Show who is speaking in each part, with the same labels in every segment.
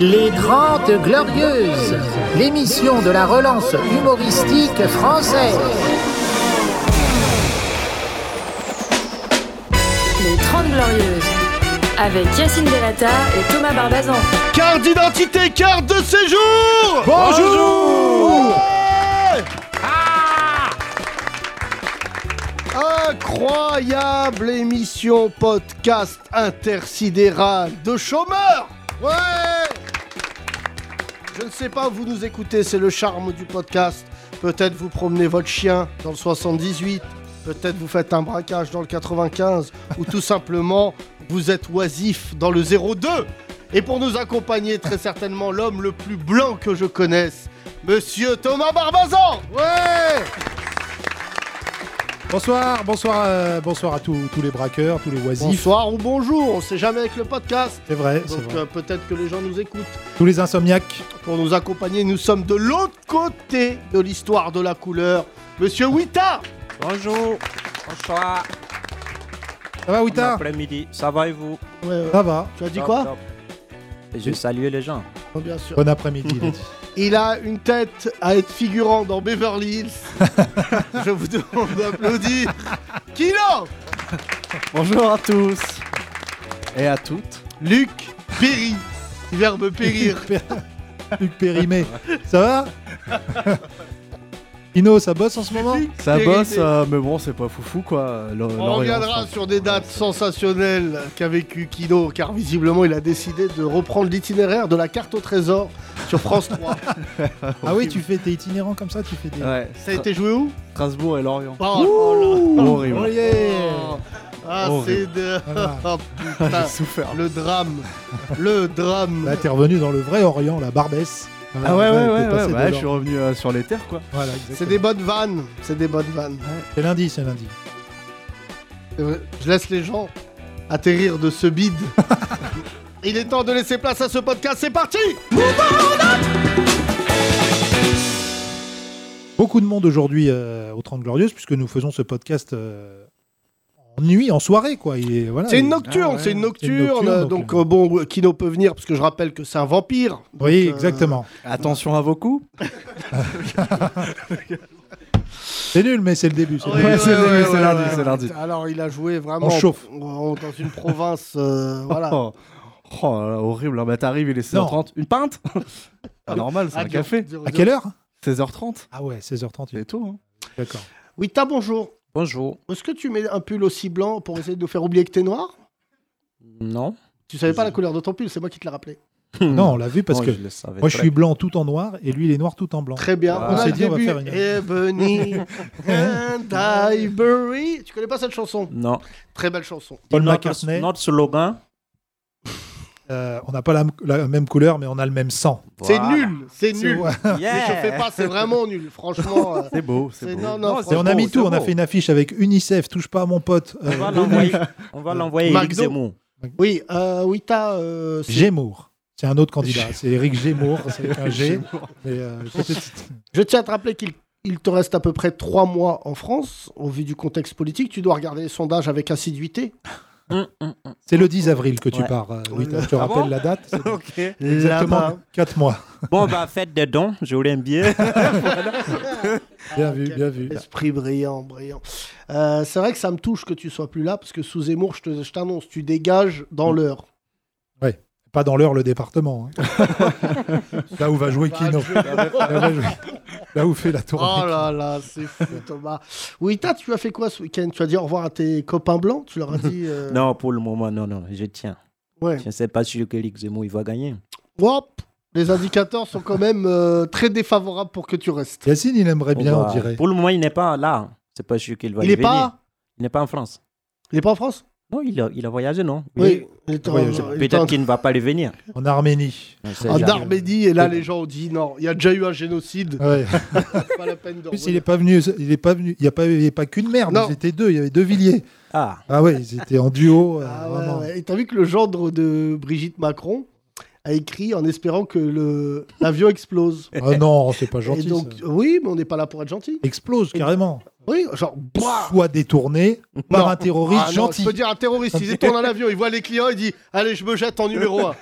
Speaker 1: Les Grandes Glorieuses, l'émission de la relance humoristique française.
Speaker 2: Les 30 Glorieuses, avec Yacine Delata et Thomas Barbazan.
Speaker 3: Carte d'identité, carte de séjour Bonjour Incroyable émission podcast intersidéral de chômeurs Ouais Je ne sais pas où vous nous écoutez, c'est le charme du podcast. Peut-être vous promenez votre chien dans le 78, peut-être vous faites un braquage dans le 95, ou tout simplement vous êtes oisif dans le 02. Et pour nous accompagner, très certainement l'homme le plus blanc que je connaisse, Monsieur Thomas Barbazan Ouais
Speaker 4: Bonsoir, bonsoir, euh, bonsoir à tous, tous les braqueurs, tous les oisifs.
Speaker 3: Bonsoir ou bonjour, on sait jamais avec le podcast.
Speaker 4: C'est vrai, c'est
Speaker 3: Donc
Speaker 4: vrai.
Speaker 3: euh, peut-être que les gens nous écoutent.
Speaker 4: Tous les insomniaques.
Speaker 3: Pour nous accompagner, nous sommes de l'autre côté de l'histoire de la couleur. Monsieur Wita
Speaker 5: Bonjour, bonsoir,
Speaker 4: Ça va,
Speaker 5: bon
Speaker 4: Wita
Speaker 5: après-midi, ça va et vous
Speaker 4: Ça va.
Speaker 3: euh, Tu as dit
Speaker 5: Top,
Speaker 3: quoi Oh,
Speaker 5: top. Et Je salue les gens.
Speaker 3: Bien sûr.
Speaker 4: Bon après-midi, il a dit.
Speaker 3: Il a une tête à être figurant dans Beverly Hills. Je vous demande d'applaudir. Kilo
Speaker 6: Bonjour à tous et à toutes.
Speaker 3: Luc Péry. Verbe périr.
Speaker 4: Luc Périmé. Ça va Ino, ça bosse en ce moment
Speaker 3: Luc
Speaker 6: Ça
Speaker 3: Péry.
Speaker 6: bosse, euh, mais bon, c'est pas foufou quoi. Lo-
Speaker 3: On
Speaker 6: Lorient,
Speaker 3: reviendra
Speaker 6: enfin.
Speaker 3: sur des dates sensationnelles qu'a vécu Kino, car visiblement il a décidé de reprendre l'itinéraire de la carte au trésor sur France 3.
Speaker 4: Ah oui, tu fais, t'es itinérant comme ça, tu fais des.
Speaker 6: Ouais,
Speaker 3: Ça a été joué où
Speaker 6: Strasbourg et Lorient.
Speaker 3: Oh, oh là.
Speaker 6: Horrible.
Speaker 3: Oh. Ah, c'est
Speaker 6: Horrible.
Speaker 3: de.
Speaker 4: Voilà.
Speaker 3: Oh,
Speaker 4: Ah,
Speaker 3: putain.
Speaker 6: J'ai souffert.
Speaker 3: Le drame. Le drame.
Speaker 4: Là, Bah, t'es revenu dans le vrai Orient, la Barbès.
Speaker 6: Ah ouais, ouais,
Speaker 4: t'es
Speaker 6: ouais, ouais,
Speaker 4: passé
Speaker 6: ouais,
Speaker 4: dedans.
Speaker 6: je suis revenu euh, sur les terres quoi.
Speaker 4: Voilà,
Speaker 3: C'est
Speaker 4: exactement.
Speaker 3: des bonnes vannes. C'est des bonnes vannes.
Speaker 4: C'est lundi, c'est lundi.
Speaker 3: Euh, Je laisse les gens atterrir de ce bide. Il est temps de laisser place à ce podcast. C'est parti
Speaker 4: Beaucoup de monde aujourd'hui euh, aux 30 Glorieuses, puisque nous faisons ce podcast euh, en nuit, en soirée, quoi. Il est, voilà,
Speaker 3: C'est une
Speaker 4: il-
Speaker 3: nocturne,
Speaker 6: Ah
Speaker 3: c'est
Speaker 6: ouais,
Speaker 3: une
Speaker 4: c'est une
Speaker 3: nocturne.
Speaker 4: nocturne, donc,
Speaker 3: donc, euh, bon, Kino peut venir parce que je rappelle que c'est un vampire.
Speaker 4: Oui,
Speaker 3: Donc, euh,
Speaker 4: exactement.
Speaker 6: Attention à vos coups.
Speaker 4: C'est nul, mais c'est le début. c'est
Speaker 3: Oui,
Speaker 4: le début.
Speaker 3: ouais,
Speaker 6: c'est
Speaker 3: ouais,
Speaker 6: lundi,
Speaker 3: ouais,
Speaker 6: c'est
Speaker 3: ouais,
Speaker 6: lundi,
Speaker 3: ouais.
Speaker 6: c'est lundi.
Speaker 3: Alors, il a joué vraiment
Speaker 4: On chauffe.
Speaker 3: en- dans une province. euh, voilà.
Speaker 6: Oh, oh là là, horrible. hein. Bah t'arrives, il est
Speaker 4: Non.
Speaker 6: 16h30. Une pinte Pas normal, c'est
Speaker 3: Ah,
Speaker 6: un
Speaker 3: dur,
Speaker 6: café.
Speaker 3: dur,
Speaker 4: À
Speaker 3: dur.
Speaker 4: quelle heure
Speaker 6: 16h30,
Speaker 4: Ah ouais, 16h30, il est
Speaker 6: c'est tout. hein.
Speaker 4: d'accord.
Speaker 3: Oui, t'as bonjour.
Speaker 5: Bonjour.
Speaker 3: Est-ce que tu mets un pull aussi blanc pour essayer de nous faire oublier que t'es noir
Speaker 5: Non
Speaker 3: Tu savais pas la couleur de ton pull, c'est moi qui te l'ai rappelé.
Speaker 4: Non, on l'a vu parce
Speaker 5: Non,
Speaker 4: que
Speaker 5: je le savais
Speaker 4: moi je
Speaker 5: très
Speaker 4: suis blanc tout en noir et lui il est noir tout en blanc.
Speaker 3: Très bien.
Speaker 5: Wow.
Speaker 3: On
Speaker 5: On
Speaker 3: a
Speaker 5: s'est
Speaker 3: le
Speaker 4: Bah, dit, on va
Speaker 3: début.
Speaker 4: faire une-
Speaker 3: Ebony and Ivory. Tu connais pas cette chanson
Speaker 5: Non.
Speaker 3: Très belle chanson.
Speaker 4: Paul
Speaker 5: Notre-
Speaker 4: McCartney,
Speaker 5: Notre slogan.
Speaker 4: euh, on n'a pas la, m- la même couleur mais on a le même sang.
Speaker 3: C'est
Speaker 5: voilà.
Speaker 3: nul, c'est nul.
Speaker 4: Ouais.
Speaker 3: Mais je
Speaker 5: Yeah.
Speaker 3: fais pas, c'est vraiment nul. Franchement, euh,
Speaker 6: C'est beau,
Speaker 3: c'est-
Speaker 6: c'est beau.
Speaker 3: non, non,
Speaker 5: Non, c'est
Speaker 4: Et on a
Speaker 5: beau,
Speaker 4: mis tout,
Speaker 5: c'est
Speaker 4: on a
Speaker 5: beau.
Speaker 4: fait une affiche avec UNICEF, touche pas à mon pote, euh,
Speaker 5: On va l'envoyer- on va l'envoyer à
Speaker 3: Magno.
Speaker 5: Eric Zemmour.
Speaker 3: oui, euh, oui, t'as. euh, c'est-
Speaker 4: Gémour. C'est un autre candidat, c'est Eric Gémour, c'est un G. mais, euh, peut-être-
Speaker 3: je tiens à te rappeler qu'il il te reste à peu près trois mois en France. Au vu du contexte politique, tu dois regarder les sondages avec assiduité.
Speaker 4: c'est le 10 avril que tu
Speaker 5: Ouais.
Speaker 4: pars, euh, oui,
Speaker 3: Ouais.
Speaker 4: je te
Speaker 5: Hum, Ah
Speaker 4: rappelle
Speaker 5: bon
Speaker 4: la date. c'est
Speaker 5: Ok.
Speaker 4: Exactement 4 mois.
Speaker 5: Bon, bah, faites des dons, j'aurai un billet.
Speaker 4: Bien
Speaker 3: Ah,
Speaker 4: vu,
Speaker 3: quel
Speaker 4: bien vu.
Speaker 3: Esprit brillant, brillant. Euh, c'est vrai que ça me touche que tu sois plus là, parce que sous Zemmour, je te- je t'annonce, tu dégages
Speaker 5: Mm.
Speaker 3: dans l'heure.
Speaker 4: Pas dans l'heure le département. hein. Là où va jouer Kino. Là où, va jouer- là où fait la tournée.
Speaker 3: Ah, Oh là là, c'est fou, Thomas. Wita, tu as fait quoi ce week-end Tu as dit au revoir à tes copains blancs Tu leur as dit. euh,
Speaker 5: non, pour le moment, non, non, je tiens.
Speaker 3: Ouais.
Speaker 5: Je ne sais pas si Eric Zemmour il va gagner.
Speaker 3: Wop Les indicateurs sont quand même euh, très défavorables pour que tu restes.
Speaker 4: Yacine, il aimerait
Speaker 5: On
Speaker 4: bien,
Speaker 5: va-
Speaker 4: on dirait.
Speaker 5: bah, Pour le moment, il n'est pas là. C'est pas sûr qu'il va y
Speaker 3: Il n'est
Speaker 5: venir.
Speaker 3: pas,
Speaker 5: Il n'est pas en France.
Speaker 3: il est pas en France
Speaker 5: Non, il a, il a voyagé, non
Speaker 3: Oui. Il est en,
Speaker 4: Oui,
Speaker 3: il est en-
Speaker 5: Peut-être qu'il ne va pas revenir.
Speaker 4: En Arménie.
Speaker 5: On sait
Speaker 3: en
Speaker 5: jamais.
Speaker 3: Arménie, Ah, et là, les gens ont dit non, il y a déjà eu un génocide.
Speaker 4: Ouais.
Speaker 3: pas la peine de.
Speaker 4: En plus, il n'est pas venu. Il est pas venu. Il n'y a pas, il y a pas qu'une merde.
Speaker 3: Non.
Speaker 4: Ils étaient deux. Il y avait deux Villiers.
Speaker 5: Ah,
Speaker 4: Ah ouais, ils étaient en duo. euh,
Speaker 3: Ah ouais,
Speaker 4: vraiment.
Speaker 3: ouais. Et t'as vu que le gendre de Brigitte Macron a écrit en espérant que le- l'avion explose.
Speaker 4: Ah non, c'est pas
Speaker 3: Et
Speaker 4: gentil.
Speaker 3: donc,
Speaker 4: ça.
Speaker 3: oui, mais on n'est pas là pour être gentil.
Speaker 4: Explose carrément.
Speaker 3: Oui, genre, boah
Speaker 4: soit détourné par
Speaker 3: Non.
Speaker 4: un terroriste
Speaker 3: Ah non,
Speaker 4: gentil.
Speaker 3: Je peux dire un terroriste, il détourne un avion, il voit les clients, il dit Allez, je me jette en numéro 1.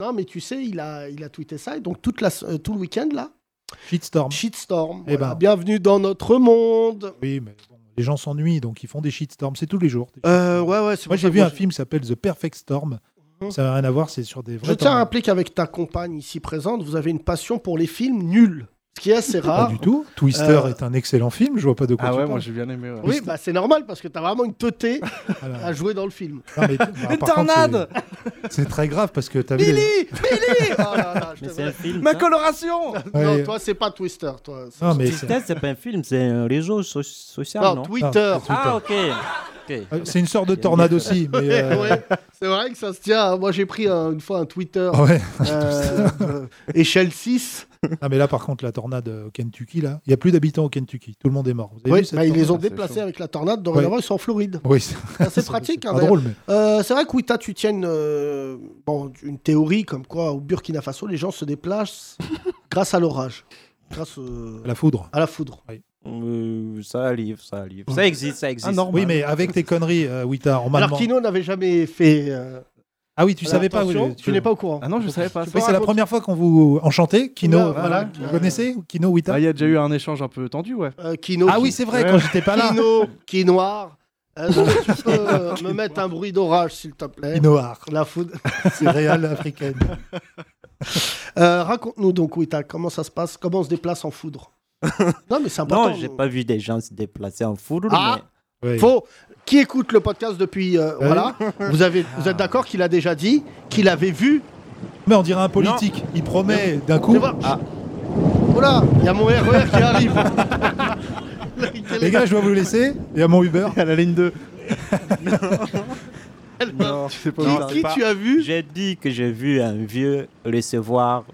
Speaker 3: Non, mais tu sais, il a, il a tweeté ça, et donc toute la, euh, tout le week-end, là,
Speaker 4: Shitstorm.
Speaker 3: shitstorm.
Speaker 4: Eh
Speaker 3: Voilà.
Speaker 4: ben.
Speaker 3: Bienvenue dans notre monde.
Speaker 4: Oui, mais bon, les gens s'ennuient, donc ils font des shitstorms. C'est tous les jours.
Speaker 3: Euh, ouais, ouais, c'est
Speaker 4: Moi,
Speaker 3: pour
Speaker 4: j'ai
Speaker 3: ça
Speaker 4: vu
Speaker 3: que
Speaker 4: un film qui s'appelle The Perfect Storm.
Speaker 3: Mhm.
Speaker 4: Ça n'a rien à voir, c'est sur des vrais.
Speaker 3: Je tiens à
Speaker 4: tornades.
Speaker 3: rappeler qu'avec ta compagne ici présente, vous avez une passion pour les films nuls, ce qui est assez
Speaker 4: Pas
Speaker 3: rare.
Speaker 4: du tout. Twister
Speaker 3: Euh,
Speaker 4: est un excellent film, je vois pas de quoi
Speaker 6: Ah
Speaker 4: tu
Speaker 6: ouais,
Speaker 4: parles.
Speaker 6: moi j'ai bien aimé. ouais.
Speaker 3: Oui, bah c'est normal parce que t'as vraiment une teuté
Speaker 4: Voilà.
Speaker 3: à jouer dans le film.
Speaker 4: Non, mais- bah, par
Speaker 6: Une
Speaker 4: contre,
Speaker 6: tornade
Speaker 4: c'est- C'est très grave parce que t'as vu.
Speaker 6: Billy
Speaker 4: les-
Speaker 6: Billy
Speaker 3: Oh là là, je
Speaker 5: Mais
Speaker 3: te
Speaker 5: c'est un film.
Speaker 6: Ma
Speaker 5: ça.
Speaker 6: coloration
Speaker 4: Ouais.
Speaker 3: Non, toi, c'est pas Twister, toi. c'est-
Speaker 4: Non, mais c'est-
Speaker 5: Tristesse, c'est pas un film, c'est un réseau so- social,
Speaker 3: Non,
Speaker 5: non,
Speaker 3: Twitter.
Speaker 4: Non,
Speaker 5: Ah, ok.
Speaker 4: Euh, c'est une sorte de tornade aussi, mais.
Speaker 3: Ouais,
Speaker 4: euh,
Speaker 3: ouais, c'est vrai que ça se tient. hein. Moi, j'ai pris un- une fois un Twitter
Speaker 4: ah ouais.
Speaker 3: euh, euh, échelle 6.
Speaker 4: Ah, mais là, par contre, la tornade euh, au Kentucky, là, il n'y a plus d'habitants au Kentucky. Tout le monde est mort. Vous avez
Speaker 3: Oui,
Speaker 4: vu cette
Speaker 3: bah, ils les
Speaker 4: tornade
Speaker 3: ont
Speaker 6: c'est
Speaker 3: déplacés
Speaker 6: chaud.
Speaker 3: avec la tornade. Dorénavant, ils sont en Floride.
Speaker 4: Oui, c'est
Speaker 3: C'est assez pratique.
Speaker 4: pas
Speaker 3: hein, d'ailleurs.
Speaker 4: drôle, mais.
Speaker 3: Euh, c'est vrai que Wita, tu tiens une, euh, bon, une théorie comme quoi au Burkina Faso, les gens se déplacent grâce à l'orage, grâce euh,
Speaker 4: à La foudre.
Speaker 3: à la foudre.
Speaker 5: Euh, ça arrive, ça arrive. Ça existe, ça existe.
Speaker 6: Ah, normal.
Speaker 4: Oui, mais avec tes conneries, euh, Wita, en
Speaker 3: Alors
Speaker 4: allemand.
Speaker 3: Kino n'avait jamais fait. euh,
Speaker 4: Ah oui, tu
Speaker 3: alors,
Speaker 4: savais pas. oui,
Speaker 3: attention, tu n'es pas au courant.
Speaker 6: Ah non, je savais pas.
Speaker 4: Oui,
Speaker 6: ça.
Speaker 4: c'est la première fois qu'on vous enchantait, Kino.
Speaker 3: Ouais,
Speaker 4: voilà,
Speaker 3: ouais.
Speaker 4: vous connaissez Kino Wita
Speaker 6: Ah, Il y a déjà eu un échange un peu tendu, ouais.
Speaker 3: Euh, Kino,
Speaker 4: Ah oui,
Speaker 3: qui-
Speaker 4: c'est vrai, quand j'étais pas là.
Speaker 3: Kino, qui est noir. Euh, non, mais tu peux euh, me mettre un bruit d'orage, s'il te plaît.
Speaker 4: Kinoar,
Speaker 3: La foudre.
Speaker 4: céréales africaine.
Speaker 3: Euh, Raconte-nous donc, Wita, comment ça se passe Comment on se déplace en foudre Non, mais c'est important.
Speaker 5: Non, j'ai pas vu des gens se déplacer en foudre,
Speaker 3: Ah.
Speaker 5: mais
Speaker 3: Faux. Qui écoute le podcast depuis. euh, Voilà. Vous, avez, vous êtes d'accord qu'il a déjà dit qu'il avait vu.
Speaker 4: Mais on dirait un politique. Il promet d'un coup.
Speaker 3: Tu vois Oh là Il y a mon RER qui arrive.
Speaker 4: Les gars, je dois vous laisser. Il y a mon Uber.
Speaker 6: À la ligne 2.
Speaker 3: Elle-
Speaker 6: Non, je sais pas.
Speaker 3: Qui-
Speaker 6: où
Speaker 3: qui
Speaker 6: ça.
Speaker 3: tu as vu
Speaker 5: j'ai dit que j'ai vu un vieux recevoir un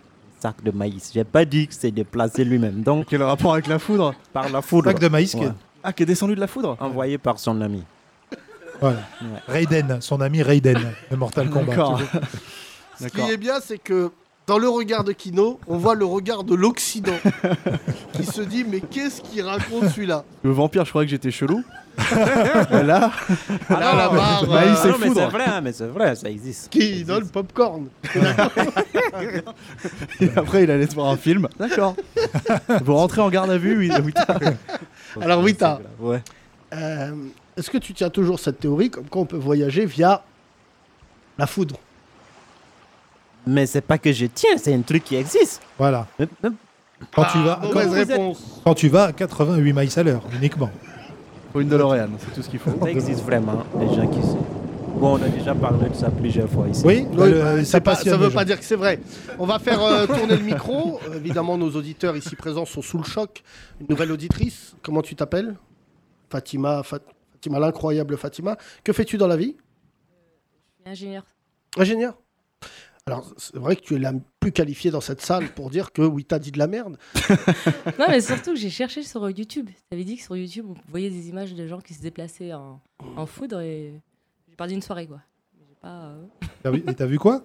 Speaker 5: sac de maïs. J'ai pas dit que c'est déplacé lui-même. Donc,
Speaker 6: Quel rapport avec la foudre
Speaker 5: par la foudre.
Speaker 4: Sac de maïs. qui est-
Speaker 5: Ouais.
Speaker 6: Ah, qui est descendu de la foudre
Speaker 5: Envoyé par son ami.
Speaker 4: Voilà. Raiden, son ami Raiden, de Mortal Kombat.
Speaker 6: D'accord.
Speaker 3: Ce qui est bien, c'est que dans le regard de Kino, on voit le regard de l'Occident qui se dit Mais qu'est-ce qu'il raconte celui-là
Speaker 6: Le vampire, je croyais que j'étais chelou. là,
Speaker 5: Ah
Speaker 3: Là, la
Speaker 5: mais-
Speaker 3: barre,
Speaker 5: Ah
Speaker 3: euh,
Speaker 6: maïs
Speaker 5: non,
Speaker 6: et
Speaker 5: mais c'est
Speaker 6: foudre.
Speaker 5: vrai, hein, mais c'est vrai, ça existe.
Speaker 3: Qui donne popcorn
Speaker 6: Et après, il allait se voir un film. D'accord. Vous rentrez en garde à vue, oui. oui, t'as-
Speaker 3: Alors, oui, t'as-
Speaker 5: C'est grave, Ouais.
Speaker 3: Euh, Est-ce que tu tiens toujours cette théorie comme quoi on peut voyager via la foudre
Speaker 5: Mais c'est pas que je tiens, c'est un truc qui existe.
Speaker 4: Voilà.
Speaker 5: Mais- mais-
Speaker 4: Quand tu, vas,
Speaker 3: Ah, Mauvaise
Speaker 5: vous êtes-
Speaker 3: réponse.
Speaker 4: quand- quand tu vas à 88 miles à l'heure, uniquement.
Speaker 6: Faut une DeLorean, c'est tout ce qu'il faut.
Speaker 5: Ça existe vraiment, des gens qui sont. Bon, on a déjà parlé de ça plusieurs fois ici.
Speaker 4: Oui,
Speaker 3: Oui,
Speaker 4: le-
Speaker 3: bah,
Speaker 4: ça
Speaker 3: c'est pas-
Speaker 4: passionne.
Speaker 3: ça veut
Speaker 4: les gens.
Speaker 3: pas dire que c'est vrai. On va faire euh, tourner le micro. Euh, Évidemment, nos auditeurs ici présents sont sous le choc. Une nouvelle auditrice, comment tu t'appelles Fatima, Fat- Fatima l'incroyable Fatima. Que fais-tu dans la vie
Speaker 2: Ingénieur.
Speaker 3: Ingénieur Alors, c'est vrai que tu es la plus qualifiée dans cette salle pour dire que oui, t'as dit de la merde.
Speaker 2: Non, mais surtout que j'ai cherché sur euh, YouTube. Ça avait dit que sur YouTube, vous voyez des images de gens qui se déplaçaient en, en foudre et j'ai perdu une soirée, quoi. J'ai pas, euh,
Speaker 3: Ah
Speaker 4: T'as vu- et T'as vu quoi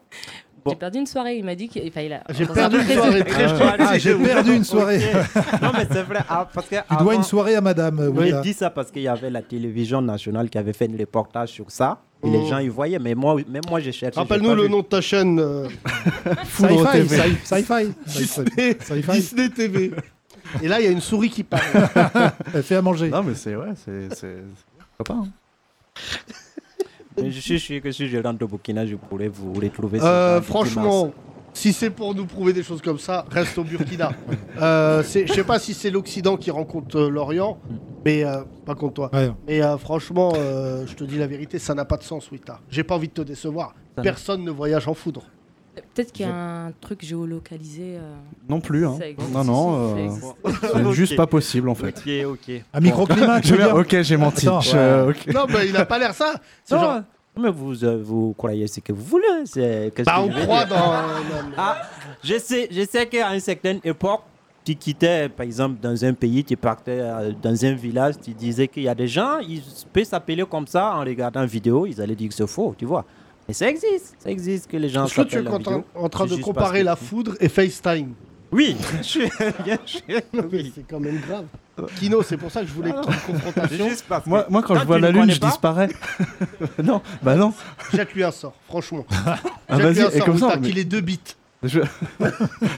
Speaker 5: Bon.
Speaker 2: J'ai perdu une soirée, il m'a dit qu'il enfin, il a.
Speaker 3: Ah, J'ai
Speaker 2: dans un
Speaker 3: perdu une
Speaker 2: entretien-
Speaker 3: soirée très chouette.
Speaker 4: Ah, j'ai perdu une soirée.
Speaker 5: Ok. Non, mais c'est vrai. ah, parce que
Speaker 4: Tu dois une soirée à madame. euh,
Speaker 5: J'ai
Speaker 4: Wita.
Speaker 5: dit ça parce qu'il y avait la télévision nationale qui avait fait un reportage sur ça. Et les
Speaker 4: Mm.
Speaker 3: Oh.
Speaker 5: gens, ils voyaient, mais moi, même moi, j'ai cherché. j'ai
Speaker 3: Rappelle-nous
Speaker 5: pas
Speaker 3: le
Speaker 5: vu.
Speaker 3: nom de ta chaîne euh,
Speaker 6: Foudre
Speaker 4: Sci-fi,
Speaker 6: TV.
Speaker 4: sci- sci-fi.
Speaker 3: Disney,
Speaker 4: Sci-fi.
Speaker 3: Disney TV. Et là, il y a une souris qui parle.
Speaker 4: Elle fait à manger.
Speaker 6: Non, mais c'est. Ouais, c'est. c'est- Pourquoi pas hein.
Speaker 5: Mais je suis sûr que si je rentre au Burkina, je pourrais vous retrouver. sur
Speaker 3: Euh,
Speaker 5: Internet.
Speaker 3: franchement, si c'est pour nous prouver des choses comme ça, reste au Burkina. Euh, c'est- Je sais pas si c'est l'Occident qui rencontre euh, l'Orient, mais euh, pas contre toi.
Speaker 4: Ouais.
Speaker 3: Mais euh, franchement, euh, je te dis la vérité, ça n'a pas de sens, Wita. J'ai pas envie de te décevoir.
Speaker 5: Ça
Speaker 3: Personne ne voyage en foudre.
Speaker 2: Peut-être qu'il y a un truc géolocalisé. euh,
Speaker 6: Non plus. Hein.
Speaker 2: ça existe.
Speaker 6: Non, non.
Speaker 2: Ça
Speaker 6: euh,
Speaker 2: existe.
Speaker 6: C'est juste
Speaker 5: Ok.
Speaker 6: pas possible en fait.
Speaker 5: Ok, ok.
Speaker 4: Un microclimat, tu
Speaker 6: Je
Speaker 4: veux
Speaker 6: veux dire,
Speaker 4: dire
Speaker 6: ok, j'ai menti.
Speaker 4: Attends.
Speaker 6: Je- euh, ok.
Speaker 3: Non, mais il a pas l'air ça. C'est
Speaker 5: Non,
Speaker 3: genre,
Speaker 5: mais vous, euh, vous croyez ce que vous voulez. C'est, qu'est-ce
Speaker 3: bah,
Speaker 5: que
Speaker 3: on
Speaker 5: je vais
Speaker 3: croit
Speaker 5: dire
Speaker 3: dans. non, mais-
Speaker 5: Ah, je sais, je sais qu'à une certaine époque, tu quittais, par exemple, dans un pays, tu partais euh, dans un village, tu disais qu'il y a des gens, ils peuvent s'appeler comme ça en regardant une vidéo, ils allaient dire que c'est faux, tu vois. Mais ça existe, ça existe que les gens
Speaker 3: Est-ce que tu
Speaker 5: s'appellent
Speaker 3: es
Speaker 5: en
Speaker 3: en train,
Speaker 5: vidéo.
Speaker 3: en train
Speaker 5: C'est
Speaker 3: de
Speaker 5: juste parce
Speaker 3: comparer
Speaker 5: que-
Speaker 3: la foudre et FaceTime
Speaker 5: Oui, bien sûr, bien sûr.
Speaker 3: Mais c'est quand même grave. Kino, c'est pour ça que je voulais qu'il y ait une confrontation.
Speaker 5: Juste parce que-
Speaker 6: Moi, moi, quand
Speaker 5: Toi,
Speaker 6: je vois
Speaker 5: tu
Speaker 6: la
Speaker 5: ne
Speaker 6: lune,
Speaker 5: connais
Speaker 6: je
Speaker 5: pas
Speaker 6: disparais. non, bah non.
Speaker 3: Jette-lui un sort, franchement.
Speaker 6: Ah,
Speaker 3: Jette-lui
Speaker 6: vas-y,
Speaker 3: un
Speaker 6: et
Speaker 3: sort,
Speaker 6: comme
Speaker 3: vous
Speaker 6: ça,
Speaker 3: taquez
Speaker 6: mais-
Speaker 3: les deux bits.
Speaker 6: je-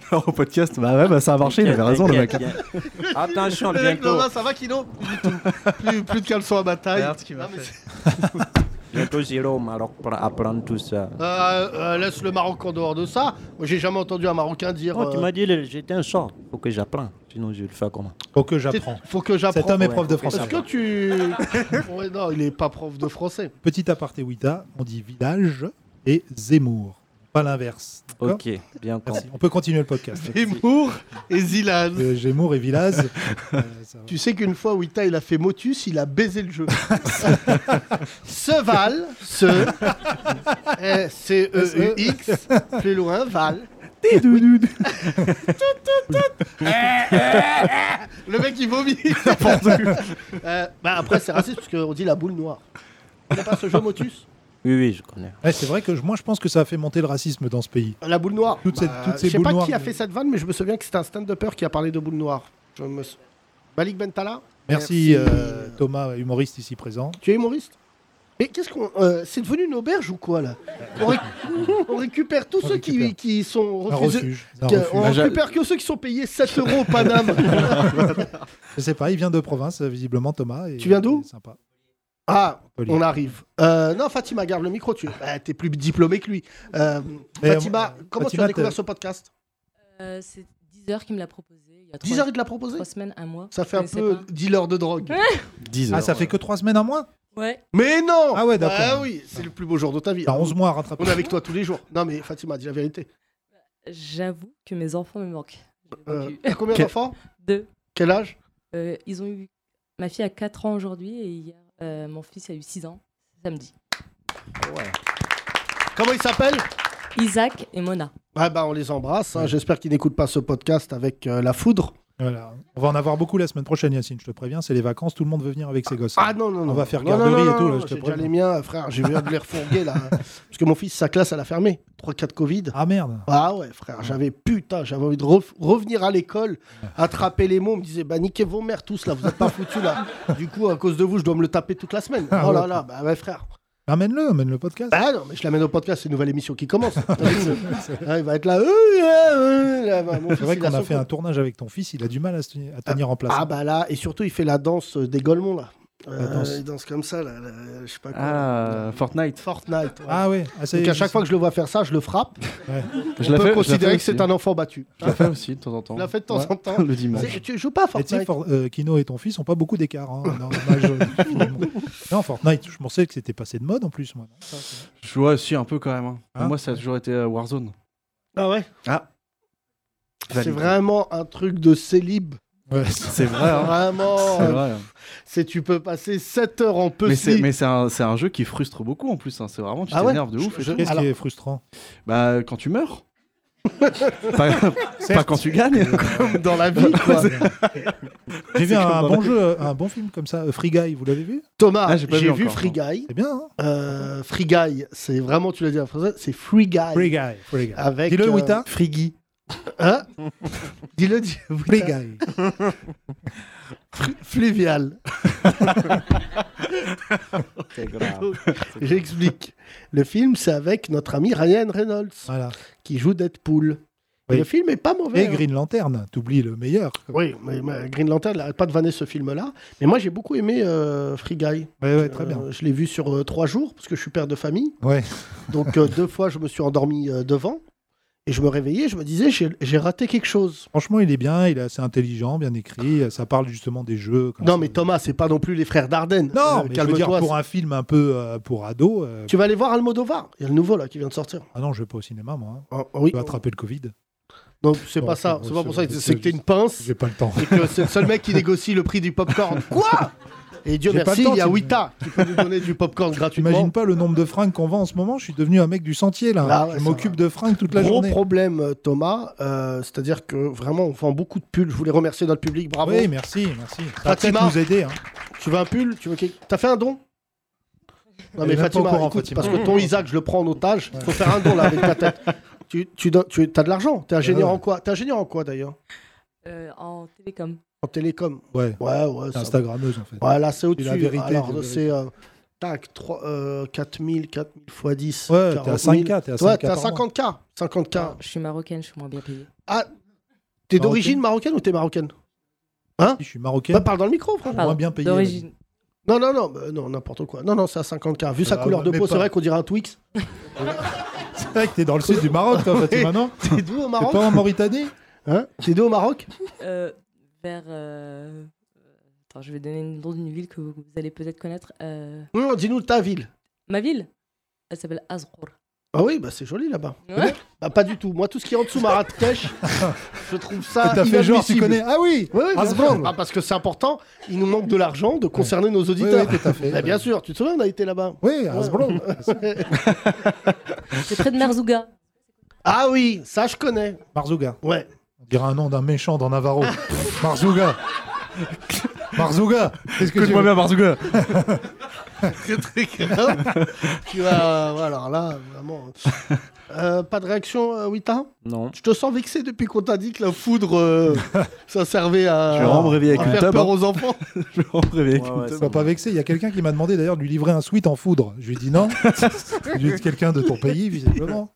Speaker 6: Alors, au podcast, bah ouais, bah ça a marché, il avait raison le mec.
Speaker 5: T'inquiète, t'inquiète. Attention,
Speaker 3: Le mec,
Speaker 5: bientôt,
Speaker 3: Laura, ça va, Kino Plus du tout. Plus, plus de caleçon à bataille.
Speaker 6: Regarde ce qu'il m'a
Speaker 3: Ah, mais
Speaker 6: fait.
Speaker 3: c'est-
Speaker 5: bientôt j'irai au Maroc pour apprendre tout ça.
Speaker 3: Euh, euh, laisse le Maroc en dehors de ça. Moi, j'ai jamais entendu un Marocain dire.
Speaker 5: Oh, tu
Speaker 3: euh,
Speaker 5: m'as dit, le- j'étais un short. Faut que j'apprenne. Sinon, je vais le faire comment
Speaker 4: Faut que
Speaker 3: t'es-
Speaker 4: j'apprends.
Speaker 3: Faut que j'apprenne.
Speaker 4: Cet homme est
Speaker 5: ouais,
Speaker 4: prof de
Speaker 5: faut que
Speaker 4: français.
Speaker 3: Est-ce que tu. Ouais, non, il est pas prof de français.
Speaker 4: Petit aparté Wita, on dit village et Zemmour. Pas l'inverse. d'accord
Speaker 5: Ok, bien compris.
Speaker 4: Merci. On peut continuer le podcast.
Speaker 3: Zemmour et Zilan.
Speaker 4: Euh, Zemmour et Villaz. euh, ça va.
Speaker 3: Tu sais qu'une fois, Wita, il a fait Motus, il a baisé le jeu. ce Val, ce. eh, C-E-U-X, plus loin, Val. Le mec, il vomit. Euh, bah après, c'est raciste parce qu'on dit la boule noire. Il a pas ce jeu Motus
Speaker 5: Oui, oui, je connais.
Speaker 4: Ouais, Eh, c'est vrai que je- moi, je pense que ça a fait monter le racisme dans ce pays.
Speaker 3: La boule noire. Bah,
Speaker 4: Toutes ces- toutes ces
Speaker 3: je sais
Speaker 4: boules
Speaker 3: pas
Speaker 4: noires.
Speaker 3: qui a fait cette vanne, mais je me souviens que c'était un stand-upper qui a parlé de boule noire. Je me... sou- Malik Bentala
Speaker 4: Merci,
Speaker 3: Merci.
Speaker 4: euh, Thomas, humoriste ici présent.
Speaker 3: Tu es humoriste Mais qu'est-ce qu'on. euh, c'est devenu une auberge ou quoi là on, réc- on récupère tous
Speaker 4: On
Speaker 3: ceux
Speaker 4: récupère.
Speaker 3: Qui, qui sont
Speaker 4: Un
Speaker 3: refusés.
Speaker 4: refuge. un
Speaker 3: que-
Speaker 4: refuge.
Speaker 3: on
Speaker 6: Bah, j'a-
Speaker 3: récupère que ceux qui sont payés 7 euros au Paname.
Speaker 4: Je sais pas, il vient de province, euh, visiblement, Thomas. et-
Speaker 3: Tu viens d'où
Speaker 4: et Sympa.
Speaker 3: ah,
Speaker 4: Poli.
Speaker 3: on arrive. Euh, non, Fatima, garde le micro. Tu bah, t'es plus diplômé que lui. Euh,
Speaker 4: Mais,
Speaker 3: Fatima,
Speaker 4: euh,
Speaker 3: comment tu
Speaker 4: Fatima,
Speaker 3: as découvert
Speaker 4: t'es-
Speaker 3: ce podcast
Speaker 2: Euh, c'est Deezer qui me l'a proposé. Il y a
Speaker 3: 10
Speaker 2: trois,
Speaker 3: heures, il te l'a proposé
Speaker 2: trois semaines, un mois.
Speaker 3: Ça
Speaker 2: Je
Speaker 3: fait un
Speaker 2: connaissais
Speaker 3: peu
Speaker 2: pas.
Speaker 3: dealer de drogue.
Speaker 4: Ah, ça fait que trois semaines à moins
Speaker 2: Ouais.
Speaker 3: Mais non
Speaker 4: Ah ouais, d'accord.
Speaker 3: Ah oui, c'est le plus beau jour de ta vie.
Speaker 4: T'as 11 mois à rattraper.
Speaker 3: On est avec toi tous les jours. Non, mais Fatima, dis la vérité.
Speaker 2: J'avoue que mes enfants me manquent. J'ai
Speaker 3: Euh,
Speaker 2: vendu
Speaker 3: t'as combien
Speaker 6: Quel-
Speaker 3: d'enfants
Speaker 2: Deux.
Speaker 3: Quel âge
Speaker 2: Euh, ils ont eu. Ma fille a 4 ans aujourd'hui et hier, euh, mon fils a eu 6 ans, samedi.
Speaker 3: Comment il s'appelle
Speaker 2: Isaac et Mona.
Speaker 3: Ah bah on les embrasse. hein. J'espère qu'ils n'écoutent pas ce podcast avec euh, la foudre.
Speaker 4: Voilà. On va en avoir beaucoup la semaine prochaine, Yacine, je te préviens. C'est les vacances, tout le monde veut venir avec ses gosses.
Speaker 3: Ah non, non, non.
Speaker 4: On va faire
Speaker 3: Non, non,
Speaker 4: garderie
Speaker 3: non,
Speaker 4: et tout,
Speaker 3: non,
Speaker 4: là,
Speaker 3: non,
Speaker 4: je te
Speaker 3: J'ai déjà
Speaker 4: préviens.
Speaker 3: les miens, frère. J'ai bien de les refourguer, là. Parce que mon fils, sa classe, elle a fermé. 3-4 Covid.
Speaker 4: Ah, merde.
Speaker 3: Ah ouais, frère, j'avais putain, j'avais envie de ref- revenir à l'école, attraper les mots. On me disait, bah niquez vos mères tous là, vous êtes pas foutus là. Du coup, à cause de vous, je dois me le taper toute la semaine.
Speaker 4: Ah
Speaker 3: oh
Speaker 4: ouais.
Speaker 3: là là, bah ouais, frère.
Speaker 4: Amène-le, amène le podcast.
Speaker 3: Bah non, mais je l'amène au podcast, c'est une nouvelle émission qui commence. Ah, il va être là. euh, euh, euh, là, bah, mon
Speaker 4: C'est
Speaker 3: fils,
Speaker 4: vrai
Speaker 3: il
Speaker 4: qu'on a
Speaker 3: son
Speaker 4: fait
Speaker 3: coup.
Speaker 4: un tournage avec ton fils, il a du mal à se tenir, à tenir en place.
Speaker 3: Ah bah là, et surtout il fait la danse euh, des Golemons là. Euh,
Speaker 4: danse.
Speaker 3: Il danse comme ça là, là, je sais pas quoi.
Speaker 6: Ah, Fortnite.
Speaker 3: Fortnite. ouais.
Speaker 4: Ah ouais, ah, c'est-
Speaker 3: Donc à chaque fois que je le vois faire ça, je le frappe. On
Speaker 6: Je la
Speaker 3: peut
Speaker 6: fais- je la
Speaker 3: considérer
Speaker 6: fais
Speaker 3: que c'est
Speaker 6: aussi.
Speaker 3: un enfant battu.
Speaker 6: Je la fais aussi de temps en temps.
Speaker 3: Je la fais de temps
Speaker 6: Ouais.
Speaker 3: en temps.
Speaker 6: Le
Speaker 3: C'est-
Speaker 6: dimanche.
Speaker 3: Tu joues pas à
Speaker 4: Et tu sais,
Speaker 3: Fortnite
Speaker 4: For- euh, Kino et ton fils n'ont pas beaucoup d'écart. hein, dans l'âge, euh, finalement. non, Fortnite, je pensais que c'était passé de mode en plus. Moi, non Ça, c'est-
Speaker 6: Je vois aussi un peu quand même. hein. Pour
Speaker 4: Hein
Speaker 6: moi, ça a toujours été euh, Warzone.
Speaker 3: Ah ouais
Speaker 6: Ah.
Speaker 3: C'est vraiment un truc de célib.
Speaker 4: Ouais,
Speaker 6: C'est vrai. hein.
Speaker 3: Vraiment.
Speaker 6: C'est vrai. hein.
Speaker 3: C'est tu peux passer 7 heures en peu
Speaker 6: Mais c'est mais c'est un, c'est un jeu qui frustre beaucoup en plus. hein. C'est vraiment tu
Speaker 3: Ah ouais
Speaker 6: t'énerves de ouf. et
Speaker 3: Je-
Speaker 6: tout.
Speaker 4: Qu'est-ce
Speaker 3: Alors-
Speaker 4: qui est frustrant
Speaker 6: Bah quand tu meurs. pas, pas quand tu gagnes.
Speaker 3: dans la vie. quoi.
Speaker 4: Euh, J'ai vu
Speaker 6: C'est
Speaker 4: un,
Speaker 6: comme dans
Speaker 4: bon
Speaker 6: la-
Speaker 4: jeu, euh, un bon film comme ça, euh, Free Guy, vous l'avez vu
Speaker 3: Thomas,
Speaker 6: Ah,
Speaker 3: j'ai
Speaker 6: j'ai pas vu
Speaker 3: vu,
Speaker 6: encore,
Speaker 3: Free Guy.
Speaker 4: C'est bien, hein
Speaker 3: Euh, Free Guy, c'est vraiment, tu l'as dit en français, c'est Free Guy.
Speaker 4: Free Guy. Free Guy.
Speaker 3: Avec,
Speaker 4: Dis-le,
Speaker 3: euh,
Speaker 4: Wita.
Speaker 6: Friggy.
Speaker 3: Hein Dis-le, dis
Speaker 4: Free Guy.
Speaker 3: Flu- Fluvial.
Speaker 5: C'est grave.
Speaker 3: J'explique. Le film, c'est avec notre ami Ryan Reynolds,
Speaker 4: Voilà.
Speaker 3: qui joue Deadpool. Et
Speaker 4: Oui.
Speaker 3: Le film est pas mauvais.
Speaker 4: Et
Speaker 3: hein.
Speaker 4: Green Lantern, t'oublies le meilleur.
Speaker 3: Oui, mais, mais Green Lantern n'arrête pas de vanner ce film-là. Mais moi, j'ai beaucoup aimé euh, Free Guy.
Speaker 4: Ouais, ouais, très bien.
Speaker 3: Euh, je l'ai vu sur euh, trois jours, parce que je suis père de famille.
Speaker 4: Ouais.
Speaker 3: Donc, euh, deux fois, je me suis endormi euh, devant. Et je me réveillais, je me disais, j'ai j'ai raté quelque chose.
Speaker 4: Franchement, il est bien, il est assez intelligent, bien écrit. euh, Ça parle justement des jeux. comme
Speaker 3: Non,
Speaker 4: ça.
Speaker 3: mais Thomas, c'est pas non plus les frères Dardenne.
Speaker 4: Non,
Speaker 3: Euh,
Speaker 4: mais je veux dire,
Speaker 3: calme-toi.
Speaker 4: pour un film un peu euh, pour ado. euh,
Speaker 3: Tu vas aller voir Almodovar. Il y a le nouveau, là, qui vient de sortir.
Speaker 4: Ah non, je vais pas au cinéma, moi.
Speaker 3: Ah, oui.
Speaker 4: Je vais attraper le Covid.
Speaker 3: Non, c'est
Speaker 4: Non,
Speaker 3: pas ça.
Speaker 4: c'est-
Speaker 3: C'est pas pour ça.
Speaker 4: c'est-
Speaker 3: C'est que t'es une pince.
Speaker 4: J'ai pas le temps.
Speaker 3: et que c'est le seul mec qui négocie le prix du popcorn. Quoi Et Dieu
Speaker 4: J'ai pas
Speaker 3: merci,
Speaker 4: le temps,
Speaker 3: il y a
Speaker 4: tu-
Speaker 3: Wita qui peut nous donner du popcorn gratuitement.
Speaker 4: T'imagines pas le nombre de fringues qu'on vend en ce moment Je suis devenu un mec du sentier là.
Speaker 3: Ah ouais,
Speaker 4: je
Speaker 3: ça
Speaker 4: m'occupe
Speaker 3: va.
Speaker 4: de fringues toute la
Speaker 3: Gros
Speaker 4: journée.
Speaker 3: problème, euh, Thomas. euh, C'est-à-dire que vraiment, on vend beaucoup de pulls. Je voulais remercier notre public. Bravo.
Speaker 4: Oui, merci, merci. Ça va
Speaker 3: Fatima.
Speaker 4: peut-être nous aider. hein.
Speaker 3: Tu veux un pull Tu veux quelque- T'as fait un don Non
Speaker 4: Elle
Speaker 3: mais
Speaker 4: est même pas
Speaker 3: Fatima,
Speaker 4: au courant,
Speaker 3: écoute,
Speaker 4: Fatima.
Speaker 3: parce que ton Isaac, je le prends en otage. Faut faire un don là avec ta tête. Tu, tu, don- tu as de l'argent. T'es ingénieur
Speaker 6: Ah
Speaker 4: ouais.
Speaker 3: en quoi T'es ingénieur en quoi d'ailleurs
Speaker 2: Euh, en télécom.
Speaker 3: En télécom.
Speaker 4: Ouais,
Speaker 3: Ouais, ouais.
Speaker 4: c'est
Speaker 3: Ça...
Speaker 4: Instagrammeuse en fait.
Speaker 3: Ouais, là, c'est
Speaker 4: C'est
Speaker 3: au-dessus.
Speaker 4: la vérité,
Speaker 3: Alors,
Speaker 4: c'est la
Speaker 3: c'est. euh, tac, euh, 3, 4000, 4000 x 10.
Speaker 4: Ouais, t'es à
Speaker 3: 40 000.
Speaker 4: 5K, t'es à 5K.
Speaker 3: Ouais, t'es à
Speaker 4: par mois.
Speaker 3: 50K. 50K.
Speaker 2: Ah, Je suis marocaine, je suis moins bien payée.
Speaker 3: Ah, T'es
Speaker 4: Marocaine.
Speaker 3: d'origine marocaine ou t'es marocaine
Speaker 4: Hein Je suis marocain.
Speaker 3: Bah, Parle dans le micro, frère.
Speaker 2: Pardon,
Speaker 4: moins bien payé.
Speaker 2: D'origine.
Speaker 3: Non, non, non, bah, non, n'importe quoi. Non, non, c'est à 50K. Vu sa
Speaker 4: Ah,
Speaker 3: couleur
Speaker 4: ouais,
Speaker 3: de
Speaker 4: mais
Speaker 3: peau, c'est
Speaker 4: pas-
Speaker 3: vrai qu'on dirait un Twix.
Speaker 4: C'est vrai que t'es dans le sud du Maroc, toi, Fatima, non T'es
Speaker 3: T'es d'où au Maroc
Speaker 4: pas en Mauritanie
Speaker 3: Hein T'es d'où au Maroc
Speaker 2: Euh, vers. euh, Attends, je vais donner le nom d'une ville que vous, vous allez peut-être connaître. Euh,
Speaker 3: Non, dis-nous ta ville.
Speaker 2: Ma ville Elle s'appelle Azrour.
Speaker 3: Ah oui, bah c'est joli là-bas.
Speaker 2: Ouais.
Speaker 3: Bah pas du tout. Moi, tout ce qui est en dessous Marrakech, je trouve ça
Speaker 4: T'as fait genre, tu
Speaker 3: inadmissible.
Speaker 4: connais. Ah oui
Speaker 3: Oui, oui, bien
Speaker 4: Hasbro.
Speaker 3: sûr. Ah, parce que c'est important. Il nous manque de l'argent de concerner nos
Speaker 4: Oui,
Speaker 3: auditeurs.
Speaker 4: oui, tout à fait.
Speaker 3: Bah, bien sûr, tu te souviens, on a été là-bas.
Speaker 4: Oui, Hasbro.
Speaker 2: C'est près de Merzouga.
Speaker 3: Ah oui, ça je connais.
Speaker 4: Marzouga.
Speaker 3: Ouais.
Speaker 4: On dirait un nom d'un méchant dans Navarro. Marzouga. Marzouga. Qu'est-ce Ah, que tu
Speaker 6: Écoute-moi bien, Marzouga.
Speaker 3: C'est très grave. tu euh, vas. Voilà, alors là, vraiment. Euh, pas de réaction, euh, Wita
Speaker 5: Non.
Speaker 3: Je te sens vexé depuis qu'on t'a dit que la foudre, euh, ça servait à,
Speaker 6: Je vais vraiment me réveiller
Speaker 3: à
Speaker 6: avec une
Speaker 3: faire
Speaker 6: table,
Speaker 3: peur
Speaker 6: hein.
Speaker 3: aux enfants.
Speaker 6: Je vais en rêver.
Speaker 5: Ouais, ouais,
Speaker 4: Sois pas vexé, il y a quelqu'un qui m'a demandé d'ailleurs de lui livrer un sweat en foudre. Je lui ai dit non. Je lui ai dit quelqu'un de ton pays, visiblement.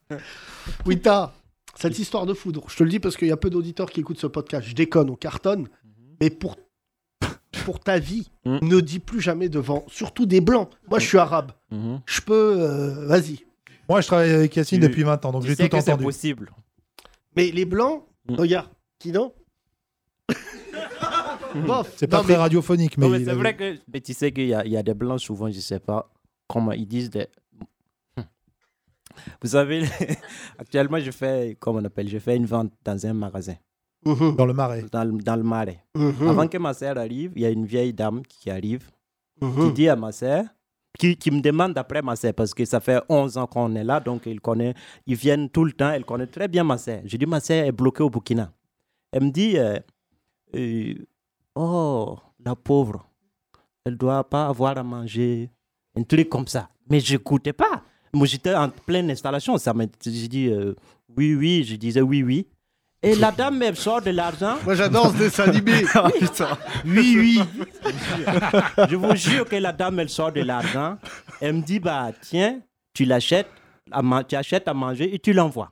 Speaker 3: Wita, cette histoire de foudre, je te le dis parce qu'il y a peu d'auditeurs qui écoutent ce podcast. Je déconne, on cartonne. Mais pour, pour ta vie,
Speaker 5: Mhm.
Speaker 3: ne dis plus jamais devant, surtout des blancs. Moi, je suis arabe.
Speaker 5: Mhm.
Speaker 3: Je peux. euh, Vas-y.
Speaker 4: Moi, je travaille avec Yacine
Speaker 5: Tu-
Speaker 4: depuis 20 ans, donc
Speaker 5: Tu
Speaker 4: j'ai
Speaker 5: sais
Speaker 4: tout
Speaker 5: que c'est
Speaker 4: entendu.
Speaker 5: possible.
Speaker 3: Mais les blancs,
Speaker 5: Mhm.
Speaker 3: regarde, qui non Bof.
Speaker 4: C'est pas
Speaker 3: Non,
Speaker 4: très
Speaker 3: mais-
Speaker 4: radiophonique, mais.
Speaker 5: Non, mais
Speaker 4: il
Speaker 5: c'est
Speaker 4: a-
Speaker 5: vrai que. Mais tu sais qu'il y, a- il y a des blancs, souvent, je sais pas comment ils disent. Des... Vous savez, les- actuellement, je fais, comment on appelle, je fais une vente dans un magasin,
Speaker 3: Mhm,
Speaker 4: Dans le marais.
Speaker 5: dans, le- dans le marais.
Speaker 3: mhm,
Speaker 5: Avant que ma sœur arrive, il y a une vieille dame qui arrive, qui
Speaker 3: mhm.
Speaker 5: dit à ma sœur, qui, qui me demande d'après ma sœur, parce que ça fait 11 ans qu'on est là, donc ils, connaissent, ils viennent tout le temps, elle connaît très bien ma sœur. Je dis, ma sœur est bloquée au Burkina. Elle me dit, euh, euh, oh, la pauvre, elle ne doit pas avoir à manger, un truc comme ça. Mais je n'écoutais pas. Moi, j'étais en pleine installation. Ça m'a- j'ai dit, euh, oui, oui, je disais oui, oui. Et la dame me sort de l'argent.
Speaker 3: Moi, j'adore ce dessin animé.
Speaker 5: Oui, oui. je vous jure que la dame, elle sort de l'argent. Elle me dit, bah, tiens, tu l'achètes, à ma- tu achètes à manger et tu l'envoies.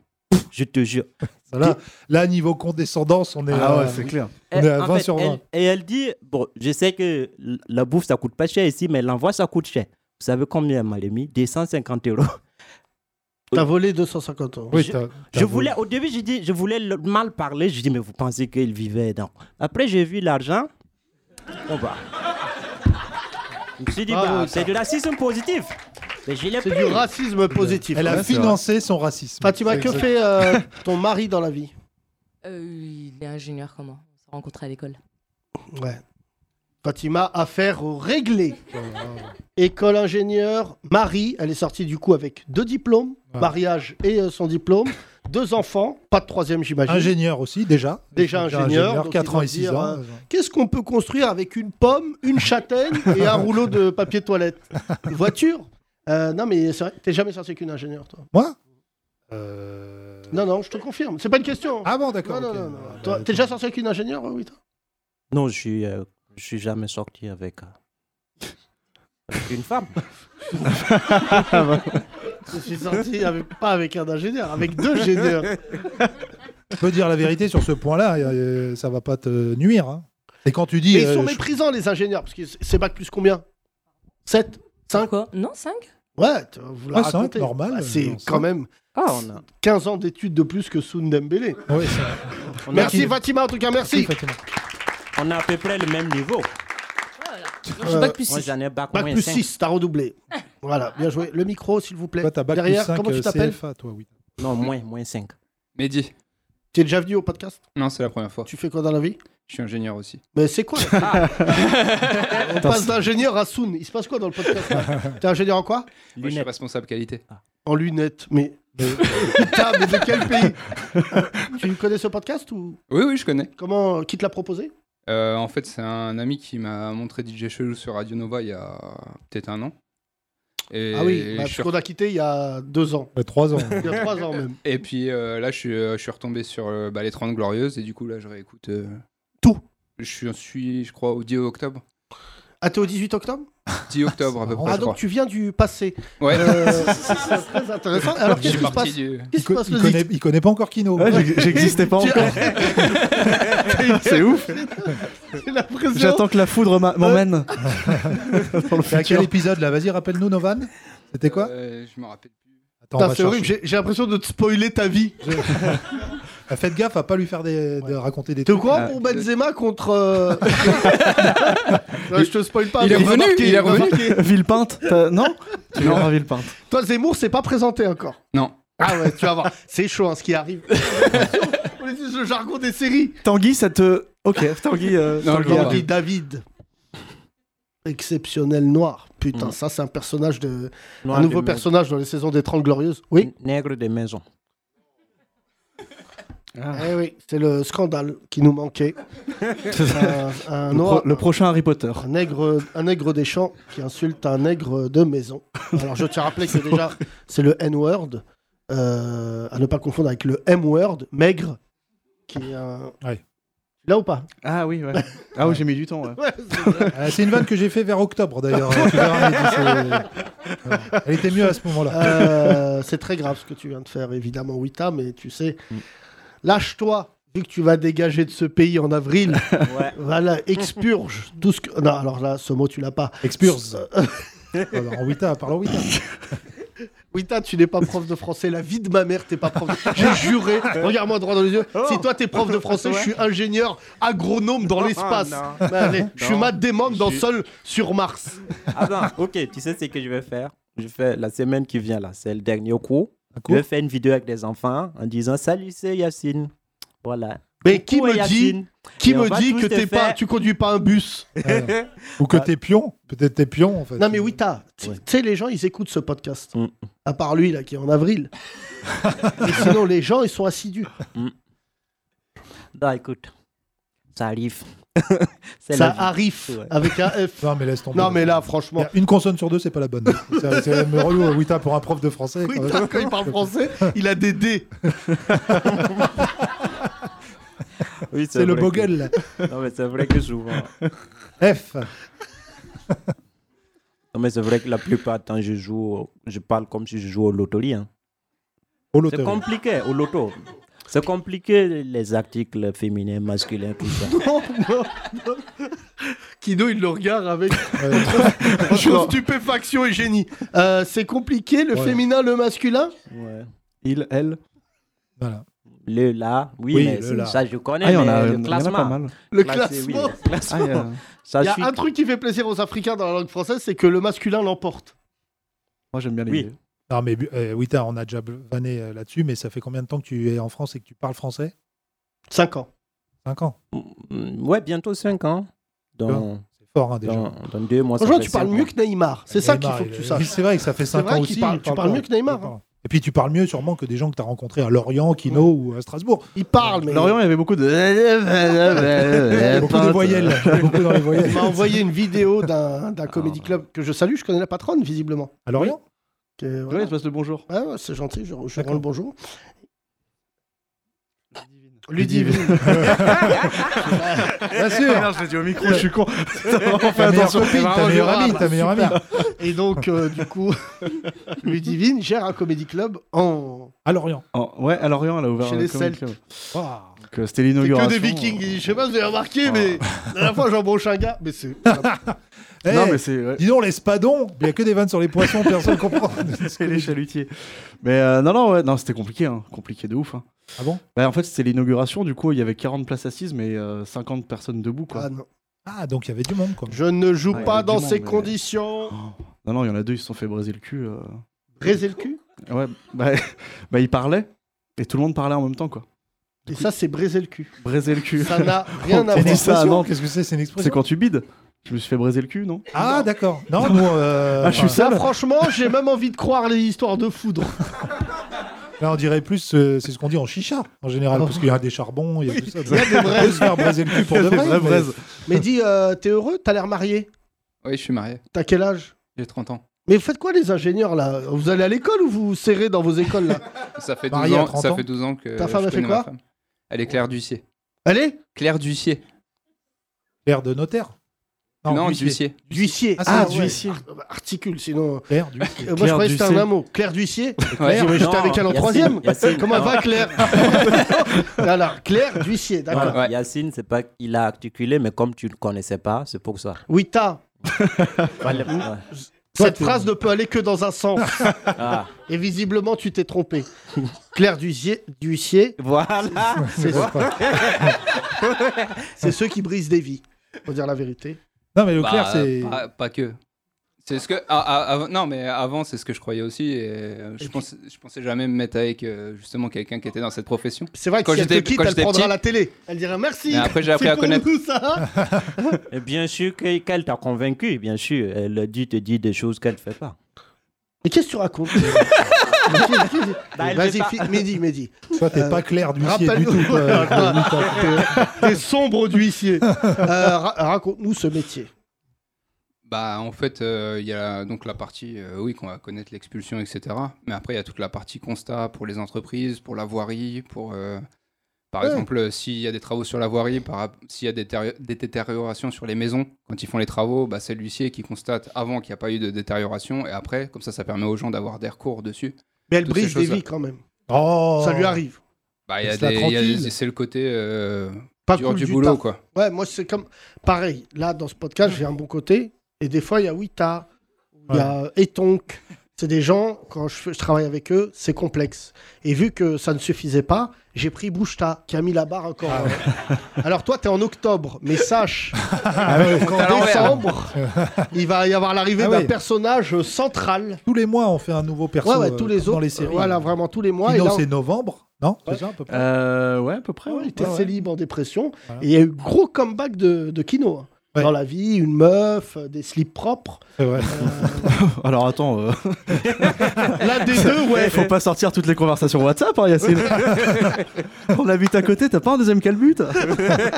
Speaker 5: Je te jure.
Speaker 4: Voilà. Là, niveau condescendance, on est.
Speaker 6: Ah
Speaker 4: euh,
Speaker 6: ouais, c'est clair.
Speaker 4: On est à 20 sur 20.
Speaker 5: Eh, Elle, et elle dit, bon, je sais que l- la bouffe, ça coûte pas cher ici, mais l'envoi, ça coûte cher. Vous savez combien elle m'a mis 250 euros.
Speaker 3: T'as volé 250 euros.
Speaker 4: oui,
Speaker 5: je-
Speaker 4: t'as- t'as
Speaker 5: Je
Speaker 4: voulu.
Speaker 5: voulais, au début, j'ai dit, je voulais le- mal parler. Je dis, mais vous pensez qu'il vivait dans. Après, j'ai vu l'argent. On va. Je me suis dit,
Speaker 4: Ah,
Speaker 3: Bravo,
Speaker 5: bah, c'est du racisme positif. Mais je l'ai
Speaker 3: C'est
Speaker 5: pris.
Speaker 3: du racisme positif.
Speaker 4: Elle a
Speaker 6: Ouais, c'est
Speaker 4: financé son racisme.
Speaker 3: Fatima,
Speaker 4: C'est
Speaker 3: que
Speaker 4: exact.
Speaker 3: fait euh, ton mari dans la vie
Speaker 2: Euh, il est ingénieur, comment On s'est rencontrés à l'école.
Speaker 3: Ouais. Fatima, affaire réglée. École ingénieur, Marie, elle est sortie du coup avec deux diplômes,
Speaker 4: Ouais.
Speaker 3: mariage et euh, son diplôme, deux enfants, pas de troisième j'imagine.
Speaker 4: Ingénieur aussi, déjà.
Speaker 3: Déjà
Speaker 4: Donc,
Speaker 3: ingénieur, donc
Speaker 4: 4
Speaker 3: ils
Speaker 4: ans
Speaker 3: doivent
Speaker 4: et 6
Speaker 3: dire,
Speaker 4: ans.
Speaker 3: euh, Qu'est-ce qu'on peut construire avec une pomme, une châtaigne et un rouleau de papier toilette Une voiture Euh, Non mais c'est vrai, t'es jamais sorti avec une ingénieure toi.
Speaker 4: Moi Euh,
Speaker 3: Non non, je te confirme, c'est pas une question.
Speaker 4: Ah bon,
Speaker 3: non
Speaker 4: d'accord.
Speaker 3: non
Speaker 4: ok.
Speaker 3: non, non.
Speaker 4: Bah,
Speaker 3: Toi, T'es déjà sorti avec une ingénieure oui toi
Speaker 5: Non, je suis, euh, je suis jamais sorti avec, euh, avec une femme.
Speaker 3: Je suis sorti avec- pas avec un ingénieur, avec deux ingénieurs.
Speaker 4: Je peux dire la vérité sur ce point-là, euh, ça va pas te nuire. hein. Et quand tu dis.
Speaker 3: Mais ils
Speaker 4: euh,
Speaker 3: sont
Speaker 4: je-
Speaker 3: méprisants, les ingénieurs, parce que c'est bac plus combien 7 5
Speaker 2: Quoi Non, 5
Speaker 3: Ouais, t- vous la
Speaker 4: Ouais, cinq,
Speaker 3: racontez.
Speaker 4: normal,
Speaker 3: Bah,
Speaker 4: euh,
Speaker 3: c'est
Speaker 4: non,
Speaker 3: quand
Speaker 4: cinq.
Speaker 3: même
Speaker 5: Ah, on a,
Speaker 3: 15 ans d'études de plus que Soundembélé.
Speaker 4: Ouais, c'est vrai.
Speaker 3: Merci Fatima, en tout cas, merci.
Speaker 4: Fatima.
Speaker 5: on a à peu près le même niveau.
Speaker 2: Non, je
Speaker 3: euh,
Speaker 2: suis pas plus
Speaker 5: Moi,
Speaker 2: 6.
Speaker 5: j'en ai bac,
Speaker 3: Bac
Speaker 5: moins
Speaker 3: plus
Speaker 5: cinq.
Speaker 3: 6, t'as redoublé. Voilà, bien joué. Le micro, s'il vous plaît.
Speaker 4: Toi, t'as bac
Speaker 3: Derrière,
Speaker 4: plus euh, 5
Speaker 3: comment tu t'appelles
Speaker 4: CFA, toi, oui.
Speaker 5: Non, moins, moins 5.
Speaker 7: Mehdi.
Speaker 3: Tu es déjà venu au podcast
Speaker 7: Non, c'est la première fois.
Speaker 3: Tu fais quoi dans la vie
Speaker 7: Je suis ingénieur aussi.
Speaker 3: Mais c'est quoi On passe d'ingénieur à Sound. Il se passe quoi dans le podcast là T'es ingénieur en quoi
Speaker 7: Moi, je suis
Speaker 5: Lunettes. Ah.
Speaker 7: responsable qualité.
Speaker 3: En lunettes. Mais. Putain, mais de quel pays Tu connais ce podcast ou
Speaker 7: Oui, oui, je connais.
Speaker 3: comment Qui te l'a proposé
Speaker 7: Euh, en fait, c'est un ami qui m'a montré DJ Chelou sur Radio Nova il y a peut-être un an. Et
Speaker 3: ah oui, bah,
Speaker 7: je
Speaker 3: parce
Speaker 7: suis
Speaker 3: qu'on a quitté il y a deux ans.
Speaker 4: Ça fait trois ans.
Speaker 3: Il y a trois ans même.
Speaker 7: Et puis euh, là, je suis, euh, je suis retombé sur euh, bah, les 30 Glorieuses et du coup, là, je réécoute euh,
Speaker 3: Tout.
Speaker 7: Je suis, suis, je crois, au 10 octobre.
Speaker 3: Ah, t'es au 18 octobre
Speaker 7: 10 octobre à peu près,
Speaker 3: Ah,
Speaker 7: je crois.
Speaker 3: donc tu viens du passé.
Speaker 7: Ouais.
Speaker 3: Euh, c'est très intéressant. Alors,
Speaker 7: Je
Speaker 3: qu'est-ce
Speaker 7: suis
Speaker 3: qui se passe
Speaker 7: parti du.
Speaker 3: Qu'est-ce qui
Speaker 4: Il,
Speaker 3: se
Speaker 4: co-
Speaker 3: passe
Speaker 4: il
Speaker 3: le
Speaker 4: connaît, il connaît pas encore Kino.
Speaker 6: Ouais, j'ex- j'existais pas encore. C'est ouf.
Speaker 3: 18 La pression.
Speaker 6: J'attends que la foudre m'a- m'emmène. Dans le
Speaker 4: C'est à quel
Speaker 6: futur.
Speaker 4: épisode là Vas-y, rappelle-nous Novan. C'était quoi
Speaker 7: Euh, Je me rappelle plus.
Speaker 4: Attends, on
Speaker 3: Putain,
Speaker 4: va
Speaker 3: C'est horrible,
Speaker 4: chercher.
Speaker 3: j'ai j'ai l'impression de te spoiler ta vie.
Speaker 4: Ah, Faites gaffe à pas lui faire des, de raconter des
Speaker 3: T'es
Speaker 4: trucs.
Speaker 3: au courant Ben
Speaker 7: Ah,
Speaker 3: pour
Speaker 7: je-
Speaker 3: Benzema contre. euh, Non, je te spoil pas.
Speaker 7: Il est
Speaker 3: mais va
Speaker 7: revenu,
Speaker 3: marquer,
Speaker 7: il est
Speaker 3: va
Speaker 7: revenu.
Speaker 3: marquer.
Speaker 6: Villepinte t'as- Non Tu
Speaker 7: Non.
Speaker 6: verras Villepinte.
Speaker 3: Toi, Zemmour, c'est pas présenté encore.
Speaker 7: Non.
Speaker 3: Ah ouais, tu vas voir. C'est chaud hein, ce qui arrive. On utilise le jargon des séries.
Speaker 6: Tanguy, ça te. Ok, Tanguy. euh,
Speaker 7: Non,
Speaker 6: Tanguy
Speaker 7: je vois
Speaker 6: arrive.
Speaker 3: Tanguy David. Exceptionnel noir. Putain,
Speaker 5: Mm.
Speaker 3: ça, c'est un personnage de.
Speaker 5: Noir
Speaker 3: Un nouveau
Speaker 5: de
Speaker 3: personnage dans les saisons des 30 Glorieuses.
Speaker 5: maison.
Speaker 3: Oui.
Speaker 5: Nègre des maisons. Mm. Ah.
Speaker 3: Eh oui, c'est le scandale qui nous manquait. un, Euh, un
Speaker 6: le, pro-
Speaker 3: noir.
Speaker 6: le prochain Harry Potter.
Speaker 3: Un nègre, un nègre des champs qui insulte un nègre de maison. Alors je tiens à rappeler que déjà, c'est le N-word, euh, à ne pas confondre avec le M-word, maigre, qui est un...
Speaker 4: Ouais.
Speaker 3: Là ou pas
Speaker 6: Ah oui, ouais. Ah oui, j'ai mis du temps, ouais.
Speaker 4: Euh, c'est une vanne que j'ai fait vers octobre d'ailleurs. Tu verras, mais c'est- Alors, Elle était mieux à ce moment-là.
Speaker 3: Euh, C'est très grave ce que tu viens de faire, évidemment, Wita, mais tu sais, lâche-toi, vu que tu vas dégager de ce pays en avril.
Speaker 5: Ouais.
Speaker 3: Voilà, expurge tout ce que... Non, alors là, ce mot, tu l'as pas.
Speaker 4: Expurse. Alors, en Wita, parle en Wita.
Speaker 3: Wita, tu n'es pas prof de français. La vie de ma mère, t'es pas prof. de- J'ai juré. Regarde-moi droit dans les yeux. Si toi t'es prof de français, je suis ingénieur agronome
Speaker 6: Oh,
Speaker 3: dans l'espace. Bah, allez, je suis
Speaker 5: Non.
Speaker 3: Matt Damon dans
Speaker 5: Je-
Speaker 3: Sol sur Mars.
Speaker 5: Ah ben, ok, tu sais ce que je vais faire Je fais la semaine qui vient là, c'est le dernier cours.
Speaker 4: cours
Speaker 5: Je vais faire une vidéo avec des enfants en disant Salut, c'est Yacine. Voilà.
Speaker 3: Mais qui
Speaker 5: Coucou,
Speaker 3: me dit,
Speaker 5: Yacine.
Speaker 3: qui
Speaker 5: Et on
Speaker 3: me
Speaker 5: va
Speaker 3: dit
Speaker 5: tous
Speaker 3: que
Speaker 5: te
Speaker 3: t'es pas,
Speaker 5: faire-
Speaker 3: tu conduis pas un bus Euh.
Speaker 4: Ou que t'es pion. Peut-être t'es pion en fait.
Speaker 3: Non mais Wita, tu
Speaker 5: Ouais.
Speaker 3: tu sais les gens ils écoutent ce podcast.
Speaker 5: Mm.
Speaker 3: À part lui là qui est en avril. Et sinon les gens ils sont assidus.
Speaker 5: Hmm. Non, écoute, ça arrive. c'est
Speaker 3: Ça
Speaker 5: la vie.
Speaker 3: arrive
Speaker 5: Ouais.
Speaker 3: avec un F.
Speaker 4: Non, mais laisse tomber.
Speaker 3: Non mais là franchement.
Speaker 4: Une consonne sur deux, c'est pas la bonne. C'est c'est même relou, euh, Wita, pour un prof de français. quand
Speaker 3: Wita
Speaker 4: même.
Speaker 3: quand il parle français, il a des dés.
Speaker 5: Oui,
Speaker 4: C'est le
Speaker 5: vrai que-
Speaker 4: Bogel.
Speaker 5: Non, mais c'est vrai que souvent.
Speaker 4: F.
Speaker 5: Non, mais c'est vrai que la plupart du temps, je joue, au- je parle comme si je jouais au loterie. hein.
Speaker 4: Au
Speaker 5: C'est
Speaker 4: loto.
Speaker 5: compliqué, au loto. C'est compliqué, les articles féminins, masculins, tout ça.
Speaker 3: Kido, il le regarde avec entre stupéfaction et génie. Euh, c'est compliqué, le
Speaker 4: Ouais.
Speaker 3: féminin, le masculin
Speaker 5: Ouais.
Speaker 6: Il, elle.
Speaker 4: Voilà.
Speaker 5: Le là, oui,
Speaker 4: Oui,
Speaker 5: mais
Speaker 4: le là.
Speaker 5: ça, je connais,
Speaker 6: Ah, il y en
Speaker 5: mais
Speaker 6: a,
Speaker 5: le
Speaker 6: il y en a
Speaker 5: classement.
Speaker 6: pas mal.
Speaker 3: Le
Speaker 5: Classé, oui,
Speaker 3: classement
Speaker 5: le classement.
Speaker 6: Ah, il y a-
Speaker 5: Ça
Speaker 3: Il y a
Speaker 5: suit.
Speaker 3: un truc qui fait plaisir aux Africains dans la langue française, c'est que le masculin l'emporte.
Speaker 6: Moi, j'aime bien les.
Speaker 5: Oui.
Speaker 4: Non mais euh, Wita, on a déjà vanné euh, là-dessus, mais ça fait combien de temps que tu es en France et que tu parles français
Speaker 3: 5 ans.
Speaker 4: 5 ans.
Speaker 5: Mm, Ouais, bientôt 5 ans. Dans,
Speaker 4: C'est fort hein, déjà.
Speaker 5: dans, dans deux mois. ça
Speaker 3: Bonjour,
Speaker 5: fait
Speaker 3: tu parles
Speaker 5: cinq
Speaker 3: mieux
Speaker 5: ans.
Speaker 3: que Neymar. C'est ça qu'il
Speaker 4: Neymar,
Speaker 3: faut que tu
Speaker 4: il-
Speaker 3: saches.
Speaker 4: Oui, c'est vrai que ça fait 5
Speaker 3: vrai
Speaker 4: ans
Speaker 3: qu'il
Speaker 4: aussi.
Speaker 3: parle-
Speaker 4: il
Speaker 3: tu parles
Speaker 4: pas.
Speaker 3: mieux que Neymar, hein.
Speaker 4: Il parle. Et puis tu parles mieux sûrement que des gens que tu as rencontrés à Lorient, Kino ou à Strasbourg.
Speaker 3: Il parle, mais
Speaker 6: Lorient, il y avait beaucoup de.
Speaker 5: Euh,
Speaker 4: beaucoup de voyelles. beaucoup dans les voyelles.
Speaker 3: il m'a envoyé une vidéo d'un
Speaker 5: Ah,
Speaker 3: d'un comédie club que je salue. Je connais la patronne, visiblement.
Speaker 4: À Lorient
Speaker 3: Que,
Speaker 6: Oui,
Speaker 3: voilà.
Speaker 6: il se passe le bonjour.
Speaker 3: Ouais, ouais, c'est gentil, je, je
Speaker 4: D'accord.
Speaker 3: rends le bonjour.
Speaker 4: Ludivine.
Speaker 3: Ludivine.
Speaker 4: Bien sûr.
Speaker 6: Ah, je l'ai dit au micro, je suis con. vraiment
Speaker 4: Ta meilleure
Speaker 3: attention.
Speaker 4: copine, ta
Speaker 3: Bravo,
Speaker 4: meilleure
Speaker 3: Gérard.
Speaker 4: amie, ta meilleure amie.
Speaker 3: Et donc, euh, du coup, Ludivine gère un comédie club en.
Speaker 4: À Lorient.
Speaker 6: Oh, ouais, à Lorient, elle a ouvert
Speaker 3: Chez
Speaker 6: un
Speaker 3: les
Speaker 6: comic euh,
Speaker 3: Celtes.
Speaker 6: club.
Speaker 4: Waouh.
Speaker 6: Donc, euh, C'était
Speaker 3: C'est que
Speaker 6: l'inauguration.
Speaker 3: des vikings.
Speaker 6: euh,
Speaker 3: Je sais pas si vous avez remarqué,
Speaker 6: Oh.
Speaker 3: mais la dernière fois, j'embauche un gars. Mais c'est.
Speaker 6: Non,
Speaker 4: Eh,
Speaker 6: mais c'est. ouais.
Speaker 4: Dis donc, les spadons, il n'y a que des vannes sur les poissons, personne ne comprend.
Speaker 6: C'est les chalutiers. Mais euh, non, non, ouais, non, c'était compliqué, hein. compliqué de ouf. hein.
Speaker 4: Ah bon
Speaker 6: Bah, en fait, c'était l'inauguration, du coup, il y avait 40 places assises, mais euh, 50 personnes debout, quoi.
Speaker 3: Ah non.
Speaker 4: Ah, donc il y avait du monde, quoi.
Speaker 3: Je ne joue
Speaker 6: Ouais,
Speaker 3: pas dans
Speaker 6: effectivement,
Speaker 3: ces
Speaker 6: mais-
Speaker 3: conditions.
Speaker 6: Oh. Non, non, il y en a deux, ils se sont fait briser le cul. euh.
Speaker 3: Raiser le cul
Speaker 6: Ouais, bah, bah, ils parlaient, et tout le monde parlait en même temps, quoi.
Speaker 3: Et ça, c'est braiser le cul.
Speaker 6: Briser le cul.
Speaker 3: Ça n'a rien à
Speaker 4: C'est une
Speaker 3: voir.
Speaker 6: dit ça à
Speaker 4: expression.
Speaker 6: Nantes.
Speaker 4: Qu'est-ce que c'est C'est une
Speaker 6: C'est
Speaker 4: expression.
Speaker 6: quand tu bides. Je me suis fait briser le cul, non
Speaker 4: Ah, d'accord. Non, nous. euh,
Speaker 6: Ah, je suis
Speaker 4: enfin,
Speaker 3: Ça, franchement, j'ai même envie de croire les histoires de foudre.
Speaker 4: Là, on dirait plus, euh, c'est ce qu'on dit en chicha, en général, parce qu'il y a des charbons, il y a tout ça. Il y a
Speaker 3: des braises.
Speaker 4: se faire braiser le cul pour de
Speaker 6: Des
Speaker 4: vrai.
Speaker 6: vraies
Speaker 4: mais-
Speaker 6: braises.
Speaker 3: Mais dis, euh, t'es heureux T'as l'air marié
Speaker 7: Oui, je suis marié.
Speaker 3: T'as quel âge
Speaker 7: J'ai 30 ans.
Speaker 3: Mais vous faites quoi les ingénieurs là Vous allez à l'école ou vous serrez dans vos écoles là
Speaker 7: Ça fait 12
Speaker 4: Marié à
Speaker 7: ans,
Speaker 4: 30
Speaker 7: ça
Speaker 4: ans.
Speaker 7: fait 12 ans que.
Speaker 3: Ta femme
Speaker 7: je
Speaker 3: a fait
Speaker 7: connais ma
Speaker 3: quoi
Speaker 7: femme. Elle est Claire Ducier.
Speaker 3: Allez
Speaker 7: Eh, Claire Ducier.
Speaker 4: Claire de notaire
Speaker 7: Non,
Speaker 4: huissier.
Speaker 7: Ducier.
Speaker 3: D'huissier.
Speaker 4: Ah, c'est
Speaker 3: ouais.
Speaker 4: d'huissier.
Speaker 3: Ar- Articule, sinon.
Speaker 4: Claire d'huissier.
Speaker 3: Euh, moi je croyais que c'était un
Speaker 6: d'huissier.
Speaker 3: un mot. Claire d'huissier
Speaker 7: Ouais.
Speaker 3: Vas-y, moi, j'étais
Speaker 5: Non,
Speaker 3: avec elle en
Speaker 5: Yacine,
Speaker 3: troisième.
Speaker 5: Yacine,
Speaker 3: Comment
Speaker 5: non.
Speaker 3: va Claire Non, non, Claire d'huissier, d'accord.
Speaker 5: Voilà,
Speaker 7: Ouais.
Speaker 5: Yacine, c'est pas il a articulé, mais comme tu ne connaissais pas, c'est pour ça.
Speaker 3: Oui, t'as.
Speaker 5: Voilà.
Speaker 4: Toi,
Speaker 3: Cette
Speaker 4: t'es-
Speaker 3: phrase ne peut aller que dans un sens.
Speaker 5: Ah,
Speaker 3: Et visiblement, tu t'es trompé. Claire d'huissier, d'huissier,
Speaker 5: voilà.
Speaker 3: c'est
Speaker 4: Ouais, pas-
Speaker 3: c'est ceux qui brisent des vies. Faut dire la vérité.
Speaker 4: Non, mais le
Speaker 7: Bah,
Speaker 4: Claire, c'est.
Speaker 7: pas, pas que. C'est ce que. ah, ah, avant- non, mais avant, c'est ce que je croyais aussi. Et euh, je, pensais, je pensais jamais me mettre avec euh, justement quelqu'un qui était dans cette profession.
Speaker 3: C'est vrai que
Speaker 7: Quand
Speaker 3: si elle te
Speaker 7: j'étais-
Speaker 3: quitte,
Speaker 7: quand
Speaker 3: elle
Speaker 7: j'étais
Speaker 3: prendra
Speaker 7: petit-
Speaker 3: la télé. Elle dira merci.
Speaker 7: Mais après, j'ai appris
Speaker 3: c'est
Speaker 7: à
Speaker 3: pour
Speaker 7: connaître.
Speaker 3: nous, ça. hein.
Speaker 5: Et bien sûr que- qu'elle t'a convaincu, bien sûr. Elle a dit, te dit des choses qu'elle ne fait pas.
Speaker 3: Mais qu'est-ce que tu racontes Vas-y,
Speaker 5: Bah, elle fait
Speaker 3: Vas-y,
Speaker 5: pas.
Speaker 3: fi- Mehdi, Mehdi.
Speaker 4: Toi, t'es
Speaker 3: Euh,
Speaker 4: pas Claire d'huissier du
Speaker 3: Rappelle-nous.
Speaker 4: tout. quoi.
Speaker 3: T'es sombre d'huissier. Euh, ra- Raconte-nous ce métier.
Speaker 7: Bah, en fait, euh, il y a donc la partie, euh, oui, qu'on va connaître l'expulsion, etc. Mais après, il y a toute la partie constat pour les entreprises, pour la voirie, pour. euh, par
Speaker 3: Ouais.
Speaker 7: exemple, euh, s'il y a des travaux sur la voirie, par rap- s'il y a des, détéri- des détériorations sur les maisons, quand ils font les travaux, bah, c'est l'huissier qui constate avant qu'il n'y a pas eu de détérioration et après, comme ça, ça permet aux gens d'avoir des recours dessus.
Speaker 3: Mais elle
Speaker 7: Toutes
Speaker 3: brise
Speaker 7: ces
Speaker 3: des
Speaker 7: choses-là.
Speaker 3: vies quand même.
Speaker 4: Oh
Speaker 3: Ça lui arrive.
Speaker 7: Bah, il y a
Speaker 4: Laisse-la
Speaker 7: des- il y a des-
Speaker 4: tranquille.
Speaker 7: c'est le côté euh,
Speaker 3: Pas
Speaker 7: dur
Speaker 3: cool
Speaker 7: du, boulot,
Speaker 3: taf.
Speaker 7: quoi.
Speaker 3: Ouais, moi c'est comme pareil. Là, dans ce podcast, j'ai un bon côté. Et des fois, il y a Wita, il y a Etonk. C'est des gens, quand je, fais- je travaille avec eux, c'est complexe. Et vu que ça ne suffisait pas, j'ai pris Bouchta, qui a mis la barre encore. Alors toi, tu es en octobre, mais sache
Speaker 4: Ah ouais, ouais.
Speaker 7: à
Speaker 3: qu'en
Speaker 7: l'envers.
Speaker 3: décembre, il va y avoir l'arrivée
Speaker 4: Ah
Speaker 3: d'un
Speaker 4: oui.
Speaker 3: personnage central.
Speaker 4: Tous les mois, on fait un nouveau perso.
Speaker 3: ouais, ouais,
Speaker 4: euh,
Speaker 3: tous les
Speaker 4: comme
Speaker 3: autres.
Speaker 4: Dans les séries.
Speaker 3: Voilà, vraiment tous les mois.
Speaker 4: Kino,
Speaker 3: et là, on-
Speaker 4: c'est novembre, non C'est ça, à peu près
Speaker 6: Euh, ouais, à peu près.
Speaker 3: Ouais,
Speaker 6: ouais.
Speaker 3: il était
Speaker 4: ouais.
Speaker 3: célib en dépression.
Speaker 4: Voilà.
Speaker 3: Et il y a eu gros comeback de, de Kino. hein.
Speaker 4: Ouais.
Speaker 3: Dans la vie, une meuf, euh, des slips propres.
Speaker 4: C'est vrai.
Speaker 6: Alors attends, euh,
Speaker 4: Bah,
Speaker 3: Là, des deux, ouais.
Speaker 6: ouais, Eh, faut pas sortir toutes les conversations WhatsApp, hein, Yacine. On habite à côté, t'as pas un deuxième calbut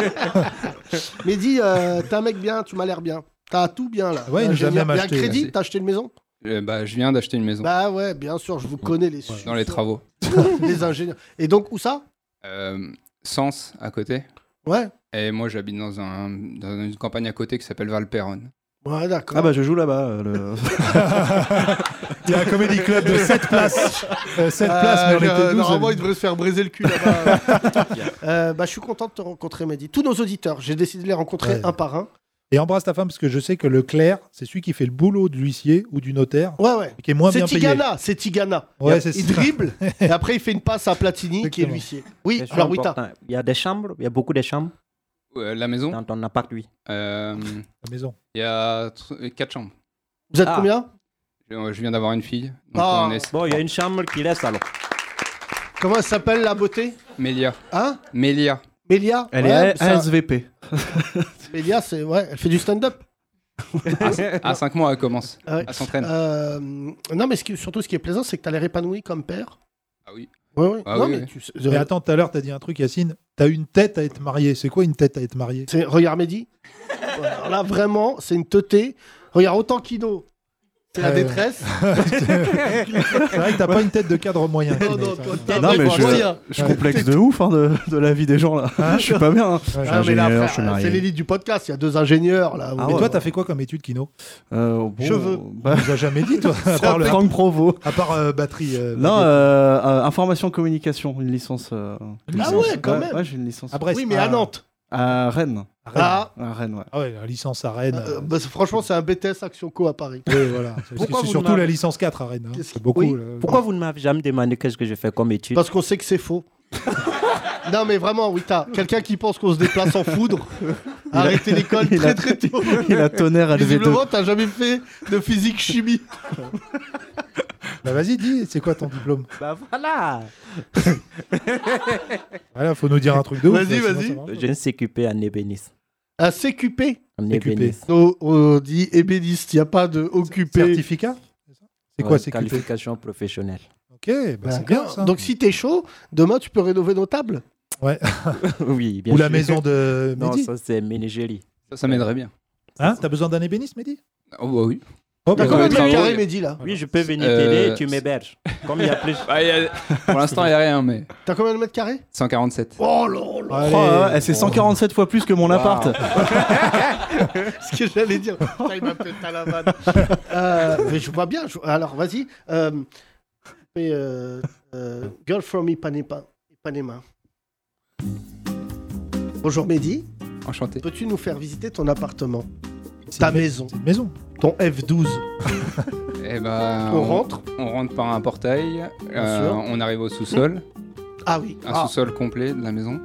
Speaker 3: Mais dis, euh, t'es un mec bien, tu m'as l'air bien. T'as tout bien là.
Speaker 4: Ouais, il
Speaker 3: Euh,
Speaker 4: nous a
Speaker 3: génial.
Speaker 4: même
Speaker 3: Il y a un
Speaker 4: acheté,
Speaker 3: crédit,
Speaker 7: merci.
Speaker 3: t'as acheté une maison
Speaker 7: Euh, bah, je viens d'acheter une maison
Speaker 3: Bah ouais, bien sûr, je vous connais les
Speaker 7: dans les travaux.
Speaker 3: les ingénieurs. Et donc, où ça
Speaker 7: Euh, Sens, à côté.
Speaker 3: Ouais.
Speaker 7: Et moi, j'habite dans, un, dans une campagne à côté qui s'appelle Valperon.
Speaker 3: Ouais, d'accord.
Speaker 6: Ah bah je joue là-bas. euh, le-
Speaker 4: Il y a un comédie club de 7 places. 7
Speaker 6: Ah,
Speaker 4: places, mais on
Speaker 3: Euh,
Speaker 4: était 12.
Speaker 3: normalement,
Speaker 4: à-
Speaker 3: il devrait se faire briser le cul là-bas. Euh, bah, je suis content de te rencontrer, Mehdi. Tous nos auditeurs, j'ai décidé de les rencontrer
Speaker 4: Ouais.
Speaker 3: un par un.
Speaker 4: Et embrasse ta femme, parce que je sais que le clerc, c'est celui qui fait le boulot de l'huissier ou du notaire,
Speaker 3: Ouais, ouais.
Speaker 4: et qui est moins
Speaker 3: C'est
Speaker 4: bien payé.
Speaker 3: Tigana, c'est Tigana.
Speaker 4: Ouais,
Speaker 3: il
Speaker 4: c'est
Speaker 3: il
Speaker 4: ça.
Speaker 3: dribble et après il fait une passe à Platini qui est
Speaker 4: Exactement.
Speaker 3: l'huissier. Oui,
Speaker 5: Question
Speaker 3: alors Wita.
Speaker 5: importante. Il y a des chambres, il y a beaucoup de chambres
Speaker 7: Euh, la maison,
Speaker 5: dans ton appart, lui.
Speaker 7: euh,
Speaker 4: La maison.
Speaker 7: il y a tr- quatre chambres.
Speaker 3: Vous êtes
Speaker 5: Ah.
Speaker 3: combien
Speaker 7: Euh, Je viens d'avoir une fille. Donc
Speaker 3: Ah.
Speaker 7: on est
Speaker 5: Bon, il y a une chambre qui reste alors.
Speaker 3: Comment elle s'appelle la beauté
Speaker 7: Mélia.
Speaker 3: Hein
Speaker 7: Mélia.
Speaker 3: Mélia
Speaker 6: Elle
Speaker 3: Ouais,
Speaker 6: est
Speaker 3: ça-
Speaker 6: ASVP.
Speaker 3: Mélia, c'est ouais, elle fait du stand-up.
Speaker 7: À 5 mois, elle commence.
Speaker 3: Ah ouais.
Speaker 7: Elle s'entraîne.
Speaker 3: Euh, non, mais ce qui- surtout ce qui est plaisant, c'est que tu as l'air épanoui comme père.
Speaker 7: Ah oui.
Speaker 3: Ouais, ouais.
Speaker 7: Ah
Speaker 3: non,
Speaker 7: oui,
Speaker 3: mais
Speaker 7: oui.
Speaker 3: tu sais-
Speaker 4: Mais attends, tout à l'heure, t'as dit un truc, Yacine. T'as une tête à être marié. C'est quoi une tête à être marié
Speaker 3: c'est- regarde Mehdi. Alors là, vraiment, c'est une teuté. Regarde autant Kido. C'est la
Speaker 4: Ah, Ouais, ouais.
Speaker 3: détresse.
Speaker 4: C'est vrai que t'as pas une tête de cadre moyen.
Speaker 3: Non,
Speaker 4: Kino,
Speaker 3: non,
Speaker 4: ça.
Speaker 3: toi, t'as
Speaker 6: Non,
Speaker 3: des
Speaker 6: mais je-
Speaker 3: moyens.
Speaker 6: Je complexe de ouf hein, de, de la vie des gens
Speaker 4: Ah,
Speaker 6: là. je suis pas bien. hein. Je suis
Speaker 3: Ah, mais là,
Speaker 6: ingénieur,
Speaker 3: frère,
Speaker 4: euh,
Speaker 6: je suis
Speaker 3: c'est
Speaker 6: marié.
Speaker 3: l'élite du podcast. Il y a deux ingénieurs là.
Speaker 6: Ah
Speaker 4: Mais
Speaker 6: ouais,
Speaker 4: toi,
Speaker 6: ouais.
Speaker 4: t'as fait quoi comme étude, Kino
Speaker 6: Euh, bon,
Speaker 3: Cheveux.
Speaker 6: bah,
Speaker 4: Tu nous as jamais dit, toi, à part, le-
Speaker 6: Franck Provo.
Speaker 4: à part, euh, batterie. euh,
Speaker 6: Non,
Speaker 4: batterie.
Speaker 6: euh, euh, information communication, une licence. euh, une
Speaker 3: Ah
Speaker 6: licence.
Speaker 3: ouais, quand même.
Speaker 6: Ouais, j'ai une licence.
Speaker 4: à Brest.
Speaker 3: Oui, mais à
Speaker 4: Ah,
Speaker 3: Nantes.
Speaker 6: À Rennes.
Speaker 4: à Rennes.
Speaker 3: Ah,
Speaker 6: À Rennes, ouais.
Speaker 4: Ah ouais, la licence à Rennes.
Speaker 3: euh,
Speaker 4: euh,
Speaker 3: bah, c'est- franchement, c'est un BTS Action Co à Paris.
Speaker 4: oui, voilà. Parce que
Speaker 5: Pourquoi
Speaker 4: C'est
Speaker 5: vous
Speaker 4: surtout
Speaker 5: demandez-
Speaker 4: la licence 4 à Rennes. hein.
Speaker 3: Qu'est-ce
Speaker 4: C'est
Speaker 3: que-
Speaker 4: beaucoup.
Speaker 3: oui.
Speaker 4: là.
Speaker 5: Pourquoi vous ne m'avez jamais demandé qu'est-ce que j'ai fait comme étude
Speaker 3: Parce qu'on sait que c'est faux. non, mais vraiment, Wita, quelqu'un qui pense qu'on se déplace en foudre, arrêtez l'école
Speaker 6: il
Speaker 3: très
Speaker 6: a-
Speaker 3: très tôt.
Speaker 6: Il a tonnerre à LV2.
Speaker 3: Visiblement, t'as jamais fait de physique chimie.
Speaker 6: euh.
Speaker 4: Bah, Vas-y, dis, c'est quoi ton diplôme
Speaker 5: Bah voilà
Speaker 4: Voilà, faut nous dire un truc de ouf.
Speaker 3: Vas-y,
Speaker 4: là, sinon,
Speaker 3: vas-y.
Speaker 4: ça hein. Ah, marche pas.
Speaker 5: J'ai une CQP en ébéniste.
Speaker 3: Un CQP
Speaker 5: En
Speaker 4: CQP.
Speaker 5: ébéniste.
Speaker 3: on, on dit ébéniste, il n'y a pas de occupé.
Speaker 4: Certificat C'est quoi,
Speaker 5: Ouais,
Speaker 4: c'est QP
Speaker 5: Qualification professionnelle.
Speaker 4: Ok, bah, c'est bien ça.
Speaker 3: Donc si t'es chaud, demain tu peux rénover nos tables.
Speaker 5: oui, bien
Speaker 4: Ou la
Speaker 5: sûr.
Speaker 4: maison de
Speaker 5: Non,
Speaker 4: Mehdi.
Speaker 5: ça c'est ménégérie.
Speaker 7: Ça, ça m'aiderait bien.
Speaker 4: Hein T'as besoin d'un ébéniste, Mehdi
Speaker 7: Oh, bah oui.
Speaker 4: Hop,
Speaker 3: T'as
Speaker 4: euh,
Speaker 3: combien de
Speaker 7: oui.
Speaker 3: mètres carrés, Mehdi, là
Speaker 5: Oui, je peux venir
Speaker 7: Euh,
Speaker 5: t'aider et tu m'héberges. Comme il y a plus.
Speaker 7: Bah, il y a- Pour l'instant, il n'y a rien, mais
Speaker 3: T'as combien de mètres carrés
Speaker 7: 147.
Speaker 3: Oh là là
Speaker 4: allez.
Speaker 6: Oh, ouais, ouais, c'est 147 fois plus que mon appart.
Speaker 3: Ce que j'allais dire. Putain, il m'a pété à la vanne. Euh, mais je vois bien. je- Alors, vas-y. Euh, mais, euh, euh, Girl from Ipanema. Ipanema. Bonjour Mehdi,
Speaker 7: Enchanté.
Speaker 3: peux-tu nous faire visiter ton appartement,
Speaker 4: c'est
Speaker 3: ta
Speaker 4: une-
Speaker 3: maison,
Speaker 4: c'est une maison.
Speaker 3: ton F12
Speaker 7: Eh ben,
Speaker 3: On rentre
Speaker 7: on rentre par un portail. euh,
Speaker 3: sûr.
Speaker 7: on arrive au sous-sol,
Speaker 3: Ah oui,
Speaker 7: un
Speaker 3: ah,
Speaker 7: sous-sol complet de la maison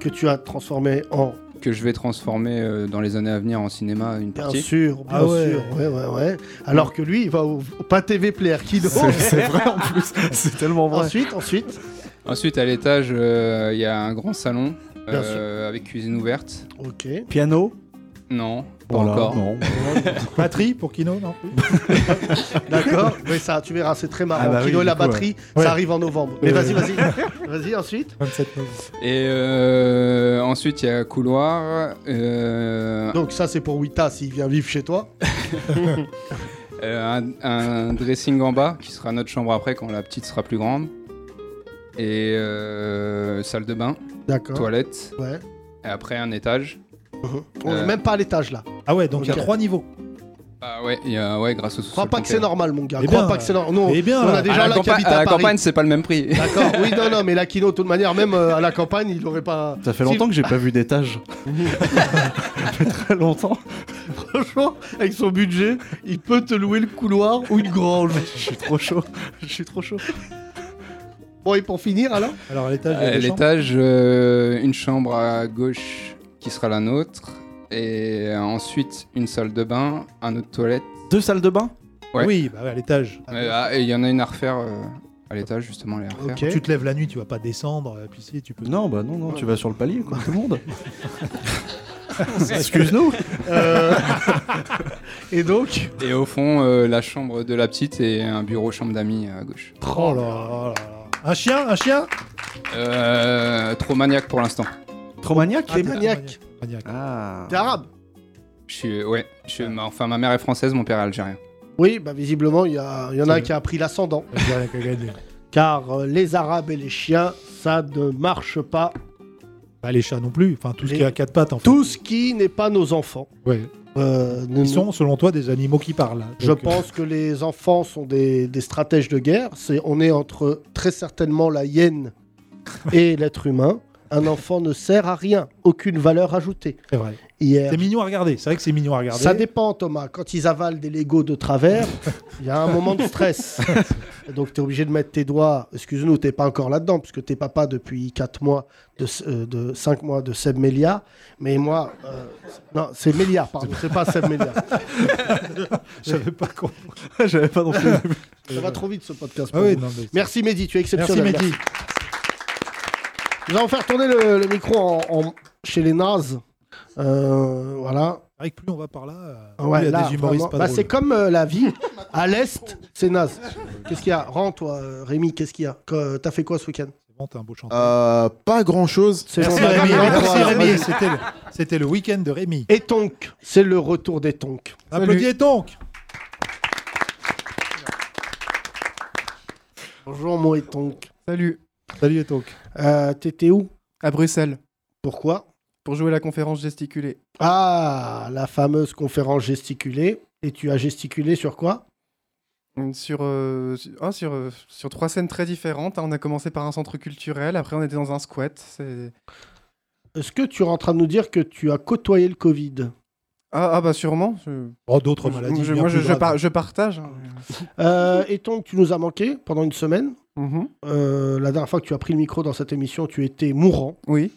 Speaker 3: que tu as transformé en...
Speaker 7: que je vais transformer euh, dans les années à venir en cinéma une
Speaker 3: Bien
Speaker 7: partie.
Speaker 3: sûr, bien
Speaker 4: Ah ouais.
Speaker 3: sûr, ouais, ouais, ouais. Alors que lui, il va au, au Pathé V Player Kiddo.
Speaker 6: C'est c'est vrai en plus. C'est tellement vrai.
Speaker 3: Ensuite, ensuite,
Speaker 7: Ensuite, à l'étage, euh, il y a un grand salon
Speaker 3: Bien
Speaker 7: euh, avec cuisine ouverte.
Speaker 3: ok.
Speaker 6: Piano
Speaker 7: Non, pas
Speaker 6: Voilà,
Speaker 7: encore.
Speaker 6: non.
Speaker 4: Patrie pour Kino, non
Speaker 3: D'accord, mais ça, tu verras, c'est très marrant.
Speaker 6: Ah bah oui,
Speaker 3: Kino et
Speaker 6: du
Speaker 3: la
Speaker 6: coup,
Speaker 3: batterie,
Speaker 4: Ouais.
Speaker 3: ça arrive en novembre. Mais
Speaker 4: Ouais,
Speaker 3: vas-y,
Speaker 4: ouais.
Speaker 3: vas-y. Vas-y, ensuite.
Speaker 4: 27 novembre.
Speaker 7: Et euh, ensuite, il y a couloir,
Speaker 6: Ah.
Speaker 7: euh,
Speaker 3: Donc, ça, c'est pour Wita s'il vient vivre chez toi.
Speaker 7: euh, un, un dressing en bas qui sera notre chambre après quand la petite sera plus grande. Et euh, salle de bain,
Speaker 3: D'accord.
Speaker 7: toilette,
Speaker 3: Ouais.
Speaker 7: et après un étage.
Speaker 3: Mhm. On
Speaker 7: Euh.
Speaker 3: est même pas à l'étage là.
Speaker 4: Ah ouais, donc il y a
Speaker 3: Ok.
Speaker 4: trois niveaux.
Speaker 7: Ah ouais, il y a, ouais grâce au sous
Speaker 3: Crois pas que c'est normal, mon gars.
Speaker 4: Eh
Speaker 3: Crois
Speaker 4: bien,
Speaker 3: pas que c'est normal. Nous, on-
Speaker 4: Eh bien,
Speaker 3: on a
Speaker 4: là,
Speaker 3: des
Speaker 7: À
Speaker 3: gens
Speaker 7: la,
Speaker 3: là qui
Speaker 7: campa-
Speaker 3: habitent
Speaker 7: à
Speaker 3: à
Speaker 7: la
Speaker 3: Paris.
Speaker 7: campagne, c'est pas le même prix.
Speaker 3: D'accord, oui, non, non, mais la Kino, de toute manière, même euh, à la campagne, il aurait pas.
Speaker 6: Ça fait longtemps que j'ai pas vu d'étage. Ça fait très longtemps.
Speaker 3: Franchement, avec son budget, il peut te louer le couloir ou une grange.
Speaker 6: Je suis trop chaud. Je suis trop chaud.
Speaker 3: Bon, et pour finir, alors
Speaker 4: alors à l'étage, il y a
Speaker 7: À
Speaker 4: des chambres.
Speaker 7: l'étage, euh, une chambre à gauche qui sera la nôtre. Et euh, ensuite, une salle de bain, un autre toilette.
Speaker 6: Deux salles de bain
Speaker 7: ouais.
Speaker 4: Oui, bah ouais, à l'étage.
Speaker 7: Mais, ah, et il y en a une à refaire euh, à l'étage, justement, elle est à refaire.
Speaker 3: Ok.
Speaker 4: hein. Tu te lèves la nuit, tu vas pas descendre, euh, puis si tu peux.
Speaker 6: Non, bah non, non, tu vas sur le palier comme tout le monde. Excuse-nous.
Speaker 3: Euh, Et donc
Speaker 7: Et au fond, euh, la chambre de la petite et un bureau chambre d'amis à gauche.
Speaker 4: Oh là là là. Un chien, un chien
Speaker 7: Euh, trop maniaque pour l'instant.
Speaker 6: Trop maniaque
Speaker 3: T'es maniaque.
Speaker 4: Maniaque.
Speaker 6: Ah.
Speaker 3: T'es arabe
Speaker 7: Je suis, ouais, je suis- ma- enfin, ma mère est française, mon père est algérien.
Speaker 3: Oui, bah visiblement, il y, a- il y en a
Speaker 4: C'est
Speaker 3: un
Speaker 4: vrai.
Speaker 3: qui a pris l'ascendant.
Speaker 4: Ça veut dire rien qu'à gagner.
Speaker 3: Car euh, les Arabes et les chiens, ça ne marche pas.
Speaker 4: Bah, les chats non plus, enfin tout ce
Speaker 3: Les-
Speaker 4: qui a quatre pattes en fait.
Speaker 3: Tout ce qui n'est pas nos enfants.
Speaker 4: Ouais.
Speaker 3: euh, ne-
Speaker 4: Ils sont, selon toi, des animaux qui parlent. hein.
Speaker 3: Je
Speaker 4: Donc, euh,
Speaker 3: pense que les enfants sont des, des stratèges de guerre. C'est, on est entre très certainement la hyène et l'être humain. Un enfant ne sert à rien, aucune valeur ajoutée.
Speaker 4: C'est vrai.
Speaker 3: Hier,
Speaker 4: C'est mignon à regarder. C'est vrai que c'est mignon à regarder.
Speaker 3: ça dépend, Thomas. Quand ils avalent des Legos de travers, il y a un moment de stress. Donc, tu es obligé de mettre tes doigts. Excuse-nous, t'es pas encore là-dedans, puisque t'es papa depuis 4 mois, de, euh, de 5 mois de Seb Melia. Mais moi, euh, non, c'est Melia, pardon, c'est pas Seb Melia.
Speaker 4: Je savais pas quoi.
Speaker 6: J'avais pas non plus.
Speaker 3: Ça va trop vite ce podcast.
Speaker 4: Ah
Speaker 3: pour
Speaker 4: oui,
Speaker 3: vous.
Speaker 4: non, mais-
Speaker 3: Merci Mehdi, tu es
Speaker 4: Merci
Speaker 3: exceptionnel.
Speaker 4: Mehdi.
Speaker 3: Nous allons faire tourner le, le micro en, en- chez les nazes. Euh, voilà.
Speaker 4: C'est vrai que plus on va par là, euh, plus
Speaker 3: Ah Ouais,
Speaker 4: il y a
Speaker 3: là,
Speaker 4: des humoristes
Speaker 3: vraiment.
Speaker 4: pas
Speaker 3: Bah,
Speaker 4: drôles.
Speaker 3: c'est comme euh, la vie. À l'est, c'est naze. Qu'est-ce qu'il y a Rends-toi, euh, Rémi, qu'est-ce qu'il y a Que- T'as fait quoi ce week-end
Speaker 4: C'est bon, t'es un beau chanteur.
Speaker 8: Euh, pas grand chose.
Speaker 3: C'est
Speaker 4: Merci
Speaker 3: bon, bah,
Speaker 4: Rémi.
Speaker 3: Rémi,
Speaker 4: Merci
Speaker 3: rends-toi.
Speaker 4: Rémi. C'était le, c'était le week-end de Rémi.
Speaker 3: Et Tonk, c'est le retour des Tonk.
Speaker 4: Applaudis donc.
Speaker 3: Bonjour, mon et Tonk.
Speaker 8: Salut,
Speaker 4: Salut donc.
Speaker 3: Euh, T'étais où
Speaker 8: à Bruxelles,
Speaker 3: Pourquoi
Speaker 8: pour jouer à la conférence gesticulée.
Speaker 3: Ah, la fameuse conférence gesticulée. Et tu as gesticulé sur quoi
Speaker 8: Mm, Sur, euh, su- ah, sur, euh, sur trois scènes très différentes. hein. On a commencé par un centre culturel, après on était dans un squat. c'est-
Speaker 3: Est-ce que tu es en train de nous dire que tu as côtoyé le Covid
Speaker 8: Ah, ah bah sûrement. Je...
Speaker 4: Oh, d'autres
Speaker 8: je-
Speaker 4: maladies.
Speaker 8: je-
Speaker 4: bien
Speaker 8: moi je,
Speaker 4: plus
Speaker 8: je
Speaker 4: graves.
Speaker 8: par- je partage. hein.
Speaker 3: Euh, Et Tonk, tu nous as manqué pendant une semaine.
Speaker 8: Mhm.
Speaker 3: Euh, la dernière fois que tu as pris le micro dans cette émission, tu étais mourant,
Speaker 8: Oui. Mhm.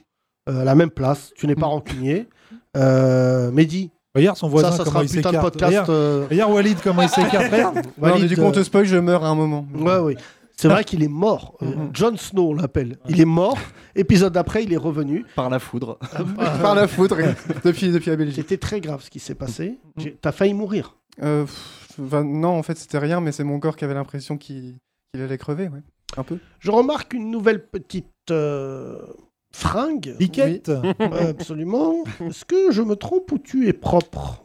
Speaker 3: euh, à la même place. Tu n'es pas rancunier. Euh, Mehdi,
Speaker 4: Regarde Bah, son
Speaker 3: ça,
Speaker 4: voisin
Speaker 3: ça
Speaker 4: comment
Speaker 3: sera un
Speaker 4: il
Speaker 3: putain de
Speaker 4: s'écarte.
Speaker 3: podcast.
Speaker 4: Regarde,
Speaker 3: euh,
Speaker 4: regarde Walid comment il s'écarte. Regarde.
Speaker 8: Non, mais
Speaker 4: Walid,
Speaker 8: du coup, on te
Speaker 4: euh,
Speaker 8: spoil, je meurs à un moment.
Speaker 3: Ouais, oui. C'est vrai qu'il est mort. Euh,
Speaker 8: Mhm.
Speaker 3: Jon Snow, on l'appelle. Il est mort. Épisode d'après, il est revenu. Ah, bah.
Speaker 6: Par la foudre.
Speaker 8: Par la foudre, et- depuis, depuis la Belgique.
Speaker 3: C'était très grave ce qui s'est passé. J'ai- T'as failli mourir.
Speaker 8: Mm. Euh, pff, enfin, non, en fait, c'était rien, mais c'est mon corps qui avait l'impression qu'il qu'il allait crever, ouais. Un peu.
Speaker 3: Je remarque une nouvelle petite euh, fringue.
Speaker 4: Piquette.
Speaker 3: Euh, absolument. Est-ce que je me trompe ou tu es propre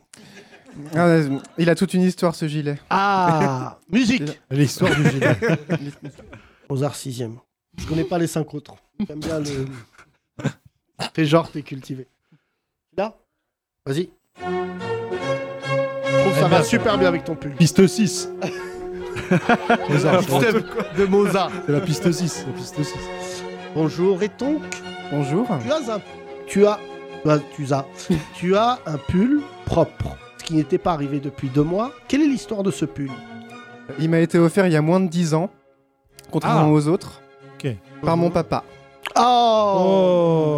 Speaker 8: Ah, ouais, il a toute une histoire ce gilet.
Speaker 3: Ah Musique
Speaker 4: L'histoire du gilet.
Speaker 3: Mozart 6 Je connais pas les cinq autres. J'aime bien le. Fais genre, t'es cultivé. Là Vas-y. Je trouve que ça va super bien avec ton pull.
Speaker 4: Eh ben, Piste 6. Mozart, je pense.
Speaker 3: Step de Mozart.
Speaker 4: c'est la piste 6. La piste 6.
Speaker 3: Bonjour, et donc,
Speaker 8: Bonjour.
Speaker 3: tu as un. Tu as. Tu as, tu as, tu as un pull propre, ce qui n'était pas arrivé depuis deux mois. Quelle est l'histoire de ce pull
Speaker 8: Il m'a été offert il y a moins de 10 ans,
Speaker 3: Ah.
Speaker 8: contrairement aux autres,
Speaker 4: Ok.
Speaker 8: par mon papa.
Speaker 3: Oh,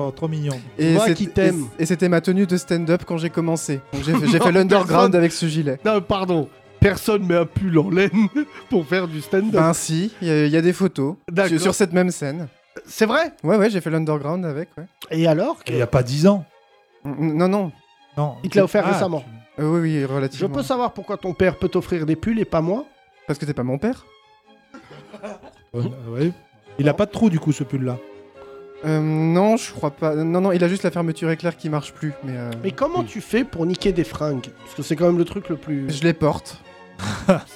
Speaker 4: Oh, trop mignon.
Speaker 8: Et
Speaker 3: Moi
Speaker 8: c'est-
Speaker 3: qui t'aime.
Speaker 8: et- Et c'était ma tenue de stand-up quand j'ai commencé. Donc J'ai fait, j'ai fait l'underground
Speaker 3: personne.
Speaker 8: avec ce gilet.
Speaker 3: Non, pardon. Personne met un pull en laine pour faire du stand-up.
Speaker 8: Ben si, il y, a- il y a des photos
Speaker 3: D'accord.
Speaker 8: sur, sur cette même scène.
Speaker 3: C'est vrai
Speaker 8: Ouais, ouais, j'ai fait l'underground avec, ouais.
Speaker 3: Et alors
Speaker 4: Il n'y a pas 10 ans.
Speaker 8: Mm, Non, non.
Speaker 4: Non.
Speaker 3: Il te l'a offert
Speaker 4: Ah,
Speaker 3: récemment.
Speaker 8: Euh, oui, oui,
Speaker 3: Je
Speaker 8: relativement.
Speaker 3: peux savoir pourquoi ton père peut t'offrir des pulls et pas moi
Speaker 8: Parce que t'es pas mon père
Speaker 4: Euh, ouais. Il a pas de trou du coup ce pull là.
Speaker 8: Euh, Non, je crois pas. Non, non, il a juste la fermeture éclair qui marche plus, mais... euh,
Speaker 3: Mais comment tu fais pour niquer des fringues Parce que c'est quand même le truc le plus...
Speaker 8: Je les porte.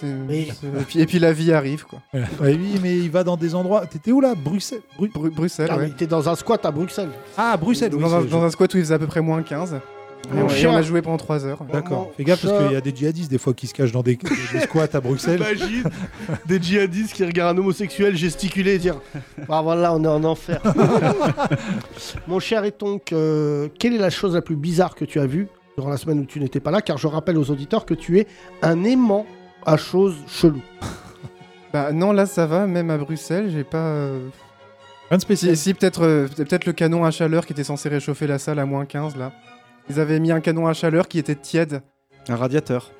Speaker 8: C'est-
Speaker 3: Mais-
Speaker 8: c'est- et, puis, et puis la vie arrive, quoi.
Speaker 4: Ouais, oui, mais il va dans des endroits. T'étais où là Bruxelles. Bru-
Speaker 8: Bru- Bruxelles,
Speaker 3: Ah,
Speaker 8: ouais.
Speaker 3: mais t'es dans un squat à Bruxelles.
Speaker 4: Ah, Bruxelles. oui,
Speaker 8: dans, un,
Speaker 4: c'est- Ah,
Speaker 8: dans un squat où il faisait à peu près moins 15. Et
Speaker 3: Mon
Speaker 8: on, et
Speaker 3: chien.
Speaker 8: on a joué pendant 3 heures.
Speaker 4: D'accord.
Speaker 3: Mon
Speaker 4: Fais gaffe parce
Speaker 3: chat.
Speaker 4: qu'il y a des djihadistes des fois qui se cachent dans des, des squats à Bruxelles.
Speaker 3: Imagine des djihadistes qui regardent un homosexuel gesticuler et dire Ah voilà, on est en enfer. Mon cher Etonk, euh, quelle est la chose la plus bizarre que tu as vue durant la semaine où tu n'étais pas là Car je rappelle aux auditeurs que tu es un aimant à choses cheloues.
Speaker 8: Bah non, là ça va, même à Bruxelles, j'ai pas... euh,
Speaker 4: Rien de
Speaker 8: Si,
Speaker 4: spécial.
Speaker 8: si, peut-être euh, peut-être le canon à chaleur qui était censé réchauffer la salle à moins 15, là. Ils avaient mis un canon à chaleur qui était tiède.
Speaker 6: Un radiateur.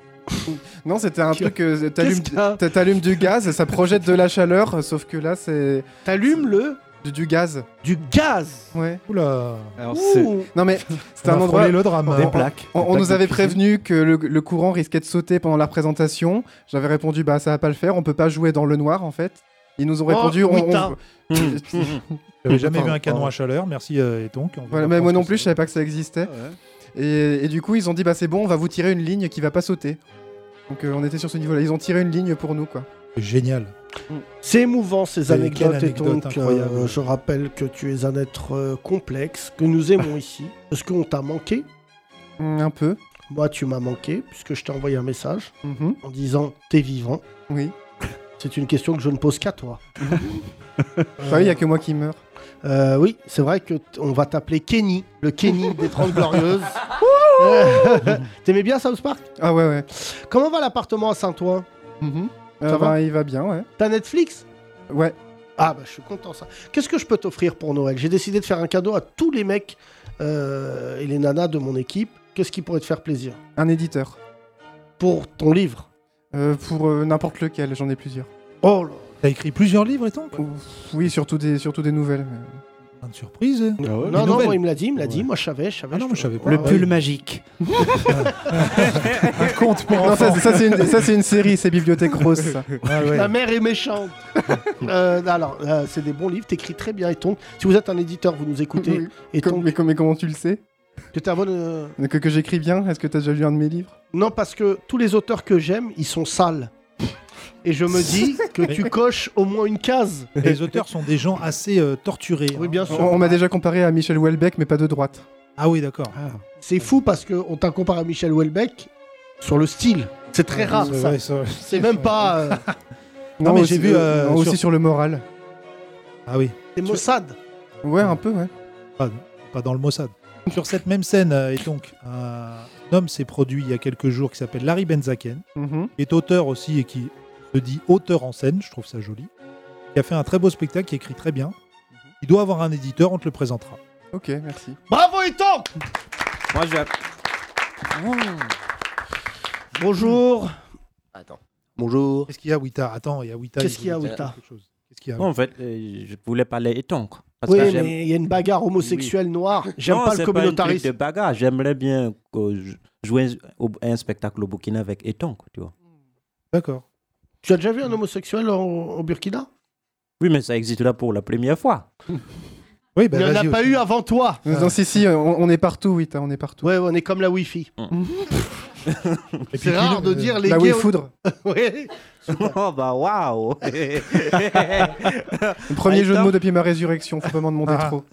Speaker 8: Non, c'était un truc... euh,
Speaker 3: Qu'est-ce
Speaker 8: T'allumes
Speaker 3: qu'il y a
Speaker 8: t'a- t'allumes du gaz, ça projette de la chaleur, sauf que là c'est
Speaker 3: T'allumes le
Speaker 8: du, du gaz.
Speaker 3: du gaz.
Speaker 8: Ouais.
Speaker 4: Oula.
Speaker 6: Alors, c'est
Speaker 3: Ouh.
Speaker 8: Non mais c'était
Speaker 4: On
Speaker 8: un
Speaker 4: va
Speaker 8: endroit...
Speaker 4: frôler le drame.
Speaker 8: on-
Speaker 6: des
Speaker 4: hein.
Speaker 6: plaques.
Speaker 8: On,
Speaker 6: Des
Speaker 8: on
Speaker 6: plaques
Speaker 8: nous
Speaker 6: de
Speaker 8: avait
Speaker 6: cuisine.
Speaker 8: prévenu que le, le courant risquait de sauter pendant la présentation. J'avais répondu bah ça va pas le faire, on peut pas jouer dans le noir en fait. Ils nous ont répondu
Speaker 3: Oh,
Speaker 8: on,
Speaker 3: putain.
Speaker 8: on-
Speaker 4: J'avais jamais
Speaker 8: Enfin,
Speaker 4: vu un canon
Speaker 8: pardon.
Speaker 4: à chaleur. Merci euh, et donc. on-
Speaker 8: Voilà,
Speaker 4: on
Speaker 8: mais
Speaker 4: pense
Speaker 8: moi
Speaker 4: que
Speaker 8: non plus,
Speaker 4: c'est-
Speaker 8: je savais pas que ça existait. Et, et du coup, ils ont dit bah c'est bon, on va vous tirer une ligne qui va pas sauter. Donc euh, on était sur ce niveau-là. Ils ont tiré une ligne pour nous quoi.
Speaker 4: C'est Génial.
Speaker 3: C'est émouvant ces
Speaker 4: Mm. C'est-
Speaker 3: anecdotes
Speaker 4: quelle
Speaker 3: et
Speaker 4: anecdote
Speaker 3: donc
Speaker 4: incroyable.
Speaker 3: euh, je rappelle que tu es un être euh, complexe, que nous aimons ici, parce qu'on t'a manqué.
Speaker 8: Mm, un peu.
Speaker 3: Moi tu m'as manqué, puisque je t'ai envoyé un message
Speaker 8: Mhm.
Speaker 3: en disant t'es vivant.
Speaker 8: Oui.
Speaker 3: C'est une question que je ne pose qu'à toi.
Speaker 8: Enfin, Euh, il y a que moi qui meurs.
Speaker 3: Euh, oui, c'est vrai que t- on va t'appeler Kenny, le Kenny des 30 Glorieuses. T'aimais bien South Park
Speaker 8: Ah ouais ouais.
Speaker 3: Comment va l'appartement à Saint-Ouen
Speaker 8: Mhm.
Speaker 3: Ça
Speaker 8: Euh,
Speaker 3: va
Speaker 8: bah, il va bien ouais.
Speaker 3: T'as Netflix
Speaker 8: Ouais.
Speaker 3: Ah bah je suis content ça. Qu'est-ce que je peux t'offrir pour Noël J'ai décidé de faire un cadeau à tous les mecs euh, et les nanas de mon équipe. Qu'est-ce qui pourrait te faire plaisir
Speaker 8: Un éditeur.
Speaker 3: Pour ton livre.
Speaker 8: Euh, pour euh, n'importe lequel, j'en ai plusieurs.
Speaker 3: Oh là
Speaker 4: T'as écrit plusieurs livres et donc.
Speaker 8: Ouf, Oui, surtout des, surtout des nouvelles.
Speaker 4: Plein de surprises.
Speaker 6: ouais.
Speaker 3: Ah Non,
Speaker 4: Les
Speaker 3: non,
Speaker 4: nouvelles.
Speaker 3: moi, il me l'a dit, il me l'a dit.
Speaker 4: Ouais.
Speaker 3: Moi je savais, je savais.
Speaker 4: Ah non, moi, je savais pas.
Speaker 6: Le
Speaker 4: Ah,
Speaker 6: pull
Speaker 4: oui.
Speaker 6: magique.
Speaker 4: Un compte pour
Speaker 8: Non, ça,
Speaker 4: enfants.
Speaker 8: c'est- ça, c'est une, ça, c'est une série, c'est Bibliothèque Rose. ça.
Speaker 4: Ah ouais.
Speaker 3: La mère est méchante. Euh, alors, euh, c'est des bons livres, t'écris très bien et ton. Si vous êtes un éditeur, vous nous écoutez
Speaker 8: Oui.
Speaker 3: et
Speaker 8: Comme-
Speaker 3: ton.
Speaker 8: mais, comme- mais comment tu le sais
Speaker 3: Que t'as un bon, euh,
Speaker 8: que, que j'écris bien Est-ce que t'as déjà lu un de mes livres
Speaker 3: Non, parce que tous les auteurs que j'aime, ils sont sales. Et je me dis que tu coches au moins une case.
Speaker 4: Les auteurs sont des gens assez euh, torturés.
Speaker 3: Oui,
Speaker 4: hein.
Speaker 3: bien
Speaker 8: On,
Speaker 3: sûr.
Speaker 8: on m'a déjà comparé à Michel Houellebecq, mais pas de droite.
Speaker 4: Ah oui, d'accord.
Speaker 3: C'est fou parce qu'on t'a comparé à Michel Houellebecq sur le style. C'est très rare,
Speaker 4: C'est
Speaker 3: ça.
Speaker 4: vrai, c'est vrai.
Speaker 3: C'est même pas. euh,
Speaker 4: Non, mais
Speaker 8: aussi-
Speaker 4: j'ai vu, euh,
Speaker 8: non, aussi
Speaker 4: sur-
Speaker 8: sur... le moral.
Speaker 4: Ah oui,
Speaker 3: c'est Mossad.
Speaker 8: Ouais, un peu, ouais.
Speaker 4: pas dans le Mossad. Sur cette même scène, euh, et donc, un homme s'est produit il y a quelques jours qui s'appelle Larry Benzaken,
Speaker 8: Mhm.
Speaker 4: qui est auteur aussi et qui se dit auteur en scène, je trouve ça joli, qui a fait un très beau spectacle, qui écrit très bien. Il doit avoir un éditeur, on te le présentera.
Speaker 8: Ok, merci.
Speaker 3: Bravo, Ethan
Speaker 5: Moi, je...
Speaker 3: Bonjour.
Speaker 6: Bonjour.
Speaker 4: Qu'est-ce qu'il y a, Wita Attends, il y a Wita.
Speaker 3: Qu'est-ce
Speaker 4: il
Speaker 3: qu'il y a,
Speaker 4: voulait dire
Speaker 3: Wita
Speaker 4: quelque chose. Qu'est-ce qu'il y a
Speaker 5: Non, en fait, euh, je voulais parler étanque. Parce
Speaker 3: Oui,
Speaker 5: que j'aime-
Speaker 3: mais il y a une bagarre homosexuelle noire. J'aime
Speaker 5: Non,
Speaker 3: pas
Speaker 5: c'est
Speaker 3: le
Speaker 5: une truc
Speaker 3: communautarisme.
Speaker 5: de bagarre. J'aimerais bien que je- jouer au- un spectacle au Burkina avec étanque, tu vois.
Speaker 4: D'accord.
Speaker 3: Tu as déjà vu un homosexuel en- au Burkina
Speaker 5: Oui, mais ça existe là pour la première fois.
Speaker 4: Oui, bah,
Speaker 3: Il n'y en a
Speaker 4: vas-y
Speaker 3: pas
Speaker 4: aussi.
Speaker 3: eu avant toi.
Speaker 8: Euh, Non, si, si, on, on est partout, oui, t'as- on est partout.
Speaker 3: Ouais, on est comme la Wi-Fi.
Speaker 4: Et puis,
Speaker 3: C'est rare de
Speaker 4: euh,
Speaker 3: dire les
Speaker 8: La
Speaker 3: gays.
Speaker 8: Wayfoudre,
Speaker 3: Oui.
Speaker 5: Oh bah waouh
Speaker 8: le premier jeu de
Speaker 5: Attends.
Speaker 8: mots depuis ma résurrection, faut pas m'en demander
Speaker 4: Ah.
Speaker 8: trop.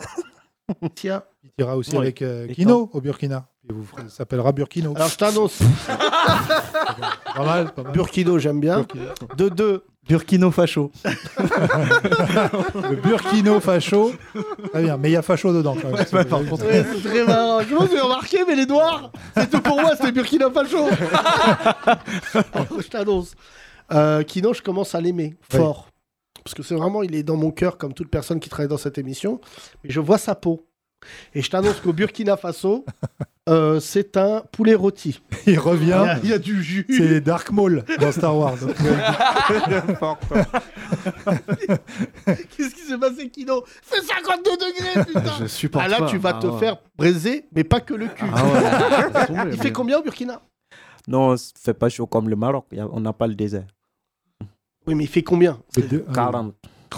Speaker 3: Tiens.
Speaker 4: Il ira aussi
Speaker 5: Oui.
Speaker 4: avec euh,
Speaker 5: Et
Speaker 4: Kino au Burkina. Et vous ferez- ça s'appellera Burkino.
Speaker 3: Alors je t'annonce,
Speaker 4: Pas mal, pas mal.
Speaker 3: Burkino, j'aime bien. De deux.
Speaker 6: Burkino facho.
Speaker 4: Le Burkino facho. Très bien, mais il y a facho dedans quand même.
Speaker 6: bah, par contre,
Speaker 3: Ouais, c'est très marrant. Comment vous avez remarqué, mais les noirs, c'est tout pour moi, c'était Burkina Faso. Alors, je t'annonce. Euh, Kino, je commence à l'aimer
Speaker 4: Oui.
Speaker 3: fort. Parce que c'est vraiment, il est dans mon cœur, comme toute personne qui travaille dans cette émission. Mais je vois sa peau. Et je t'annonce qu'au Burkina Faso, euh, c'est un poulet rôti.
Speaker 4: il
Speaker 3: Il y
Speaker 4: revient.
Speaker 3: a, il y a du jus.
Speaker 4: C'est Dark Maul dans Star Wars.
Speaker 3: Qu'est-ce qui s'est passé, Kino C'est 52 degrés, putain
Speaker 6: Je supporte
Speaker 3: Ah là,
Speaker 6: pas.
Speaker 3: tu vas
Speaker 6: Ah
Speaker 3: te
Speaker 6: ouais.
Speaker 3: faire briser, mais pas que le cul.
Speaker 6: Ah ouais, laisse tomber,
Speaker 3: Il
Speaker 6: mais-
Speaker 3: fait combien au Burkina
Speaker 5: Non, ça fait pas chaud comme le Maroc, y a- on n'a pas le désert.
Speaker 3: Oui, mais il fait combien
Speaker 4: C'est deux-
Speaker 6: euh,
Speaker 5: 40.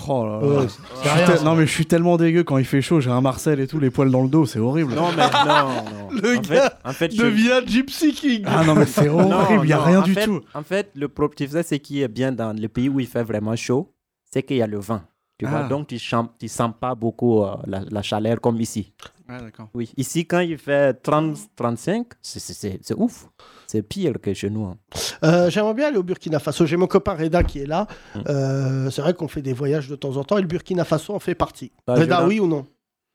Speaker 6: Oh là là.
Speaker 4: Ouais,
Speaker 6: Je
Speaker 4: c'est
Speaker 6: suis
Speaker 4: rien,
Speaker 6: tel-
Speaker 4: ça.
Speaker 6: non mais je suis tellement dégueu quand il fait chaud, j'ai un Marcel et tout, les poils dans le dos, c'est horrible.
Speaker 5: Non mais non, non.
Speaker 3: Le
Speaker 5: en
Speaker 3: gars
Speaker 5: fait, en fait, je-
Speaker 3: Devient Gypsy King
Speaker 6: Ah non mais c'est horrible, il y a
Speaker 5: non,
Speaker 6: rien
Speaker 5: en
Speaker 6: du
Speaker 5: fait-
Speaker 6: tout.
Speaker 5: En fait, le problème, c'est ce qui est bien dans les pays où il fait vraiment chaud, c'est qu'il y a le vent. Tu vois,
Speaker 6: Ah.
Speaker 5: donc tu ne tu sens pas beaucoup euh, la, la chaleur comme ici.
Speaker 7: Ouais, d'accord.
Speaker 5: Oui, ici, quand il fait 30, 35, c'est- c'est c'est- c'est ouf. C'est pire que chez nous. hein.
Speaker 3: Euh, J'aimerais bien aller au Burkina Faso. J'ai mon copain Reda qui est là.
Speaker 5: Mm.
Speaker 3: Euh, c'est vrai qu'on fait des voyages de temps en temps et le Burkina Faso en fait partie.
Speaker 5: Bah, je
Speaker 3: Reda,
Speaker 5: rentre-
Speaker 3: oui ou non